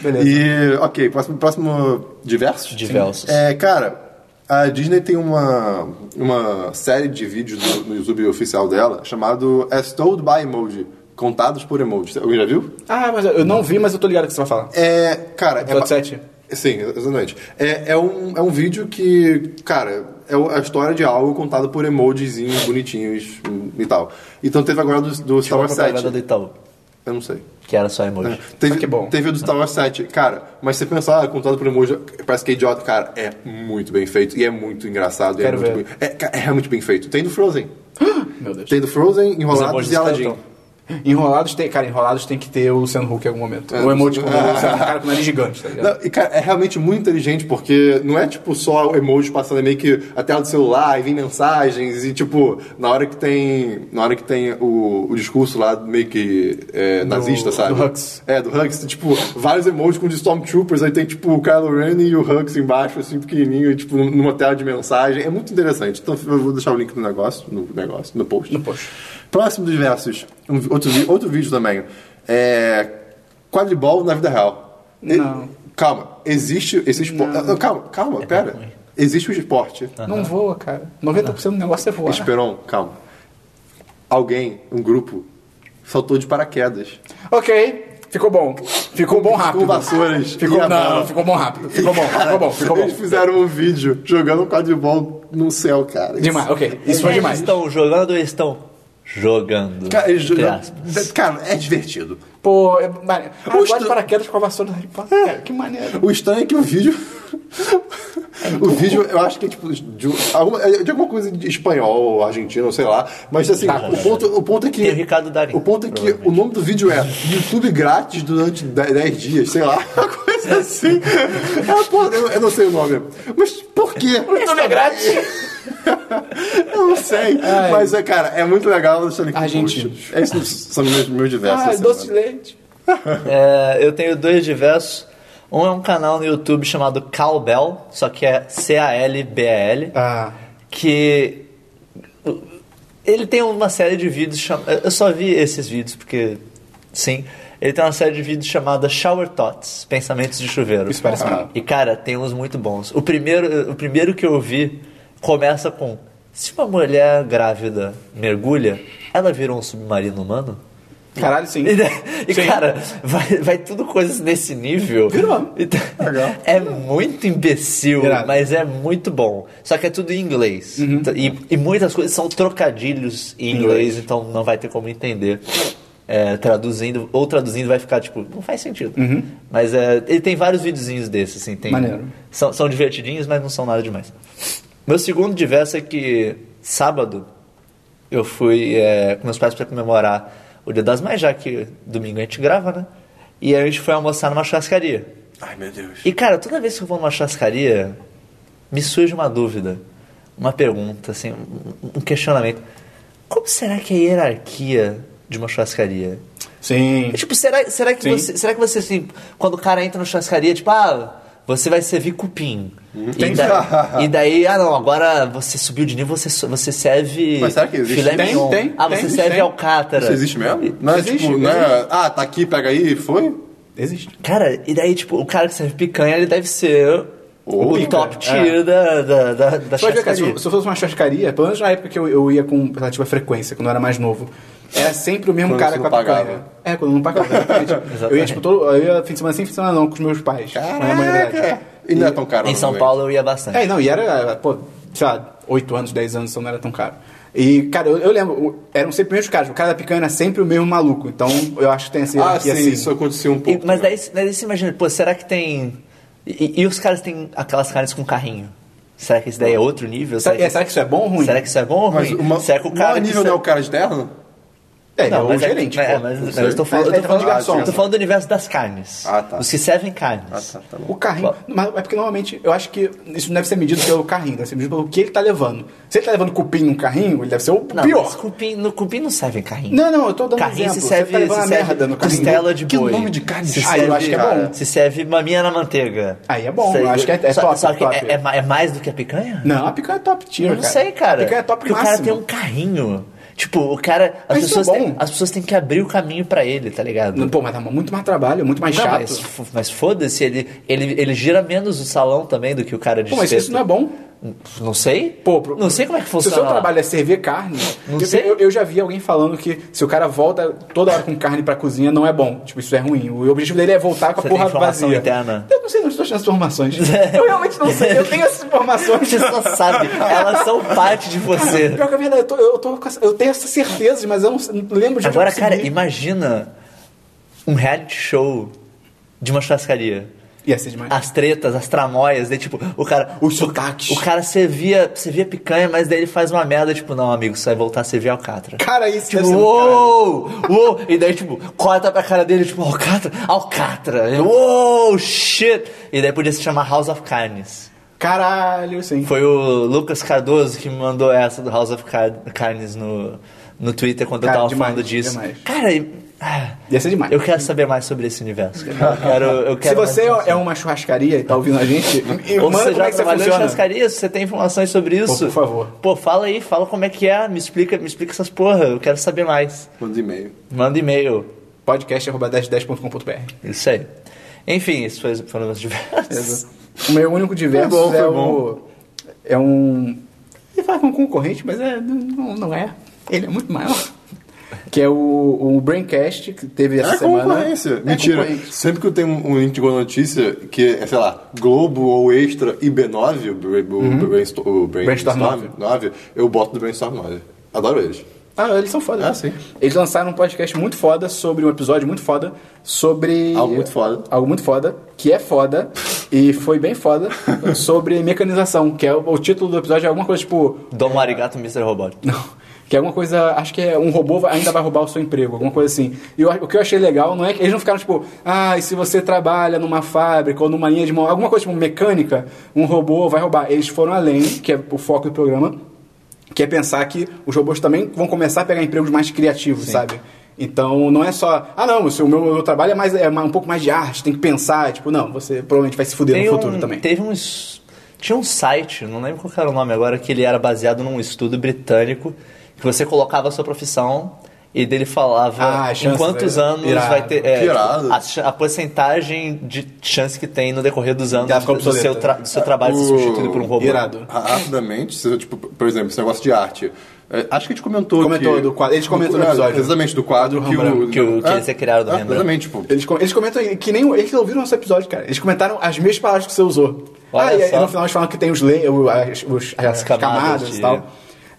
Speaker 1: Beleza.
Speaker 2: E, ok, próximo, próximo diversos?
Speaker 3: Diversos.
Speaker 2: É, cara, a Disney tem uma, uma série de vídeos no, no YouTube oficial dela chamado As Told by Emoji. Contados por emojis. Alguém já viu?
Speaker 1: Ah, mas eu- eu não vi, mas eu tô ligado que você vai falar.
Speaker 2: É, cara... é
Speaker 1: Episódio
Speaker 2: ba-
Speaker 1: 7?
Speaker 2: Sim, exatamente. É, é, um, é um vídeo que, cara, é o- a história de algo contado por emojizinhos bonitinhos hum, e tal. Então teve agora do, do Star
Speaker 3: Uma
Speaker 2: Wars 7.
Speaker 3: propaganda do Itaú,
Speaker 2: Eu não sei.
Speaker 3: que era só emoji.
Speaker 2: né? Teve,
Speaker 1: Ah, que bom.
Speaker 2: teve o do Star Wars 7. Cara, mas se você pensar, ah, contado por emoji, parece que é idiota. Cara, é muito bem feito e é muito engraçado. e
Speaker 1: Quero
Speaker 2: é, muito
Speaker 1: ver.
Speaker 2: bem- é, cara, é realmente bem feito. Tem do Frozen.
Speaker 1: Meu Deus.
Speaker 2: Tem do Frozen, Enrolados
Speaker 3: emojis
Speaker 2: e Aladdin.
Speaker 3: cantam.
Speaker 1: Enrolados tem. Cara, enrolados tem que ter o Sam Hulk em algum
Speaker 2: É.
Speaker 1: momento. o emoji com o Sam, cara com o nariz gigante, tá ligado?
Speaker 2: Não, e cara, é realmente muito inteligente porque não é tipo só o emoji passando é meio que a tela do celular e vem mensagens e tipo, na hora que tem na hora que tem o, o discurso lá meio que é, nazista, sabe?
Speaker 1: do Hux.
Speaker 2: É, do Hux, tem, tipo, vários emojis com os Stormtroopers, aí tem tipo o Kylo Ren e o Hux embaixo, assim, pequenininho, e, tipo, numa tela de mensagem. É muito interessante. Então eu vou deixar o link no negócio, no negócio, no post.
Speaker 1: No post.
Speaker 2: Próximo dos versos, um vi- outro, vi- outro vídeo também. É. Quadribol na vida real. E-
Speaker 1: Não.
Speaker 2: calma, existe esse esporte. Calma, calma,
Speaker 1: É
Speaker 2: pera. Existe o esporte.
Speaker 1: Não voa, cara. 90% do negócio é voar.
Speaker 2: Esperon, calma. Alguém, um grupo, saltou de paraquedas.
Speaker 1: Ok. Ficou bom. Ficou bom rápido.
Speaker 2: Com vassouras. e a
Speaker 1: Ficou,
Speaker 2: bala.
Speaker 1: não, ficou bom rápido. Ficou bom, ficou bom, ficou bom.
Speaker 2: Eles fizeram um vídeo jogando quadribol no céu, cara.
Speaker 1: Demais, ok. Isso foi demais.
Speaker 3: Estão jogando ou estão jogando?
Speaker 2: Cara, eles
Speaker 3: Entre
Speaker 2: jogam-
Speaker 3: aspas.
Speaker 2: cara, é divertido.
Speaker 1: Pô, é maneiro. Ah,
Speaker 2: O
Speaker 1: gosto
Speaker 2: estu-
Speaker 1: de paraquedas com a vassoura do Harry Potter. Cara, que maneiro.
Speaker 2: O estranho é que o vídeo. o vídeo, eu acho que é tipo. De, um- alguma, é de alguma coisa de espanhol, argentino, sei lá. Mas assim,
Speaker 1: Tá.
Speaker 2: o, ponto, o ponto é que.
Speaker 3: Tem o Ricardo Darim,
Speaker 2: O ponto é que o nome do vídeo é YouTube grátis durante 10 dias, sei lá. Uma coisa assim. É uma porra, eu, eu não sei o nome. Mas por quê?
Speaker 1: Tudo é grátis.
Speaker 2: Eu não sei.
Speaker 1: Ai.
Speaker 2: Mas é, cara, é muito legal. Vou deixar ele
Speaker 1: Argentino.
Speaker 2: Esses são meus, meus diversos.
Speaker 1: Ah,
Speaker 2: assim,
Speaker 1: doce de
Speaker 2: né?
Speaker 1: leite.
Speaker 3: É, eu tenho dois diversos. Um é um canal no YouTube chamado Calbel, só que é C-A-L-B-E-L,
Speaker 1: Ah.
Speaker 3: que ele tem uma série de vídeos cham... Eu só vi esses vídeos porque, sim, ele tem uma série de vídeos chamada Shower Thoughts, pensamentos de chuveiro.
Speaker 1: Isso parece
Speaker 2: Ah.
Speaker 1: mal.
Speaker 3: E cara, tem uns muito bons. O primeiro, o primeiro que eu vi começa com: se uma mulher grávida mergulha, ela vira um submarino humano?
Speaker 1: Caralho, sim.
Speaker 3: E, e,
Speaker 1: Sim.
Speaker 3: cara, vai, vai tudo coisas nesse nível.
Speaker 1: Virou.
Speaker 3: Então, é muito imbecil,
Speaker 1: Irado.
Speaker 3: mas é muito bom. Só que é tudo em inglês.
Speaker 1: Uhum.
Speaker 3: Então, E, e muitas coisas são trocadilhos em inglês,
Speaker 1: Inglês.
Speaker 3: então não vai ter como entender. É, traduzindo, ou traduzindo vai ficar tipo, não faz sentido.
Speaker 1: Uhum.
Speaker 3: Mas é, ele tem vários videozinhos desses, assim, tem.
Speaker 1: Maneiro.
Speaker 3: São, são divertidinhos, mas não são nada demais. Meu segundo diverso é que sábado eu fui é, com meus pais para comemorar o Dia das Mães, já que domingo a gente grava, né? E aí a gente foi almoçar numa churrascaria.
Speaker 2: Ai, meu Deus.
Speaker 3: E cara, toda vez que eu vou numa churrascaria, me surge uma dúvida, uma pergunta, assim, um- um questionamento. Como será que é a hierarquia de uma churrascaria?
Speaker 1: Sim.
Speaker 3: É, tipo, será, será, que
Speaker 1: Sim.
Speaker 3: você, será que você, assim, quando o cara entra na churrascaria, tipo, ah, você vai servir cupim. E,
Speaker 1: Tem-
Speaker 3: da- e daí, ah não, agora você subiu de nível, você, su- você serve
Speaker 2: Mas será que existe?
Speaker 3: filé
Speaker 1: Tem,
Speaker 3: mignon.
Speaker 1: tem,
Speaker 3: ah,
Speaker 1: tem,
Speaker 3: você
Speaker 1: existe,
Speaker 3: serve
Speaker 1: tem.
Speaker 3: alcátara.
Speaker 2: Isso existe mesmo? Não é
Speaker 1: Existe,
Speaker 2: tipo, não é, ah, tá aqui, pega aí, foi?
Speaker 1: Existe.
Speaker 3: Cara, e daí, tipo, o cara que serve picanha, ele deve ser
Speaker 2: Ou
Speaker 3: o
Speaker 2: picanha,
Speaker 1: é.
Speaker 3: top tier da, da, da, da
Speaker 1: Pode ver, cara,
Speaker 2: é
Speaker 3: churrascaria.
Speaker 1: se, se eu fosse uma churrascaria, pelo menos na época que eu, eu ia com relativa frequência, quando eu era mais novo, era sempre o mesmo
Speaker 2: Quando
Speaker 1: cara
Speaker 2: você
Speaker 1: com a
Speaker 2: não
Speaker 1: picanha.
Speaker 2: pagava.
Speaker 1: É, quando eu não pagava. exatamente. eu ia,
Speaker 3: Exatamente.
Speaker 1: tipo, todo, eu ia fim de semana sim, fim de semana não, com os meus pais. com a
Speaker 3: é
Speaker 1: minha mãe, na verdade.
Speaker 2: E não é tão caro.
Speaker 3: Em São
Speaker 2: obviamente.
Speaker 3: Paulo eu ia bastante.
Speaker 1: É, não, e era, pô, sei lá, 8 anos, 10 anos, então não era tão caro. E, cara, eu, eu lembro, o- eram sempre os mesmos caras. O cara da picanha era sempre o mesmo maluco. Então, eu acho que tem essa
Speaker 2: Ah,
Speaker 1: hierarquia
Speaker 2: sim,
Speaker 1: assim.
Speaker 2: isso acontecia um
Speaker 3: E-
Speaker 2: pouco.
Speaker 3: mas
Speaker 2: né?
Speaker 3: daí, daí você imagina, pô, será que tem. E, e os caras têm aquelas carnes com carrinho? Será que isso daí é outro nível?
Speaker 1: Será, é, será que isso é bom ou ruim?
Speaker 3: será que isso é bom ou
Speaker 2: Mas
Speaker 3: ruim?
Speaker 2: uma,
Speaker 3: será que o
Speaker 2: não
Speaker 3: cara.
Speaker 2: é
Speaker 3: que
Speaker 2: nível
Speaker 3: ser-
Speaker 2: não é o cara de terra?
Speaker 1: É, ele é
Speaker 3: Não,
Speaker 1: o
Speaker 3: mas é-
Speaker 1: gerente.
Speaker 3: é,
Speaker 1: pô.
Speaker 3: mas,
Speaker 2: não
Speaker 3: mas
Speaker 2: sei.
Speaker 3: eu tô falando,
Speaker 1: Ele
Speaker 3: eu
Speaker 1: tá
Speaker 3: tô falando,
Speaker 1: falando de garçom.
Speaker 3: eu tô falando do universo das carnes.
Speaker 2: Ah, tá.
Speaker 3: Os que servem carnes.
Speaker 2: Ah, tá, tá
Speaker 1: O
Speaker 2: bom.
Speaker 1: carrinho.
Speaker 3: Bom.
Speaker 1: Mas é porque normalmente eu acho que isso não deve ser medido pelo carrinho, deve ser medido pelo que ele tá levando. Se ele tá levando cupim num carrinho, ele deve ser o
Speaker 3: Não, mas
Speaker 1: pior.
Speaker 3: cupim, no cupim não serve carrinho.
Speaker 1: Não, não, eu tô dando
Speaker 3: Carrinho
Speaker 1: exemplo.
Speaker 3: se
Speaker 1: Você
Speaker 3: serve,
Speaker 1: tá levando
Speaker 3: se
Speaker 1: uma
Speaker 3: serve
Speaker 1: merda no carrinho.
Speaker 3: costela de
Speaker 2: Que
Speaker 3: boi.
Speaker 2: nome de carne
Speaker 3: se
Speaker 1: Ah, eu
Speaker 3: serve,
Speaker 1: acho que é
Speaker 2: cara.
Speaker 1: bom.
Speaker 3: Se serve maminha na manteiga.
Speaker 1: Aí é bom,
Speaker 3: Serve-
Speaker 1: eu acho que é- é
Speaker 3: só,
Speaker 1: top,
Speaker 3: Só que
Speaker 1: top.
Speaker 3: É, é ma- é mais do que a picanha?
Speaker 1: Não, a picanha é top tier,
Speaker 3: Eu não sei, cara.
Speaker 1: A picanha é top
Speaker 3: Porque o cara
Speaker 1: máximo.
Speaker 3: tem um carrinho. Tipo, o cara. As
Speaker 1: Mas isso é
Speaker 3: pessoas, têm,
Speaker 1: bom.
Speaker 3: as pessoas têm que abrir o caminho pra ele, tá ligado?
Speaker 1: Pô, mas dá muito mais trabalho, muito mais
Speaker 3: Não,
Speaker 1: chato.
Speaker 3: mas, f- mas foda-se, ele, ele, ele gira menos o salão também do que o cara de
Speaker 1: Pô, mas
Speaker 3: espeto. Hum,
Speaker 1: isso não é bom.
Speaker 3: Não sei.
Speaker 1: Pô, pro-
Speaker 3: Não sei como é que
Speaker 1: Se o
Speaker 3: funciona.
Speaker 1: seu
Speaker 3: lá.
Speaker 1: trabalho é servir carne,
Speaker 3: Não
Speaker 1: eu,
Speaker 3: sei.
Speaker 1: eu- eu já vi alguém falando que se o cara volta toda hora com carne pra cozinha, não é bom. Tipo, isso é ruim. O objetivo dele é voltar com a
Speaker 3: Você tem
Speaker 1: porra
Speaker 3: informação
Speaker 1: vazia.
Speaker 3: interna?
Speaker 1: Eu não sei, não estou achando as informações. eu realmente não sei, eu tenho essas informações.
Speaker 3: Você só sabe, elas são parte de você.
Speaker 1: Pior que é verdade, eu, tô, eu, tô com essa- eu tenho essas certezas, mas eu não, não lembro de onde
Speaker 3: Agora,
Speaker 1: eu
Speaker 3: cara,
Speaker 1: consegui.
Speaker 3: imagina um reality show de uma churrascaria.
Speaker 1: Ia ser demais.
Speaker 3: As tretas, as tramóias, daí tipo, o cara.
Speaker 1: Os sotaques.
Speaker 3: Ah, O cara servia, servia picanha, mas daí ele faz uma merda, tipo, não, amigo, você vai voltar a servir alcatra.
Speaker 1: Cara, isso
Speaker 3: Tipo,
Speaker 1: deve ser do
Speaker 3: uou, uou, e daí, tipo, corta pra cara dele, tipo, alcatra, alcatra, Eu, uou, shit. E daí podia se chamar House of Carnes.
Speaker 1: Caralho, sim.
Speaker 3: Foi o Lucas Cardoso que me mandou essa do House of Car- Carnes no, no Twitter quando
Speaker 1: Cara,
Speaker 3: eu tava
Speaker 1: demais,
Speaker 3: falando disso.
Speaker 1: demais.
Speaker 3: Cara, e- ah,
Speaker 1: Ia ser demais.
Speaker 3: eu quero saber mais sobre esse universo. cara. Eu quero, eu
Speaker 1: Se
Speaker 3: quero mais
Speaker 1: você
Speaker 3: informações.
Speaker 1: é uma churrascaria e tá ouvindo a gente, e
Speaker 3: Ou
Speaker 1: manda
Speaker 3: você
Speaker 1: como
Speaker 3: já
Speaker 1: é que você
Speaker 3: trabalhou em
Speaker 1: funciona.
Speaker 3: churrascaria, se você tem informações sobre isso.
Speaker 1: por favor.
Speaker 3: Pô, fala aí, fala como é que é, me explica, me explica essas porra, eu quero saber mais.
Speaker 2: Manda e-mail.
Speaker 3: Manda e-mail.
Speaker 1: podcast.1010.com.br
Speaker 3: Isso aí. Enfim, isso foi, foram os diversos.
Speaker 1: O meu único diverso
Speaker 2: Foi bom, foi
Speaker 1: é
Speaker 2: bom.
Speaker 1: o. É um. Ele fala que é um concorrente, mas é, não, não é. Ele é muito maior. Que é o, o Braincast, que teve essa
Speaker 2: É
Speaker 1: semana.
Speaker 2: concorrência.
Speaker 1: É
Speaker 2: Mentira.
Speaker 1: concorrente.
Speaker 2: Sempre que eu tenho um link de boa notícia, que é, sei lá, Globo ou Extra e B9, o, Bra- o
Speaker 3: Uhum.
Speaker 2: Brainsto- o
Speaker 1: Brainstorm
Speaker 2: Brainstorm 9, eu boto no Brainstorm 9. Adoro eles.
Speaker 1: Ah, eles são foda.
Speaker 2: Ah,
Speaker 1: né?
Speaker 2: sim.
Speaker 1: Eles lançaram um podcast muito foda sobre um episódio muito foda sobre.
Speaker 2: Algo muito foda.
Speaker 1: Algo muito foda, que é foda, e foi bem foda, sobre mecanização, que é o, o título do episódio é alguma coisa tipo.
Speaker 3: Domo arigato, Mr. Robot.
Speaker 1: Não. Que é alguma coisa, acho que é um robô vai- ainda vai roubar o seu emprego, alguma coisa assim. E eu- o que eu achei legal não é que eles não ficaram tipo, ah, e se você trabalha numa fábrica ou numa linha de mão, alguma coisa tipo mecânica, um robô vai roubar. Eles foram além, que é o foco do programa, que é pensar que os robôs também vão começar a pegar empregos mais criativos, sabe? Então não é só, ah não, se o meu, meu trabalho é, mais, é um pouco mais de arte, tem que pensar, tipo, não, você provavelmente vai se fuder
Speaker 3: Tem
Speaker 1: no futuro
Speaker 3: um-
Speaker 1: também.
Speaker 3: Teve uns. Tinha um site, não lembro qual que era o nome agora, que ele era baseado num estudo britânico que você colocava a sua profissão e dele falava
Speaker 1: Ah, as
Speaker 3: em
Speaker 1: chances,
Speaker 3: quantos
Speaker 1: é.
Speaker 3: anos
Speaker 1: Irado.
Speaker 3: vai ter.
Speaker 2: Que irado.
Speaker 3: a, cha- a porcentagem de chance que tem no decorrer dos anos
Speaker 1: Ela fica
Speaker 3: do, do seu
Speaker 1: obsoleta.
Speaker 3: tra- do seu trabalho ser
Speaker 2: O-
Speaker 3: substituído por um robô.
Speaker 1: Irado.
Speaker 2: Ra- Rapidamente, se eu, tipo, por exemplo, esse negócio de arte. É, Acho que a gente comentou.
Speaker 1: Comentou
Speaker 2: que,
Speaker 1: do quadro- eles comentam
Speaker 2: do-
Speaker 1: no
Speaker 2: é,
Speaker 1: episódio.
Speaker 2: Exatamente, do quadro que o.
Speaker 1: Rembrandt.
Speaker 3: Que o- que
Speaker 2: é,
Speaker 3: eles criaram do
Speaker 2: é,
Speaker 3: Rembrandt.
Speaker 2: Exatamente, tipo.
Speaker 1: Eles, com- eles comentam que nem eles ouviram nosso episódio, cara. Eles comentaram as mesmas palavras que você usou.
Speaker 3: Olha
Speaker 1: ah, e aí
Speaker 3: só.
Speaker 1: no final eles falam que tem os le, o- as, os- as,
Speaker 3: camadas
Speaker 1: camadas,
Speaker 3: de-
Speaker 1: e tal.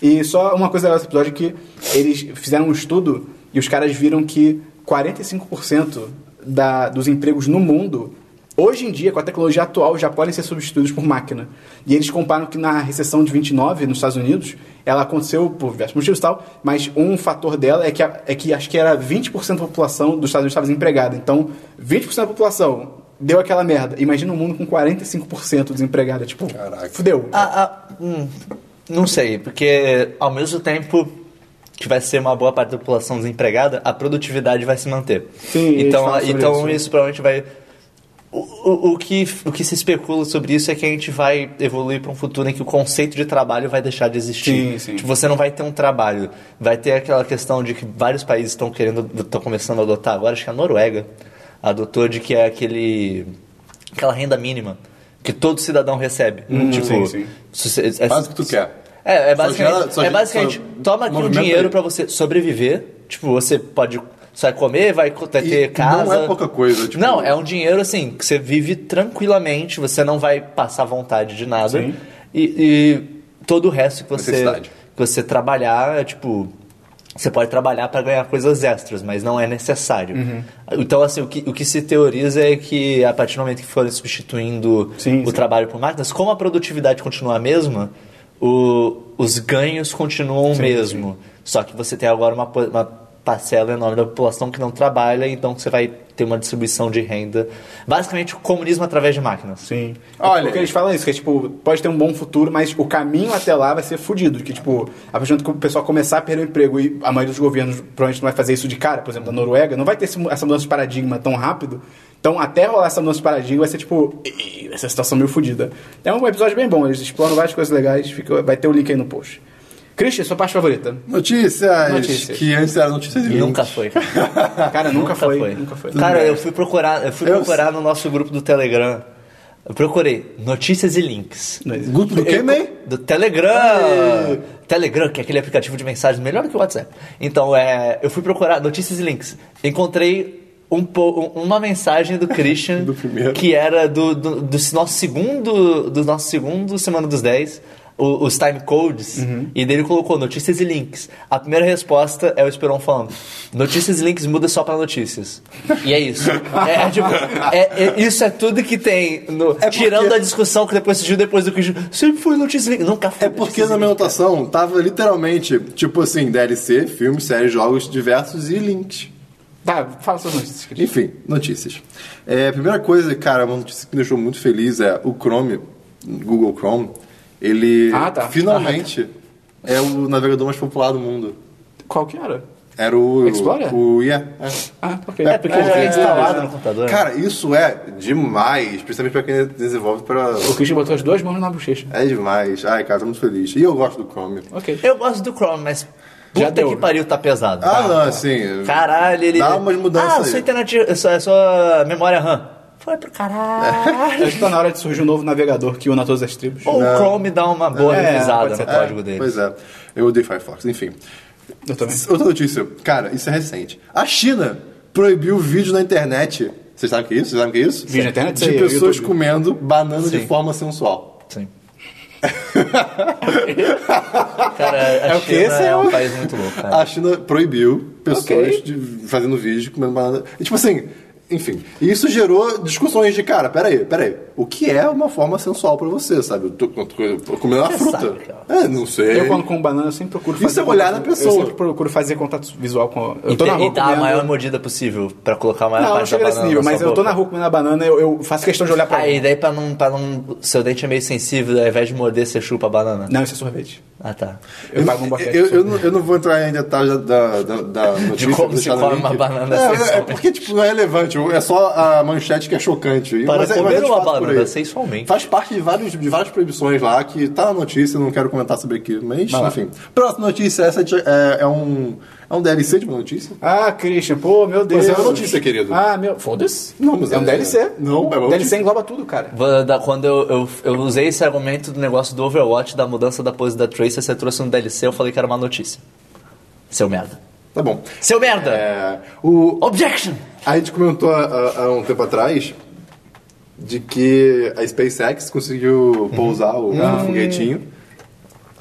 Speaker 1: E só uma coisa legal desse episódio é que eles fizeram um estudo e os caras viram que 45% da, dos empregos no mundo, hoje em dia, com a tecnologia atual, já podem ser substituídos por máquina. E eles comparam que na recessão de 29 nos Estados Unidos, ela aconteceu por diversos motivos e tal, mas um fator dela é que, a- é que acho que era 20% da população dos Estados Unidos estava desempregada. Então, 20% da população deu aquela merda. Imagina um mundo com 45% desempregado. é Tipo,
Speaker 2: Caraca.
Speaker 1: fudeu.
Speaker 3: Ah, ah, hum, não sei, porque ao mesmo tempo que vai ser uma boa parte da população desempregada, a produtividade vai se manter.
Speaker 1: Sim, eles
Speaker 3: então,
Speaker 1: falam
Speaker 3: a-
Speaker 1: sobre
Speaker 3: então
Speaker 1: isso,
Speaker 3: isso,
Speaker 1: né?
Speaker 3: provavelmente vai. O, o, o que, o que se especula sobre isso é que a gente vai evoluir para um futuro em que o conceito de trabalho vai deixar de existir.
Speaker 1: Sim, sim.
Speaker 3: Tipo, você não vai ter um trabalho. Vai ter aquela questão de que vários países estão querendo, estão começando a adotar agora, acho que a Noruega adotou de que é aquele aquela renda mínima que todo cidadão recebe. tipo,
Speaker 1: sim, sim.
Speaker 3: se você- é-
Speaker 2: Faz o que tu quer.
Speaker 3: É, é
Speaker 2: Só
Speaker 3: basicamente,
Speaker 2: gera- só
Speaker 3: é
Speaker 2: gera-
Speaker 3: basicamente
Speaker 2: só
Speaker 3: toma aqui um
Speaker 2: movimenta
Speaker 3: dinheiro
Speaker 2: aí.
Speaker 3: pra você sobreviver. Tipo, você pode você vai comer, vai co- ter
Speaker 2: E não
Speaker 3: casa.
Speaker 2: é pouca coisa, tipo-
Speaker 3: Não, é um dinheiro assim que você vive tranquilamente, você não vai passar vontade de nada.
Speaker 1: Sim.
Speaker 3: E, e todo o resto que você
Speaker 2: Necessidade.
Speaker 3: que você trabalhar, é, tipo, você pode trabalhar para ganhar coisas extras, mas não é necessário.
Speaker 2: Uhum.
Speaker 3: Então, assim, o que, o que se teoriza é que a partir do momento que forem substituindo
Speaker 1: Sim,
Speaker 3: o
Speaker 1: sim.
Speaker 3: trabalho por máquinas, como a produtividade continua a mesma, o- os ganhos continuam o mesmo. Só que você tem agora uma, po- uma parcela enorme da população que não trabalha, então você vai ter uma distribuição de renda. Basicamente, o comunismo através de máquinas.
Speaker 1: Sim.
Speaker 2: Olha
Speaker 1: Porque
Speaker 2: aí.
Speaker 1: eles falam isso, que é tipo, pode ter um bom futuro, mas o caminho até lá vai ser fudido. Que tipo, a partir do momento que o pessoal começar a perder o emprego e a maioria dos governos provavelmente não vai fazer isso de cara, por exemplo, da Noruega, não vai ter esse mu- essa mudança de paradigma tão rápido. Então, até rolar essa mudança de paradigma vai ser tipo, "Ih, essa situação meio fudida. É um episódio bem bom, eles exploram várias coisas legais, fica- vai ter o link aí no post. Christian, sua parte favorita?
Speaker 2: Notícias,
Speaker 1: Notícias.
Speaker 2: que antes era notícias de
Speaker 3: E
Speaker 2: mim.
Speaker 3: nunca foi.
Speaker 1: Cara, nunca, foi, Nunca foi.
Speaker 3: Cara, eu fui procurar, eu fui
Speaker 2: Eu-
Speaker 3: procurar no nosso grupo do Telegram. Eu procurei notícias e links.
Speaker 1: Não existe.
Speaker 2: Grupo do quê, man?
Speaker 3: Do Telegram! Telegram, que é aquele aplicativo de mensagens melhor que o WhatsApp. Então, é, eu fui procurar notícias e links. Encontrei um po- um- uma mensagem do Christian,
Speaker 2: Do primeiro.
Speaker 3: que era do, do, do nosso segundo, do nosso segundo Semana dos 10, o- os time codes,
Speaker 2: Uhum.
Speaker 3: e dele colocou notícias e links. A primeira resposta é o Esperon falando: notícias e links muda só pra notícias. E é isso. É, é tipo, é- é- isso é tudo que tem, no-
Speaker 2: É
Speaker 3: tirando a discussão que depois surgiu depois do que sempre foi notícias e links. Nunca foi.
Speaker 2: É porque
Speaker 3: notícias e
Speaker 2: na minha anotação tava literalmente, tipo assim, DLC, filmes, séries, jogos diversos e links.
Speaker 1: Tá, fala suas notícias, Christian.
Speaker 2: Enfim, notícias. É, a primeira coisa, cara, uma notícia que me deixou muito feliz é o Chrome, Google Chrome, ele
Speaker 1: Ah, tá.
Speaker 2: finalmente é o navegador mais popular do mundo.
Speaker 1: Qual que era?
Speaker 2: Era o.
Speaker 1: Explorer?
Speaker 2: O, yeah, é.
Speaker 1: Ah, ok.
Speaker 3: É, porque ele fica instalado no computador.
Speaker 2: Cara, isso é demais, principalmente pra quem desenvolve pra.
Speaker 1: é. O Christian botou as duas mãos na bochecha.
Speaker 2: É demais. Ai, cara, tô muito feliz. E eu gosto do Chrome.
Speaker 1: Ok.
Speaker 3: eu gosto do Chrome, mas
Speaker 1: Já
Speaker 3: puta
Speaker 1: deu,
Speaker 3: que
Speaker 1: né?
Speaker 3: pariu, tá pesado.
Speaker 2: Ah, não, assim.
Speaker 3: Caralho, ele.
Speaker 2: Dá umas mudanças
Speaker 3: Ah,
Speaker 2: aí.
Speaker 3: sua internet. É sua, é sua memória RAM. Foi pro
Speaker 2: É.
Speaker 3: caralho.
Speaker 1: Acho que tá na hora de surgir um novo navegador que una todas as tribos.
Speaker 3: Ou o Chrome dá uma boa
Speaker 1: É,
Speaker 3: revisada
Speaker 1: pode ser.
Speaker 3: no código dele.
Speaker 2: Pois é. Eu odeio Firefox, enfim.
Speaker 1: Eu também.
Speaker 2: Outra notícia. Cara, isso é recente. A China proibiu vídeo na internet. Vocês sabem o que é isso? Vocês sabem o que é isso?
Speaker 1: Vídeo na internet?
Speaker 2: De
Speaker 1: Sei,
Speaker 2: pessoas
Speaker 1: YouTube.
Speaker 2: comendo banana de
Speaker 3: Sim.
Speaker 2: forma sensual.
Speaker 3: Sim. cara, a
Speaker 1: É o
Speaker 3: é
Speaker 1: que? Esse é
Speaker 3: é um
Speaker 1: o-
Speaker 3: país muito louco, cara.
Speaker 2: A China proibiu pessoas
Speaker 1: Ok.
Speaker 2: de fazendo vídeo comendo banana. E, tipo assim, enfim. E isso gerou discussões de, cara, peraí, peraí. O que é uma forma sensual pra você, sabe? Eu tô, eu tô- eu tô comendo uma
Speaker 3: Você
Speaker 2: fruta.
Speaker 3: sabe, cara.
Speaker 2: é, não sei.
Speaker 1: Eu, quando como banana, eu sempre procuro
Speaker 2: Isso é olhar
Speaker 1: contato-
Speaker 2: na pessoa.
Speaker 1: Eu sempre procuro fazer contato visual com. a- Eu
Speaker 3: E,
Speaker 1: tô
Speaker 3: te-
Speaker 1: na rua
Speaker 3: e dá a
Speaker 1: comendo-
Speaker 3: maior mordida possível pra colocar a maior
Speaker 1: Não, não
Speaker 3: parte da
Speaker 1: chega nesse
Speaker 3: banana
Speaker 1: nível,
Speaker 3: na
Speaker 1: mas
Speaker 3: sua
Speaker 1: eu tô
Speaker 3: boca.
Speaker 1: na rua comendo a banana, eu, eu faço questão de olhar pra.
Speaker 3: Aí né?
Speaker 1: ela.
Speaker 3: daí pra não, pra não. Seu dente é meio sensível, ao invés de morder, você chupa a banana.
Speaker 1: Não, isso é sorvete.
Speaker 3: Ah tá.
Speaker 1: Eu, pago um boquete.
Speaker 2: Eu, eu, não, eu não vou entrar em detalhes da, da, da- da notícia. vou
Speaker 3: como
Speaker 2: deixar
Speaker 3: se
Speaker 2: no
Speaker 3: forma
Speaker 2: link.
Speaker 3: uma banana
Speaker 2: é, é, é
Speaker 3: sensualmente.
Speaker 2: porque, tipo, não é relevante. É só a manchete que é chocante.
Speaker 3: Para
Speaker 2: é-
Speaker 3: comer
Speaker 2: é de
Speaker 3: uma
Speaker 2: fato por
Speaker 3: banana
Speaker 2: aí.
Speaker 3: sensualmente.
Speaker 2: Faz parte de, vários, de várias proibições lá, que tá na notícia, não quero comentar sobre aqui. Mas,
Speaker 1: lá.
Speaker 2: enfim. Próxima notícia, essa é, de- é- é um, é um DLC de uma notícia.
Speaker 1: Ah, Christian, pô, meu Deus.
Speaker 2: Pois é, uma notícia, querido.
Speaker 1: Ah, meu. Foda-se.
Speaker 2: Não, mas
Speaker 1: é um
Speaker 2: é-
Speaker 1: DLC.
Speaker 2: Não, é uma
Speaker 1: DLC
Speaker 2: notícia.
Speaker 1: engloba tudo, cara.
Speaker 3: Vou dar- Quando eu, eu, eu usei esse argumento do negócio do Overwatch, da mudança da pose da Tracer, você trouxe um no DLC, eu falei que era uma notícia. Seu merda.
Speaker 2: Tá bom.
Speaker 3: Seu merda!
Speaker 2: É, o,
Speaker 3: Objection!
Speaker 2: a gente comentou há- há há um tempo atrás de que a SpaceX
Speaker 3: Uhum.
Speaker 2: conseguiu pousar o foguetinho.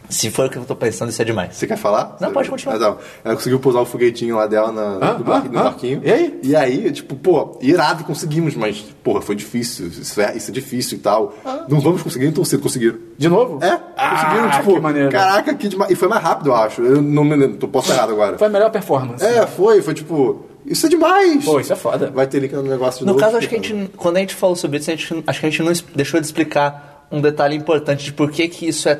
Speaker 3: Se for o que eu tô pensando, isso é demais.
Speaker 2: Você quer falar?
Speaker 3: Não, pode continuar.
Speaker 2: Ah, não. Ela conseguiu pousar o foguetinho lá dela na,
Speaker 1: Ah,
Speaker 2: no, bar-
Speaker 1: ah,
Speaker 2: no
Speaker 1: ah.
Speaker 2: barquinho.
Speaker 1: E aí?
Speaker 2: E aí, tipo, pô, irado conseguimos, mas, porra, foi difícil. Isso é, isso é difícil e tal. Não vamos conseguir, então cedo conseguiram.
Speaker 1: De novo?
Speaker 2: É, conseguiram,
Speaker 1: Ah,
Speaker 2: tipo,
Speaker 1: que maneiro.
Speaker 2: caraca, que demais. E foi mais rápido, eu acho. Eu não me lembro, tô- posso estar errado agora.
Speaker 1: Foi a melhor performance.
Speaker 2: É, foi, foi tipo, Isso é demais!
Speaker 1: Pô, isso é foda.
Speaker 2: Vai ter link no negócio de
Speaker 3: No
Speaker 2: novo,
Speaker 3: caso, acho que a
Speaker 2: porque-
Speaker 3: gente, quando a gente falou sobre isso, a gente, acho que a gente não es- deixou de explicar um detalhe importante de por que, que isso é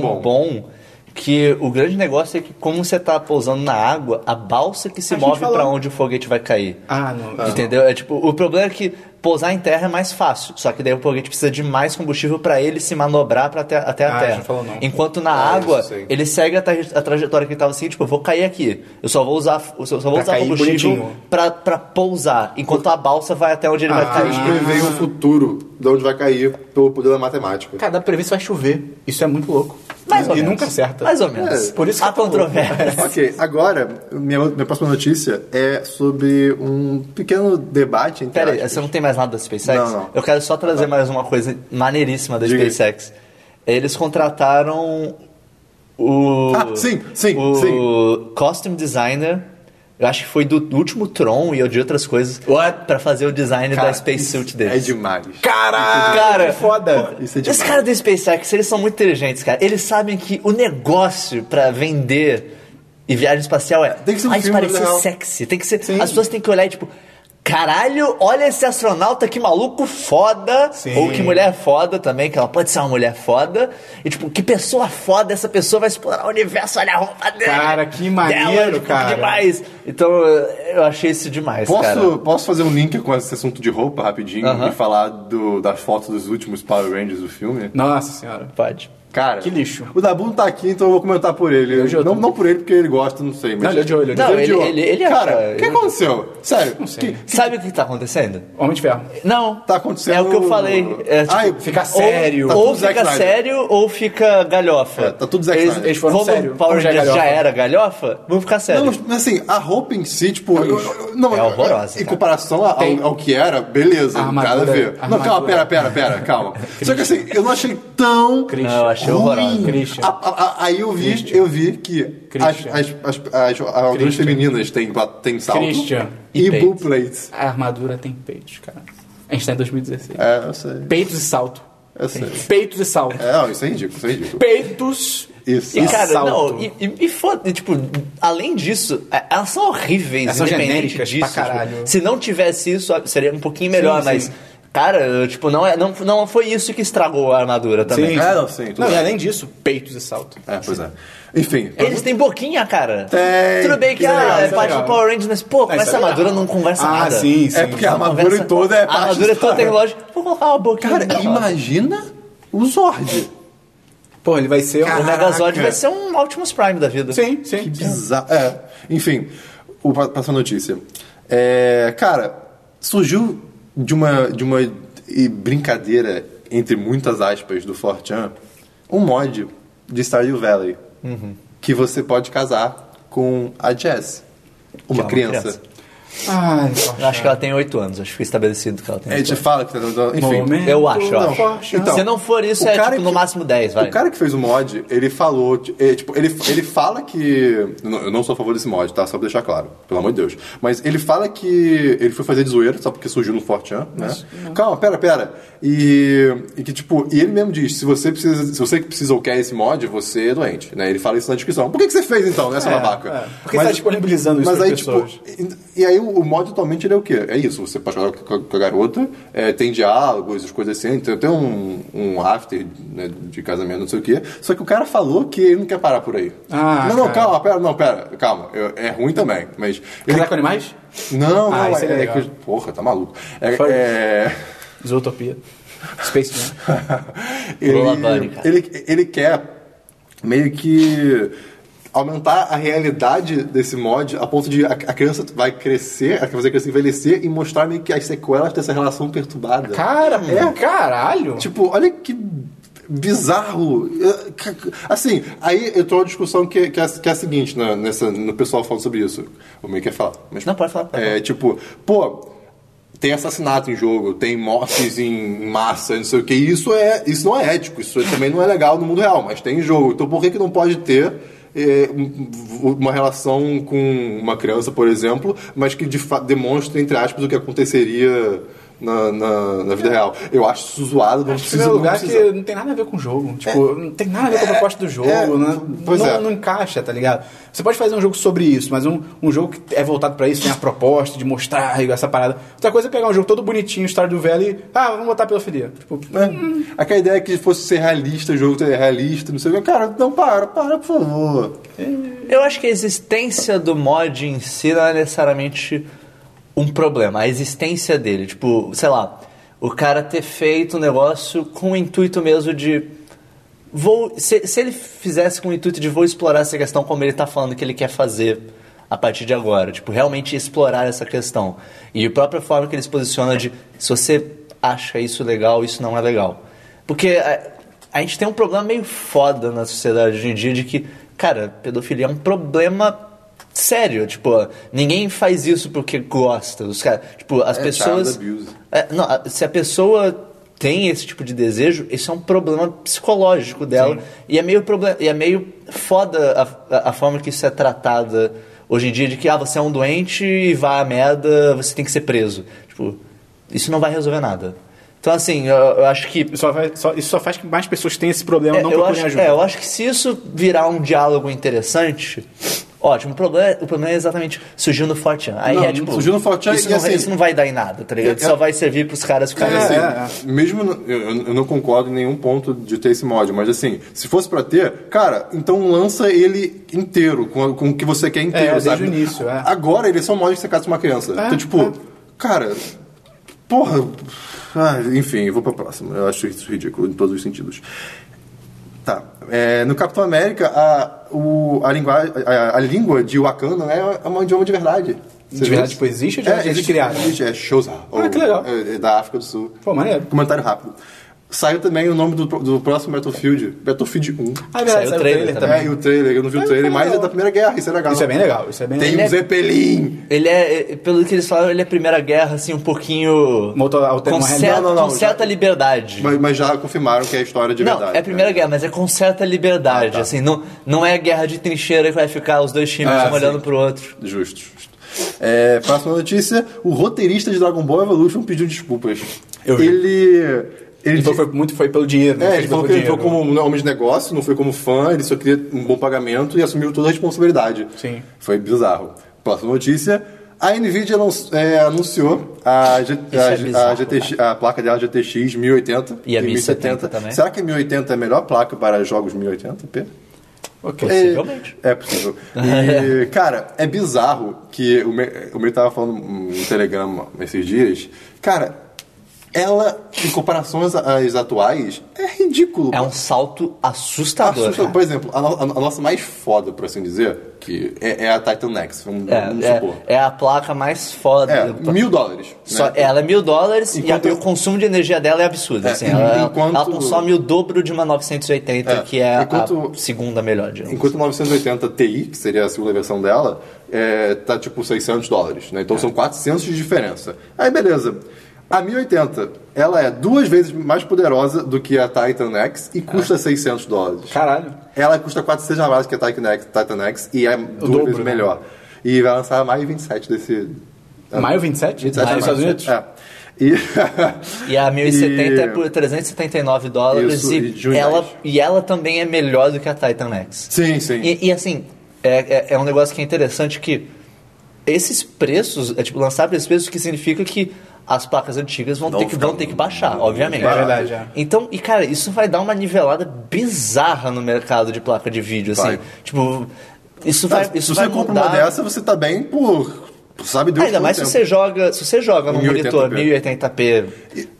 Speaker 2: Tão
Speaker 3: bom.
Speaker 2: bom.
Speaker 3: que o grande negócio é que como você tá pousando na água, a balsa que se
Speaker 1: A gente
Speaker 3: move
Speaker 1: falou.
Speaker 3: pra onde o foguete vai cair.
Speaker 1: Ah, não. Ah.
Speaker 3: Entendeu? É tipo, o problema é que pousar em terra é mais fácil, só que daí o foguete precisa de mais combustível pra ele se manobrar para até, até a
Speaker 1: Ah,
Speaker 3: terra.
Speaker 1: já falou não.
Speaker 3: Enquanto na
Speaker 2: Ah,
Speaker 3: água,
Speaker 2: isso, sei.
Speaker 3: ele segue a, traje- a trajetória que ele tava assim, tipo, eu vou cair aqui. Eu só vou usar, eu só vou
Speaker 1: Pra
Speaker 3: usar
Speaker 1: cair
Speaker 3: combustível
Speaker 1: bonitinho. Ah,
Speaker 3: pra, pra pousar, enquanto a balsa vai até onde ele vai
Speaker 2: Eles
Speaker 3: cair.
Speaker 1: tá.
Speaker 2: preveem o um futuro de onde vai cair pelo poder da matemática.
Speaker 1: Cara, dá pra prever se vai chover. Isso é muito louco.
Speaker 3: Mais
Speaker 1: e
Speaker 3: ou menos.
Speaker 1: nunca acerta.
Speaker 3: Mais ou menos.
Speaker 1: É, por isso que
Speaker 3: Há
Speaker 1: eu tô louco.
Speaker 3: controvérsia.
Speaker 2: Ok, agora, minha, outra- minha próxima notícia é sobre um pequeno debate entre
Speaker 3: Pera aí,
Speaker 2: aspas.
Speaker 3: você não tem mais nada da SpaceX?
Speaker 2: tá Não, não.
Speaker 3: Eu quero só trazer mais uma coisa maneiríssima da
Speaker 2: Diga aí.
Speaker 3: SpaceX. Eles contrataram o.
Speaker 2: Ah, sim, sim,
Speaker 3: o
Speaker 2: sim.
Speaker 3: costume designer. Eu acho que foi do, do último Tron e de outras coisas. What? Pra fazer o design da
Speaker 2: Cara,
Speaker 3: spacesuit
Speaker 2: isso
Speaker 3: deles.
Speaker 2: É demais.
Speaker 1: Caralho!
Speaker 3: Cara,
Speaker 1: que foda!
Speaker 2: Isso é demais.
Speaker 3: Esse cara do SpaceX, eles são muito inteligentes, cara. Eles sabem que o negócio pra vender e viagem espacial é.
Speaker 2: Tem que ser um
Speaker 3: "Ah, isso
Speaker 2: filme
Speaker 3: parece
Speaker 2: legal."
Speaker 3: sexy. Tem que ser.
Speaker 2: Sim.
Speaker 3: As pessoas têm que olhar e tipo. Caralho, olha esse astronauta, que maluco foda!
Speaker 1: Sim.
Speaker 3: Ou que mulher foda também, que ela pode ser uma mulher foda. E tipo, que pessoa foda, essa pessoa vai explorar o universo, olha a roupa dela.
Speaker 1: Cara, que maneiro,
Speaker 3: tipo,
Speaker 1: cara.
Speaker 3: Demais! Então, eu achei isso demais, cara.
Speaker 2: Posso, posso fazer um link com esse assunto de roupa rapidinho
Speaker 3: Aham.
Speaker 2: e falar do, das fotos dos últimos Power Rangers do filme?
Speaker 1: Nossa senhora.
Speaker 3: Pode.
Speaker 2: Cara,
Speaker 1: Que lixo.
Speaker 2: O Dabu não tá aqui, então eu vou comentar por ele.
Speaker 1: Eu já tô-
Speaker 2: não, não por ele, porque ele gosta, não sei. Mas
Speaker 1: Não, ele é de olho, ele é de
Speaker 3: Não,
Speaker 2: Ele é de
Speaker 3: ele-
Speaker 2: olho.
Speaker 3: ele- ele é-
Speaker 2: Cara, o que
Speaker 3: ele-
Speaker 2: aconteceu? Sério, não
Speaker 1: sei.
Speaker 3: Sabe o que tá acontecendo?
Speaker 1: Homem de ferro.
Speaker 3: Não.
Speaker 2: Tá acontecendo-
Speaker 3: É o que eu falei. É, tipo,
Speaker 2: Ai,
Speaker 1: Fica
Speaker 3: ou-
Speaker 1: sério.
Speaker 2: Tá
Speaker 3: Ou,
Speaker 2: tudo Zack
Speaker 3: fica
Speaker 2: Snyder.
Speaker 3: sério ou fica galhofa.
Speaker 2: É, tá tudo Zack
Speaker 3: eles,
Speaker 2: Snyder.
Speaker 1: Eles foram
Speaker 3: como
Speaker 1: sério.
Speaker 3: o Power
Speaker 1: Como já é
Speaker 3: Rangers já
Speaker 1: galhofa.
Speaker 3: era galhofa, vamos ficar sério.
Speaker 2: Não, mas assim, a roupa em si, tipo. eu- eu- não,
Speaker 3: É
Speaker 2: eu-
Speaker 3: horrorosa,
Speaker 2: Em
Speaker 3: cara.
Speaker 2: comparação ao,
Speaker 1: Tem-
Speaker 2: ao que era, beleza,
Speaker 1: A
Speaker 2: nada a
Speaker 1: armadura-
Speaker 2: ver. Não, calma,
Speaker 1: armadura.
Speaker 2: pera, pera, pera, calma. Só que assim, eu não achei tão.
Speaker 1: Christian.
Speaker 3: Não, eu achei horrorosa.
Speaker 2: ruim.
Speaker 1: Christian.
Speaker 2: A- a- a- Aí eu vi, eu vi que as,
Speaker 1: Christian.
Speaker 2: as, as, as, armaduras
Speaker 1: Christian.
Speaker 2: femininas têm, têm salto
Speaker 1: Christian.
Speaker 2: e,
Speaker 3: E peito.
Speaker 2: bull plates.
Speaker 1: A armadura tem peitos, cara. A gente tá em 2016.
Speaker 2: É, eu sei.
Speaker 1: Peitos e salto.
Speaker 2: Eu sei.
Speaker 1: Peitos e salto.
Speaker 2: É, não, isso é ridículo, isso é ridículo.
Speaker 1: Peitos.
Speaker 2: Isso.
Speaker 3: E,
Speaker 2: Ah,
Speaker 3: cara,
Speaker 1: Assalto.
Speaker 3: não, e, e, e foda, e, tipo, além disso, é- elas são horríveis,
Speaker 1: Elas são
Speaker 3: independente
Speaker 1: genéricas
Speaker 3: disso.
Speaker 1: pra
Speaker 3: tipo,
Speaker 1: caralho.
Speaker 3: se não tivesse isso, seria um pouquinho melhor,
Speaker 1: Sim,
Speaker 3: mas.
Speaker 1: sim.
Speaker 3: Cara, eu, tipo, não, é, não, não foi isso que estragou a armadura também.
Speaker 2: Ah, não, sim, tudo
Speaker 1: Não, e
Speaker 2: bem.
Speaker 1: além disso, peitos e salto.
Speaker 2: É, pois é. Enfim.
Speaker 3: Eles têm boquinha, cara.
Speaker 2: Tem.
Speaker 3: Tudo bem que,
Speaker 1: Isso é
Speaker 3: ah,
Speaker 1: legal,
Speaker 3: é
Speaker 1: isso é
Speaker 3: parte
Speaker 1: legal.
Speaker 3: do Power Rangers, mas, pô, com
Speaker 1: isso
Speaker 3: essa
Speaker 1: é legal.
Speaker 3: armadura não conversa
Speaker 1: Ah,
Speaker 3: nada.
Speaker 1: sim, sim.
Speaker 2: É porque a
Speaker 1: sim.
Speaker 2: armadura
Speaker 3: Conversa-
Speaker 2: toda é
Speaker 3: A
Speaker 2: parte
Speaker 3: armadura toda
Speaker 2: história.
Speaker 3: tem lógica. Vou colocar uma boquinha.
Speaker 2: Cara, imagina o Zord.
Speaker 1: Pô, ele vai ser... um-
Speaker 3: O Megazord
Speaker 2: Caraca.
Speaker 3: vai ser um Optimus Prime da vida.
Speaker 1: Sim, sim.
Speaker 2: Que
Speaker 1: sim.
Speaker 3: Então.
Speaker 2: bizarro. É. Enfim, o, pa- passando a notícia. É, cara, surgiu de uma, de uma e- brincadeira, entre muitas aspas, do 4chan, um mod de Stardew Valley.
Speaker 3: Uhum.
Speaker 2: Que você pode casar com a Jess, uma,
Speaker 3: é uma
Speaker 2: criança.
Speaker 3: criança.
Speaker 1: Ai,
Speaker 3: Eu acho que ela tem 8 anos, acho que foi estabelecido que ela tem
Speaker 2: A
Speaker 3: 8
Speaker 2: gente
Speaker 3: anos.
Speaker 2: fala que tá tentando. Enfim.
Speaker 1: Momento.
Speaker 3: Eu acho, eu
Speaker 1: Não,
Speaker 3: acho.
Speaker 1: poxa.
Speaker 2: Então,
Speaker 3: Se não for isso,
Speaker 2: o
Speaker 3: é
Speaker 2: cara
Speaker 3: tipo, no
Speaker 2: que-
Speaker 3: máximo 10, vai.
Speaker 2: O cara que fez o mod, ele falou. t- é, tipo, ele, ele fala que. não, Eu não sou a favor desse mod, tá? Só pra deixar claro, pelo amor de Deus. Mas ele fala que ele foi fazer de zoeira, só porque surgiu no Fortean, né? Calma, pera, pera. E, e que, tipo, e ele mesmo diz: se você precisa, se você que precisa ou quer esse mod, você é doente, né? Ele fala isso na descrição. Por que, que você fez então, né, sua
Speaker 1: É,
Speaker 2: babaca?
Speaker 1: é. Por que você tá disponibilizando isso
Speaker 2: mas
Speaker 1: pras
Speaker 2: aí,
Speaker 1: pessoas?
Speaker 2: Tipo, e, e aí o, o mod atualmente ele é o quê? É isso, você pode jogar com a, com a garota, é, tem diálogos, as coisas assim, tem até um, um after né, de casamento, não sei o quê. Só que o cara falou que ele não quer parar por aí.
Speaker 1: Ah,
Speaker 2: não, não,
Speaker 1: cara.
Speaker 2: calma, pera, não, pera, calma. eu- é ruim também, mas. Ele...
Speaker 1: Casar com animais?
Speaker 2: Não, não,
Speaker 1: Ah, isso
Speaker 2: é,
Speaker 1: é
Speaker 2: é
Speaker 1: legal.
Speaker 2: que. Porra, tá maluco. É.
Speaker 1: Foi.
Speaker 2: é...
Speaker 1: Zootopia. Space Jam.
Speaker 3: Lola Bunny,
Speaker 2: ele,
Speaker 3: cara.
Speaker 2: ele, ele quer meio que aumentar a realidade desse mod a ponto de a, a criança vai crescer, vai fazer a criança envelhecer e mostrar meio que as sequelas dessa relação perturbada.
Speaker 1: Cara, é. caralho.
Speaker 2: Tipo, olha que bizarro. Eu- ca- Assim, aí entrou uma discussão que, que, é, que é a seguinte, na- nessa, no pessoal falando sobre isso. O meio que ia falar. Mas,
Speaker 3: Não, pode falar, pode
Speaker 2: é, tipo, pô, tem assassinato em jogo, tem mortes em massa, não sei o que. Isso, é, isso não é ético, isso também não é legal no mundo real, mas tem em jogo. Então por que, que não pode ter é, um- uma relação com uma criança, por exemplo, mas que de fa- demonstre, entre aspas, o que aconteceria na, na, na vida real. Eu acho isso zoado, não
Speaker 1: Acho que
Speaker 2: precisa.
Speaker 1: é um
Speaker 2: Não
Speaker 1: lugar
Speaker 2: precisa.
Speaker 1: que não tem nada a ver com o jogo. Tipo, não tem nada a ver com a proposta do jogo,
Speaker 2: é,
Speaker 1: né?
Speaker 2: pois
Speaker 1: não,
Speaker 2: é.
Speaker 1: não encaixa, tá ligado? Você pode fazer um jogo sobre isso, mas um, um jogo que é voltado pra isso, tem a proposta de mostrar e essa parada. Outra coisa é pegar um jogo todo bonitinho, história do velho e. Ah, vamos botar pedofilia. Tipo,
Speaker 2: Né? Aquela ideia que fosse ser realista, o jogo ser realista, não sei o que. Cara, não, para, para, por favor.
Speaker 3: Eu acho que a existência do mod em si não é necessariamente um problema. A existência dele, tipo, sei lá, o cara ter feito um negócio com o intuito mesmo de. Vou, se, se ele fizesse com o intuito de vou explorar essa questão como ele tá falando que ele quer fazer a partir de agora, tipo, realmente explorar essa questão. E a própria forma que ele se posiciona de se você acha isso legal, isso não é legal. Porque a, a gente tem um problema meio foda na sociedade hoje em dia de que, cara, pedofilia é um problema sério. Tipo, ninguém faz isso porque gosta. Os cara, tipo, as
Speaker 2: É,
Speaker 3: pessoas.
Speaker 2: child abuse.
Speaker 3: É, não, a- se a pessoa tem esse tipo de desejo, isso é um problema psicológico dela. E é, meio proble- e é meio foda a, a- a forma que isso é tratada hoje em dia, de que ah, você é um doente e vá à merda, você tem que ser preso. Tipo, isso não vai resolver nada. Então, assim, eu, eu acho que.
Speaker 1: isso só, vai- só- isso só faz que mais pessoas tenham esse problema
Speaker 3: É,
Speaker 1: não
Speaker 3: eu
Speaker 1: procurem
Speaker 3: acho,
Speaker 1: ajuda.
Speaker 3: é, eu acho que se isso virar um diálogo interessante, ótimo. O problema, o problema é exatamente surgiu no Fortean. Aí
Speaker 2: Não,
Speaker 3: é tipo.
Speaker 2: surgiu no 4chan
Speaker 3: isso,
Speaker 2: e
Speaker 3: não,
Speaker 2: assim- é,
Speaker 3: isso não vai dar em nada, tá ligado?
Speaker 2: Eu-
Speaker 3: Só vai servir pros caras
Speaker 1: É,
Speaker 3: ficarem
Speaker 2: Cara,
Speaker 3: assim.
Speaker 2: assim, mesmo. no- Eu, eu- eu não concordo em nenhum ponto de ter esse mod, mas assim, se fosse pra ter, cara, então lança ele inteiro, com, com o que você quer inteiro,
Speaker 1: É, desde
Speaker 2: sabe?
Speaker 1: o início, é.
Speaker 2: Agora ele é só um mod que você casa uma criança. então, tipo, cara, porra. ah, enfim, eu vou pra próxima. Eu acho isso ridículo em todos os sentidos. Tá. É, no Capitão América, a, o, a, lingua, a, a língua de Wakanda né, é um idioma de verdade. Você
Speaker 1: De
Speaker 2: vê
Speaker 1: verdade,
Speaker 2: isso?
Speaker 1: tipo, existe ou de verdade
Speaker 2: existe,
Speaker 1: criado?
Speaker 2: Existe, é Xhosa.
Speaker 1: Ah, que legal.
Speaker 2: É, é da África do Sul.
Speaker 1: Pô, maneiro.
Speaker 2: Comentário rápido. Saiu também o nome do, pro- do próximo Battlefield, Battlefield 1.
Speaker 1: Ah, é verdade,
Speaker 3: Saiu
Speaker 1: saiu o
Speaker 3: trailer
Speaker 1: trailer
Speaker 3: também.
Speaker 1: também.
Speaker 2: É, e o trailer, eu não vi o trailer, mas é da Primeira Guerra, isso é legal.
Speaker 1: Isso é bem legal, isso é bem
Speaker 2: Tem
Speaker 1: legal.
Speaker 2: um Zeppelin!
Speaker 3: Ele é, é, pelo que eles falaram, ele é Primeira Guerra, assim, um pouquinho.
Speaker 1: Uma outra- alterna
Speaker 3: com
Speaker 1: uma
Speaker 3: certa,
Speaker 1: realidade.
Speaker 2: Não, não, não,
Speaker 3: com
Speaker 2: já-
Speaker 3: certa liberdade.
Speaker 2: Mas, mas já confirmaram que é a história de
Speaker 3: não,
Speaker 2: verdade. Ah, tá.
Speaker 3: é a Primeira Guerra, mas é com certa liberdade. Assim, não, não é guerra de trincheira que vai ficar os dois times
Speaker 2: Ah,
Speaker 3: um olhando pro outro.
Speaker 2: Justo, justo. É, próxima notícia: o roteirista de Dragon Ball Evolution pediu desculpas.
Speaker 1: Eu vi.
Speaker 2: ele. Ele,
Speaker 1: Então foi muito foi pelo dinheiro, né?
Speaker 2: É,
Speaker 1: Fez
Speaker 2: ele falou
Speaker 1: pelo
Speaker 2: que entrou
Speaker 1: dinheiro.
Speaker 2: como um homem de negócio, não foi como fã, ele só queria um bom pagamento e assumiu toda a responsabilidade.
Speaker 1: Sim.
Speaker 2: Foi bizarro. Próxima notícia. A NVIDIA anun- é, anunciou a, G-
Speaker 3: Isso é
Speaker 2: a-
Speaker 3: bizarro,
Speaker 2: a GTX a placa dela GTX 1080
Speaker 3: E a 1070 também.
Speaker 2: Será que a 1080 é a melhor placa para jogos 1080p?
Speaker 1: Ok.
Speaker 3: Possivelmente.
Speaker 2: É possível. E, cara, é bizarro que o Me- o meio tava falando no Telegram esses dias. Cara, ela, em comparações às atuais, é ridículo.
Speaker 3: É um salto assustador. né?
Speaker 2: Assusta-
Speaker 3: cara.
Speaker 2: por exemplo, a, no- a no- a nossa mais foda, por assim dizer, que é, é a Titan X, vamos, vamos supor.
Speaker 3: É, é, é a placa mais foda.
Speaker 2: É,
Speaker 3: do-
Speaker 2: mil dólares.
Speaker 3: Só-
Speaker 2: né?
Speaker 3: Ela é mil dólares
Speaker 2: Enquanto-
Speaker 3: e a- o consumo de energia dela é absurdo.
Speaker 2: É,
Speaker 3: assim, ela,
Speaker 2: enquanto-
Speaker 3: ela consome o dobro de uma 980,
Speaker 2: É,
Speaker 3: que é
Speaker 2: enquanto-
Speaker 3: a segunda melhor, digamos.
Speaker 2: Enquanto 980 Ti, que seria a segunda versão dela, é, tá tipo 600 dólares, né?
Speaker 3: É.
Speaker 2: Então são 400 de diferença. Aí beleza. A 1080, ela é duas vezes mais poderosa do que a Titan X e
Speaker 3: É.
Speaker 2: custa 600 dólares.
Speaker 1: Caralho.
Speaker 2: Ela custa 400 a mais que a Titan X, Titan X e é duas
Speaker 1: dobro,
Speaker 2: vezes
Speaker 1: né?
Speaker 2: melhor. E vai lançar maio 27 desse...
Speaker 3: Ah,
Speaker 1: Maio 27?
Speaker 2: 27
Speaker 1: Lá nos Estados Unidos?
Speaker 2: É. E...
Speaker 3: E a 1070 é
Speaker 2: E-
Speaker 3: por 379 dólares
Speaker 2: Isso, e
Speaker 3: e,
Speaker 2: de um
Speaker 3: ela,
Speaker 2: reais.
Speaker 3: e ela também é melhor do que a Titan X.
Speaker 2: Sim, sim.
Speaker 3: E, e, assim, é, é, é um negócio que é interessante que esses preços, é tipo, lançar pra esses preços que significa que as placas antigas vão, ter que,
Speaker 2: ficar
Speaker 3: vão ter que baixar, obviamente.
Speaker 1: É verdade, é.
Speaker 3: Então, e cara, isso vai dar uma nivelada bizarra no mercado de placa de vídeo, assim.
Speaker 2: Vai.
Speaker 3: Tipo, isso vai.
Speaker 2: Tá, Se
Speaker 3: Isso
Speaker 2: você
Speaker 3: vai
Speaker 2: compra
Speaker 3: mudar...
Speaker 2: uma dessa, você tá bem por... Sabe Deus
Speaker 3: Ainda
Speaker 2: quanto
Speaker 3: mais se
Speaker 2: tempo.
Speaker 3: você joga, se você joga num
Speaker 2: 1080p.
Speaker 3: monitor 1080p,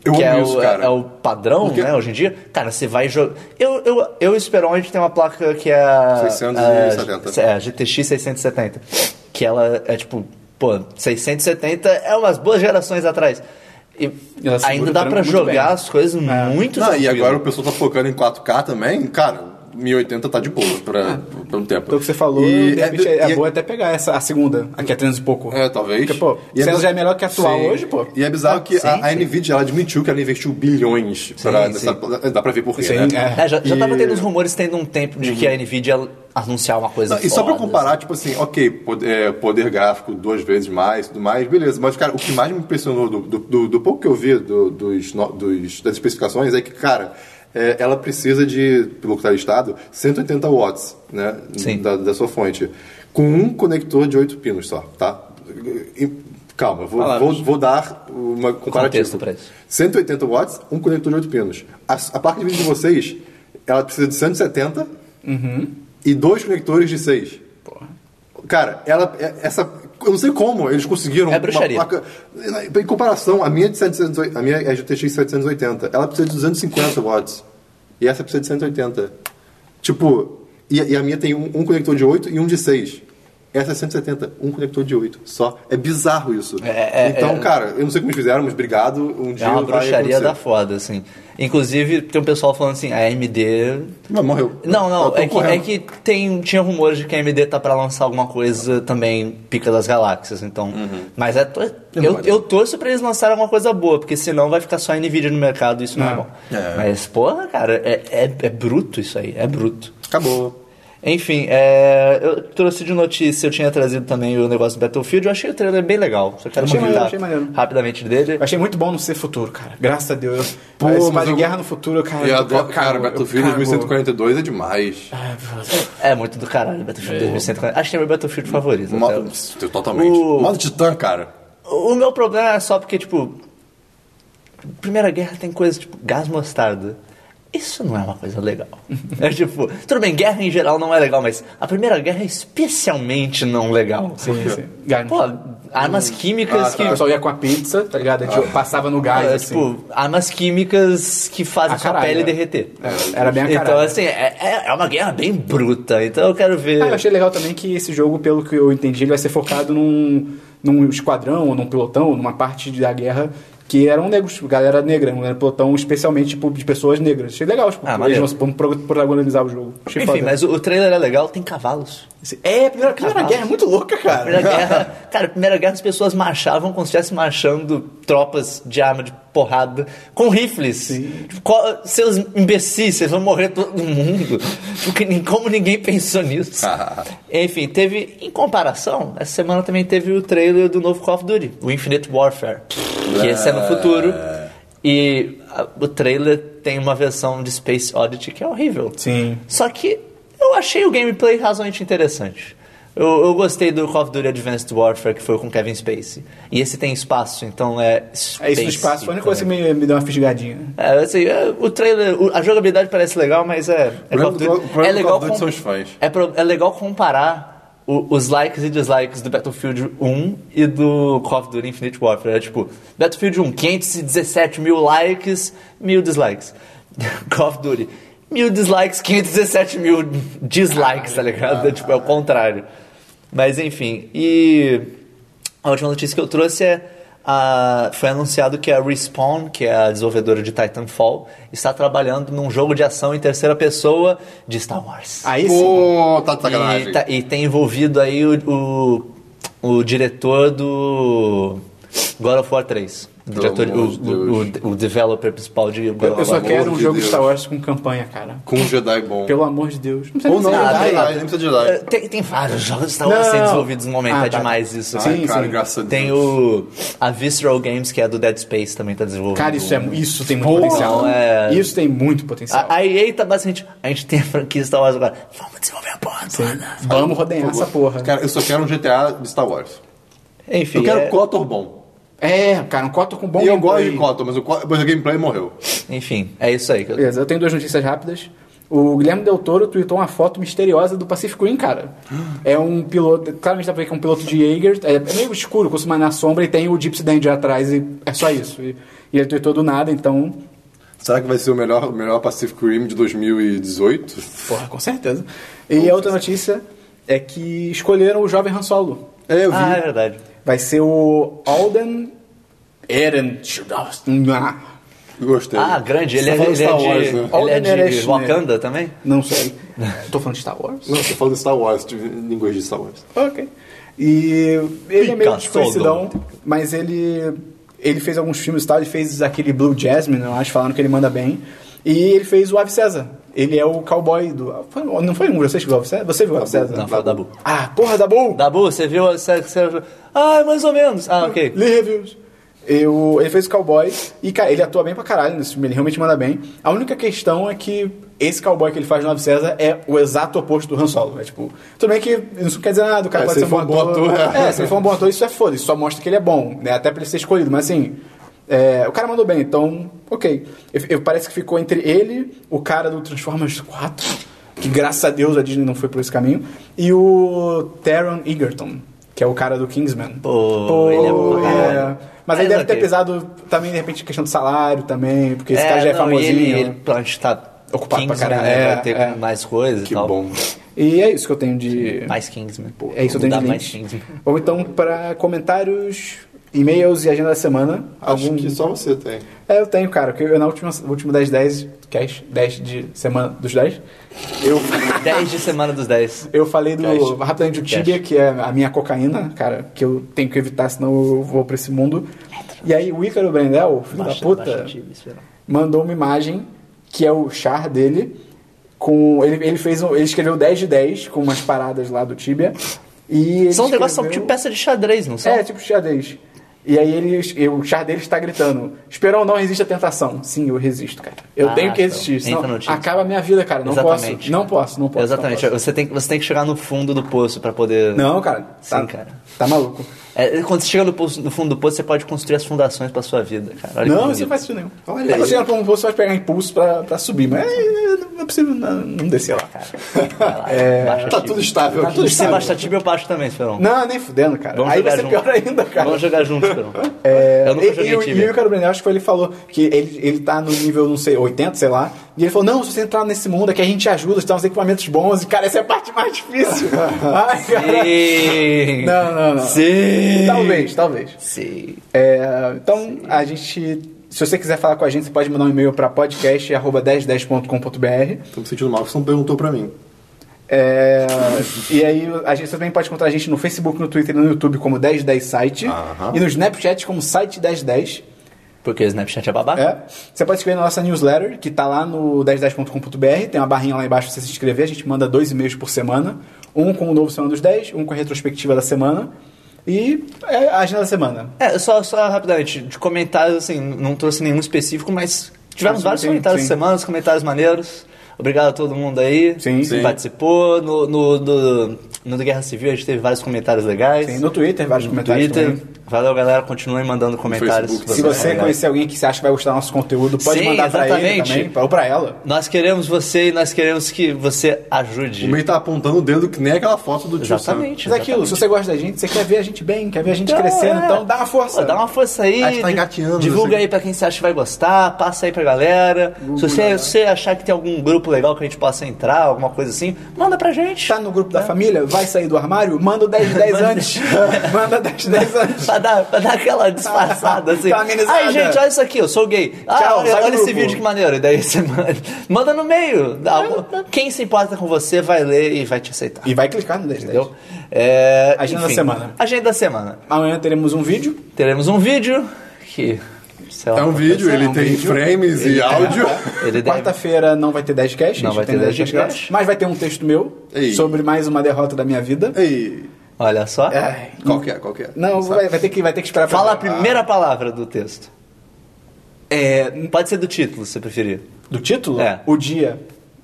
Speaker 2: Eu amo
Speaker 3: que é,
Speaker 2: isso,
Speaker 3: o, é-
Speaker 2: cara.
Speaker 3: é o padrão,
Speaker 2: Porque-
Speaker 3: né, hoje em dia. Cara, você vai jogar. Eu, eu, eu espero onde tem uma placa que é a
Speaker 2: 670.
Speaker 3: a- é, a GTX 670, que ela é tipo, pô, 670 é umas boas gerações atrás. E
Speaker 1: Ela segura
Speaker 3: ainda
Speaker 1: o
Speaker 3: dá
Speaker 1: tranco
Speaker 3: pra
Speaker 1: muito
Speaker 3: jogar
Speaker 1: bem. É.
Speaker 3: as coisas muito
Speaker 2: Não, e
Speaker 3: tranquilo.
Speaker 2: agora o pessoal tá focando em 4K também, cara. 1080 tá de boa
Speaker 3: Ah.
Speaker 2: pra, pra um tempo.
Speaker 1: Então o que você falou,
Speaker 2: E
Speaker 1: de
Speaker 2: é
Speaker 1: repente,
Speaker 2: do-
Speaker 1: é,
Speaker 2: e é-
Speaker 1: boa até pegar essa, a segunda, a que é 300 e pouco.
Speaker 2: É, talvez.
Speaker 1: Porque, pô,
Speaker 2: E é
Speaker 1: se ela
Speaker 2: bizar-
Speaker 1: já é melhor que a atual
Speaker 2: Sim.
Speaker 1: hoje, pô.
Speaker 2: E é bizarro que
Speaker 3: Ah, sim,
Speaker 2: a, a
Speaker 3: sim.
Speaker 2: Nvidia ela admitiu que ela investiu bilhões pra.
Speaker 3: Sim,
Speaker 2: nessa- Dá pra ver por quê,
Speaker 1: Sim,
Speaker 2: né?
Speaker 1: é.
Speaker 3: É, já, já
Speaker 2: E-
Speaker 3: tava tendo uns rumores tendo um tempo de que a Nvidia ia anunciar uma coisa
Speaker 2: Não, e só pra
Speaker 3: foda,
Speaker 2: comparar, tipo assim, ok, poder, é, poder gráfico duas vezes mais, tudo mais, beleza. Mas, cara, o que mais me impressionou do, do, do- do pouco que eu vi do- dos, no- dos- das especificações é que, cara, é, ela precisa de, pelo que está listado, 180 watts, né?
Speaker 3: Sim.
Speaker 2: Da, da sua fonte. Com um conector de 8 pinos só, tá? E- calma, eu vou,
Speaker 1: Fala,
Speaker 2: vou, vou dar uma comparativa.
Speaker 3: contexto pra isso.
Speaker 2: 180 watts, um conector de 8 pinos. A, a placa de vídeo de vocês, ela precisa de 170
Speaker 3: Uhum.
Speaker 2: e dois conectores de 6. Cara, ela, é- essa, eu não sei como eles conseguiram
Speaker 3: É bruxaria.
Speaker 2: uma placa... Em comparação, a minha, é de 780, a minha é GTX 780, ela precisa de 250 watts. E essa precisa de 180. Tipo, e, e a minha tem um, um conector de 8 e um de 6. Essa é 170, um conector de 8 só. É bizarro isso.
Speaker 3: É, é,
Speaker 2: então,
Speaker 3: é.
Speaker 2: cara, eu não sei como eles fizeram, mas obrigado. Um dia
Speaker 3: É uma
Speaker 2: vai
Speaker 3: bruxaria
Speaker 2: acontecer.
Speaker 3: da foda, assim. Inclusive, tem um pessoal falando assim, a AMD...
Speaker 2: Mas morreu.
Speaker 3: Não, não,
Speaker 2: Tá- tão
Speaker 3: é que, é
Speaker 2: correndo.
Speaker 3: que tem, tinha rumores de que a AMD tá pra lançar alguma coisa também pica das galáxias, então...
Speaker 2: Uhum.
Speaker 3: Mas é, to- eu, eu torço pra eles lançarem alguma coisa boa, porque senão vai ficar só a NVIDIA no mercado e isso não é,
Speaker 1: É.
Speaker 3: bom.
Speaker 2: É.
Speaker 3: Mas, porra, cara, é- é, é bruto isso aí, é bruto.
Speaker 2: Acabou.
Speaker 3: Enfim, é, eu trouxe de notícia, eu tinha trazido também o negócio do Battlefield, eu achei o trailer bem legal. Só quero
Speaker 1: Achei maneiro,
Speaker 3: comentar
Speaker 1: achei maneiro.
Speaker 3: rapidamente dele.
Speaker 1: Eu achei muito bom não ser futuro, cara. Graças a Deus. Pô,
Speaker 2: Pô, mas
Speaker 1: mas de
Speaker 2: eu-
Speaker 1: guerra no futuro, cara.
Speaker 2: Eu
Speaker 1: eu
Speaker 2: adoro,
Speaker 1: cago,
Speaker 2: cara,
Speaker 1: eu Ah,
Speaker 2: Battlefield
Speaker 1: cago.
Speaker 2: 2142 é demais.
Speaker 3: É muito do caralho, Battlefield 2140. Acho que é meu Battlefield favorito.
Speaker 2: Mo-
Speaker 3: até.
Speaker 2: Totalmente.
Speaker 3: O-
Speaker 2: Modo Titã, cara.
Speaker 3: O meu problema é só porque, tipo. Primeira guerra tem coisa tipo gás mostarda. Isso não é uma coisa legal. É tipo, tudo bem, guerra em geral não é legal, mas a primeira guerra é especialmente não legal.
Speaker 1: Sim, sim. assim. Gás.
Speaker 3: Pô, armas
Speaker 2: Ah,
Speaker 3: químicas
Speaker 2: tá.
Speaker 1: O
Speaker 3: que
Speaker 1: pessoal ia com a pizza, tá ligado? A gente passava no gás,
Speaker 3: É,
Speaker 1: assim.
Speaker 3: Tipo, armas químicas que fazem
Speaker 1: Ah,
Speaker 3: sua
Speaker 1: caralho,
Speaker 3: pele
Speaker 1: é.
Speaker 3: derreter.
Speaker 1: É, era bem a
Speaker 3: Então,
Speaker 1: caralho.
Speaker 3: assim, é, é- é uma guerra bem bruta. Então eu quero ver.
Speaker 1: Ah, eu achei legal também que esse jogo, pelo que eu entendi, ele vai ser focado num, num esquadrão, ou num pelotão, ou numa parte da guerra que eram negros, tipo, galera negra, não era pelotão especialmente tipo, de pessoas negras. Achei legal, tipo,
Speaker 3: Ah,
Speaker 1: eles
Speaker 3: maneiro.
Speaker 1: vão vão pro- protagonizar o jogo. Achei
Speaker 3: Enfim,
Speaker 1: foda.
Speaker 3: mas o, o trailer é legal, tem cavalos.
Speaker 1: É, a primeira, a primeira
Speaker 3: Caralho.
Speaker 1: guerra é muito louca, cara.
Speaker 3: Primeira guerra, cara, primeira guerra as pessoas marchavam como se estivesse marchando tropas de arma de porrada com rifles. Tipo, qual- seus imbecis, vocês vão morrer todo mundo. Porque nem- como ninguém pensou nisso. Enfim, teve, em comparação, essa semana também teve o trailer do novo Call of Duty, o Infinite Warfare. Que esse é no futuro. E a- o trailer tem uma versão de Space Oddity que é horrível.
Speaker 1: Sim.
Speaker 3: Só que eu achei o gameplay razoavelmente interessante. Eu, eu gostei do Call of Duty Advanced Warfare, que foi com Kevin Spacey. E esse tem espaço, então é.
Speaker 1: É isso no espaço, foi a única coisa que me,
Speaker 3: né?
Speaker 1: me deu uma fisgadinha.
Speaker 3: É, assim, é, o trailer, o- a jogabilidade parece legal, mas é. é
Speaker 2: problema
Speaker 3: Call of
Speaker 2: do-
Speaker 3: Duty.
Speaker 2: o problema
Speaker 3: É
Speaker 2: do
Speaker 3: legal
Speaker 2: Call of Duty
Speaker 3: com-
Speaker 2: são os fãs.
Speaker 3: É, pro- é legal comparar o- os likes e dislikes do Battlefield 1 e do Call of Duty Infinite Warfare. É tipo, Battlefield 1, 517 mil likes, mil dislikes. Call of Duty, mil dislikes, 517 mil dislikes, tá ligado? É, tipo, é o contrário. Mas enfim, e. A última notícia que eu trouxe é. a- foi anunciado que a Respawn, que é a desenvolvedora de Titanfall, está trabalhando num jogo de ação em terceira pessoa de Star Wars.
Speaker 1: Aí sim.
Speaker 2: Pô, tá de
Speaker 3: e,
Speaker 2: sacanagem.
Speaker 3: tá- e tem envolvido aí o, o, o diretor do God of War 3. O,
Speaker 2: Pelo
Speaker 3: diretor,
Speaker 2: amor de
Speaker 3: o, o, o, o developer principal de God
Speaker 1: Eu
Speaker 3: of
Speaker 1: só
Speaker 3: War.
Speaker 1: quero um
Speaker 2: de
Speaker 1: jogo
Speaker 2: Deus.
Speaker 1: Star Wars com campanha, cara.
Speaker 2: Com um Jedi bom.
Speaker 1: Pelo amor de Deus. Não precisa
Speaker 2: Ou não,
Speaker 1: nem ser
Speaker 2: nem
Speaker 3: Ah,
Speaker 1: Jedi.
Speaker 2: precisa de
Speaker 3: tem-
Speaker 2: Jedi, nem precisa de Jedi.
Speaker 3: É, Tem, tem vários jogos que Star Wars
Speaker 1: Não.
Speaker 3: sendo desenvolvidos no momento,
Speaker 1: Ah,
Speaker 3: é
Speaker 1: tá.
Speaker 3: demais isso.
Speaker 1: Sim,
Speaker 2: Ai, cara,
Speaker 1: sim.
Speaker 2: graças a Deus.
Speaker 3: Tem o. A Visceral Games, que é do Dead Space, também tá desenvolvendo.
Speaker 1: Cara, isso, é, isso tem muito potencial.
Speaker 3: é-
Speaker 1: Isso tem muito potencial.
Speaker 3: A, a EA tá basicamente. A gente tem a franquia Star Wars agora. Vamos desenvolver a porra toda.
Speaker 1: Vamos rodear essa porra.
Speaker 2: Cara, eu só quero um GTA de Star Wars.
Speaker 3: Enfim.
Speaker 2: Eu quero um
Speaker 3: é-
Speaker 2: Kotor bom.
Speaker 1: É, cara, um Cotor com bom
Speaker 2: e eu gosto
Speaker 1: gameplay.
Speaker 2: de Kotor, mas o, Kotor- mas o gameplay morreu.
Speaker 3: Enfim, é isso aí. que eu-
Speaker 1: Beleza, eu tenho duas notícias rápidas. O Guilherme Del Toro tweetou uma foto misteriosa do Pacific Rim, cara. É um piloto, claramente dá pra ver que é um piloto de Jaeger, é é meio escuro, com uma na sombra e tem o Gypsy Danger atrás e é só isso. E, e ele tweetou do nada, então...
Speaker 2: Será que vai ser o melhor, o melhor Pacific Rim de 2018?
Speaker 1: Porra, com certeza. E a outra notícia é que escolheram o jovem Han Solo.
Speaker 2: É, eu vi.
Speaker 3: Ah, é verdade.
Speaker 1: Ah, Vai ser o Alden Ehrenschnauzer.
Speaker 2: Gostei.
Speaker 3: Ah, grande. Ele, é,
Speaker 2: Você tá
Speaker 3: ele, é
Speaker 2: falando
Speaker 3: de,
Speaker 2: Star Wars, né?
Speaker 1: Olha
Speaker 3: ele é de
Speaker 1: Generation, né?
Speaker 3: Wakanda também?
Speaker 1: Não sei. Tô falando de Star Wars?
Speaker 2: Não, tô falando de Star Wars, de línguas de Star Wars.
Speaker 1: Ok. E ele é meio
Speaker 3: Pica
Speaker 1: desconhecidão, mas ele ele fez alguns filmes e tal, ele fez aquele Blue Jasmine, eu acho, falando que ele manda bem. E ele fez o Ave César. Ele é o cowboy do. foi- não foi um, você que viu o Ave César? Você viu o Ave César?
Speaker 3: Não, foi o Dabu.
Speaker 1: Ah, porra, da Bull!
Speaker 3: Dabu, você viu? Você, você... Ah, é mais ou menos. Ah, ok.
Speaker 1: Li reviews. Eu, ele fez o cowboy e, cara, ele atua bem pra caralho nesse filme, ele realmente manda bem. A única questão é que esse cowboy que ele faz no Ave César é o exato oposto do Han Solo. É tipo, tudo bem que isso não quer dizer nada, o cara
Speaker 2: É,
Speaker 1: pode
Speaker 2: se
Speaker 1: ser um bom
Speaker 2: ele for um
Speaker 1: ator.
Speaker 2: bom ator, é.
Speaker 1: É, se ele for um bom ator, isso é foda, isso só mostra que ele é bom, né? Até pra ele ser escolhido, mas assim, é, o cara mandou bem, então, ok. Eu, eu- parece que ficou entre ele, o cara do Transformers 4, que graças a Deus a Disney não foi por esse caminho, e o Taron Egerton, que é o cara do Kingsman.
Speaker 3: Pô, ele é bom pra caralho.
Speaker 1: é. Mas aí
Speaker 3: Mas
Speaker 1: deve ter
Speaker 3: ok.
Speaker 1: pesado também, de repente, questão de salário também, porque esse cara já é
Speaker 3: não,
Speaker 1: famosinho.
Speaker 3: E ele, ele, a gente tá
Speaker 1: Ocupado pra
Speaker 3: Kingsman,
Speaker 1: caralho.
Speaker 3: né?
Speaker 1: É,
Speaker 3: vai ter
Speaker 1: é.
Speaker 3: mais coisa
Speaker 2: Que
Speaker 3: e tal.
Speaker 2: bom.
Speaker 1: E é isso que eu tenho de.
Speaker 3: Mais Kingsman. Pô,
Speaker 1: É isso que eu tenho
Speaker 3: Mudar
Speaker 1: de
Speaker 3: mais
Speaker 1: links.
Speaker 3: Kingsman.
Speaker 1: Ou então, pra comentários, e-mails e agenda da semana.
Speaker 2: Acho
Speaker 1: algum...
Speaker 2: que só você tem.
Speaker 1: É, eu tenho, cara, porque eu na última, última 10 10 cast, 10 de semana dos 10, eu,
Speaker 3: 10 de semana dos 10.
Speaker 1: eu falei do
Speaker 3: Cast.
Speaker 1: rapidamente do Tibia, que é a minha cocaína, cara, que eu tenho que evitar, senão eu vou pra esse mundo. E aí o Ícaro Brendel, filho da
Speaker 3: É, Baixa-
Speaker 1: puta,
Speaker 3: baixa antigo, espera.
Speaker 1: mandou uma imagem que é o char dele com ele, ele fez um, ele escreveu 10 de 10 com umas paradas lá do Tibia e ele
Speaker 3: São um negócio, são
Speaker 1: escreveu-
Speaker 3: tipo peça de xadrez, não são?
Speaker 1: é, tipo xadrez. E aí ele, e o char dele está gritando: Esperão, não resiste à tentação. Sim, eu resisto, cara. Eu
Speaker 3: Ah,
Speaker 1: tenho que
Speaker 3: então,
Speaker 1: resistir.
Speaker 3: entra
Speaker 1: Senão
Speaker 3: no time.
Speaker 1: acaba a minha vida, cara. Não
Speaker 3: Exatamente.
Speaker 1: posso. Não posso, não posso.
Speaker 3: Exatamente.
Speaker 1: Não, posso.
Speaker 3: Você, tem, que- você tem que chegar no fundo do poço pra poder...
Speaker 1: Não, cara. Tá,
Speaker 3: Sim, cara.
Speaker 1: Tá maluco.
Speaker 3: É, quando você chega no, poço- no fundo do poço, você pode construir as fundações pra sua vida, cara. Olha que
Speaker 1: Não,
Speaker 3: bonito.
Speaker 1: você não faz isso nenhum.
Speaker 2: Olha
Speaker 1: Olha,
Speaker 2: aí.
Speaker 1: você não você vai pegar impulso pra, pra subir, mas é, não é possível não, não descer lá, cara.
Speaker 3: Vai lá, baixa
Speaker 2: Tá
Speaker 3: time.
Speaker 2: tudo estável
Speaker 1: É, Tá
Speaker 2: aqui.
Speaker 1: tudo
Speaker 3: Se você
Speaker 1: estável.
Speaker 3: baixa time, eu baixo também, Esperão.
Speaker 1: Não, nem fudendo, cara.
Speaker 3: Vamos
Speaker 1: aí vai ser
Speaker 3: jogar junto.
Speaker 1: pior ainda, cara.
Speaker 3: Vamos jogar junto, Esperão.
Speaker 1: É,
Speaker 3: eu nunca
Speaker 1: e-
Speaker 3: joguei
Speaker 1: e, o-
Speaker 3: Tibia.
Speaker 1: E o Ricardo Brenner, acho que ele falou que ele, ele tá no nível, não sei, 80, sei lá. E ele falou: não, se você entrar nesse mundo aqui, a gente ajuda, você tem uns equipamentos bons. E, cara, essa é a parte mais difícil. Ai, cara.
Speaker 3: Sim.
Speaker 1: Não, não, não.
Speaker 3: Sim.
Speaker 1: Talvez, talvez.
Speaker 3: Sim.
Speaker 1: É, então, a gente. Se você quiser falar com a gente, você pode mandar um e-mail para podcast.1010.com.br.
Speaker 2: Tô me sentindo mal, você não perguntou pra mim.
Speaker 1: É, e aí a gente você também pode encontrar a gente no Facebook, no Twitter e no YouTube como 1010 Site.
Speaker 2: Aham.
Speaker 1: E no Snapchat como Site 1010.
Speaker 3: Porque o Snapchat é babaca.
Speaker 1: É. Você pode escrever na nossa newsletter, que tá lá no 1010.com.br, tem uma barrinha lá embaixo pra você se inscrever, a gente manda dois e-mails por semana, um com o novo Semana dos 10, um com a retrospectiva da semana, e é a agenda da semana.
Speaker 3: É, só, só rapidamente, de comentários, assim, não trouxe nenhum específico, mas
Speaker 1: Ah,
Speaker 3: tivemos
Speaker 1: sim,
Speaker 3: vários
Speaker 1: sim,
Speaker 3: comentários
Speaker 1: sim.
Speaker 3: essa semana, uns comentários maneiros. Obrigado a todo mundo aí
Speaker 1: Sim,
Speaker 3: que
Speaker 1: sim.
Speaker 3: participou. No, no, do- no do Guerra Civil a gente teve vários comentários legais.
Speaker 1: Tem no Twitter vários comentários
Speaker 3: Twitter.
Speaker 1: também.
Speaker 3: Valeu, galera. Continuem mandando comentários.
Speaker 2: Facebook.
Speaker 1: Se
Speaker 3: vocês
Speaker 1: você
Speaker 3: quiserem.
Speaker 1: conhecer alguém que você acha que vai gostar do nosso conteúdo, pode
Speaker 3: Sim,
Speaker 1: mandar pra ele
Speaker 3: exatamente.
Speaker 1: também, pra- ou pra ela.
Speaker 3: Nós queremos você e nós queremos que você ajude.
Speaker 2: O meio tá apontando o dedo que nem aquela foto do tio Sam.
Speaker 3: Exatamente.
Speaker 1: Mas é aquilo, se você gosta da gente, você quer ver a gente bem, quer ver a gente crescendo,
Speaker 3: é.
Speaker 1: então dá uma força.
Speaker 3: Pô, dá uma força aí.
Speaker 2: A gente tá engateando,
Speaker 3: Divulga
Speaker 2: assim.
Speaker 3: aí pra quem você acha que vai gostar, passa aí pra galera. se você, se você achar que tem algum grupo legal que a gente possa entrar, alguma coisa assim, manda pra gente.
Speaker 1: Tá no grupo da família? Vai sair do armário? Manda o 10 de 10 antes. Manda 10 de 10 antes.
Speaker 3: Pra dar, pra dar aquela disfarçada assim.
Speaker 1: Tá amenizada.
Speaker 3: Ai, gente, olha isso aqui, eu sou gay. Ah,
Speaker 1: Tchau,
Speaker 3: olha,
Speaker 1: sai do
Speaker 3: olha esse
Speaker 1: grupo.
Speaker 3: vídeo que maneiro. E daí você manda, manda no meio. Dá algum-
Speaker 1: Tá,
Speaker 3: Quem se importa com você vai ler e vai te aceitar.
Speaker 1: E vai clicar no 10 de 10.
Speaker 3: Entendeu? É,
Speaker 1: Agenda da semana.
Speaker 3: Agenda da semana.
Speaker 1: Amanhã teremos um vídeo.
Speaker 3: Teremos um vídeo que. sei lá,
Speaker 2: É um vídeo,
Speaker 3: Tá
Speaker 2: ele tem frames e áudio.
Speaker 3: Ele deve-
Speaker 1: Quarta-feira não vai ter 10 cash,
Speaker 3: é Não vai ter 10 cash.
Speaker 1: mas vai ter um texto meu
Speaker 2: Ei.
Speaker 1: sobre mais uma derrota da minha vida.
Speaker 2: Ei,
Speaker 3: Olha só.
Speaker 1: Ai,
Speaker 2: qual que é, qual que é?
Speaker 1: Não, vai, vai ter que, vai ter que esperar pra
Speaker 3: Fala a
Speaker 1: ver.
Speaker 3: primeira palavra do texto.
Speaker 1: É,
Speaker 3: Pode ser do título, se preferir.
Speaker 1: do título?
Speaker 3: É.
Speaker 1: O dia.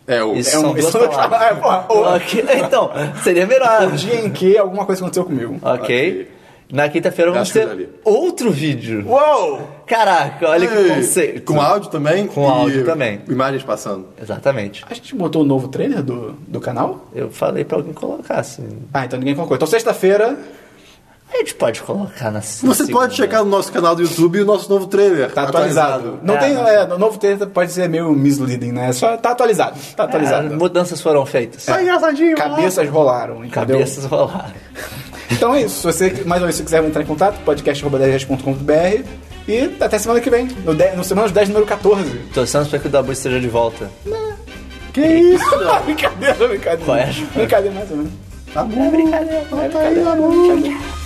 Speaker 2: É Ah, o...
Speaker 3: Isso
Speaker 1: um-
Speaker 3: são duas
Speaker 1: isso é uma-
Speaker 3: palavras.
Speaker 1: é, porra, o-
Speaker 3: Ok, Então, seria melhor.
Speaker 1: O dia em que alguma coisa aconteceu comigo.
Speaker 3: ok.
Speaker 2: Ok.
Speaker 3: Na quinta-feira vamos
Speaker 2: Acho que
Speaker 3: ter
Speaker 2: já li.
Speaker 3: outro vídeo.
Speaker 1: Uou!
Speaker 3: Caraca, olha que
Speaker 2: Ei,
Speaker 3: conceito.
Speaker 2: Com áudio também?
Speaker 3: Com áudio também.
Speaker 2: Imagens passando.
Speaker 3: Exatamente.
Speaker 1: A gente botou o novo trailer do, do canal?
Speaker 3: Eu falei pra alguém colocar, assim.
Speaker 1: Ah, então ninguém colocou. Então sexta-feira.
Speaker 3: A gente pode colocar na
Speaker 2: Você
Speaker 3: na
Speaker 2: pode
Speaker 3: segunda.
Speaker 2: checar no nosso canal do YouTube o nosso novo trailer.
Speaker 1: Tá atualizado. Não
Speaker 3: É,
Speaker 1: tem.
Speaker 3: não.
Speaker 1: É, o novo trailer pode ser meio misleading, né? Só tá atualizado. Tá
Speaker 3: É,
Speaker 1: atualizado.
Speaker 3: mudanças foram feitas.
Speaker 2: Tá engraçadinho.
Speaker 1: Cabeças rolaram, entendeu?
Speaker 3: Cabeças rolaram.
Speaker 1: Então é isso. Se você, mais ou menos, se quiser entrar em contato, podcast.com.br E até semana que vem, no, 10, no Semana dos 10, número 14.
Speaker 3: Torcemos pra que o Dabu esteja de volta.
Speaker 2: Que isso?
Speaker 1: brincadeira, brincadeira.
Speaker 3: Qual é?
Speaker 1: Brincadeira mais ou menos. Então
Speaker 2: Tá bom. É brincadeira. Tá aí, amor.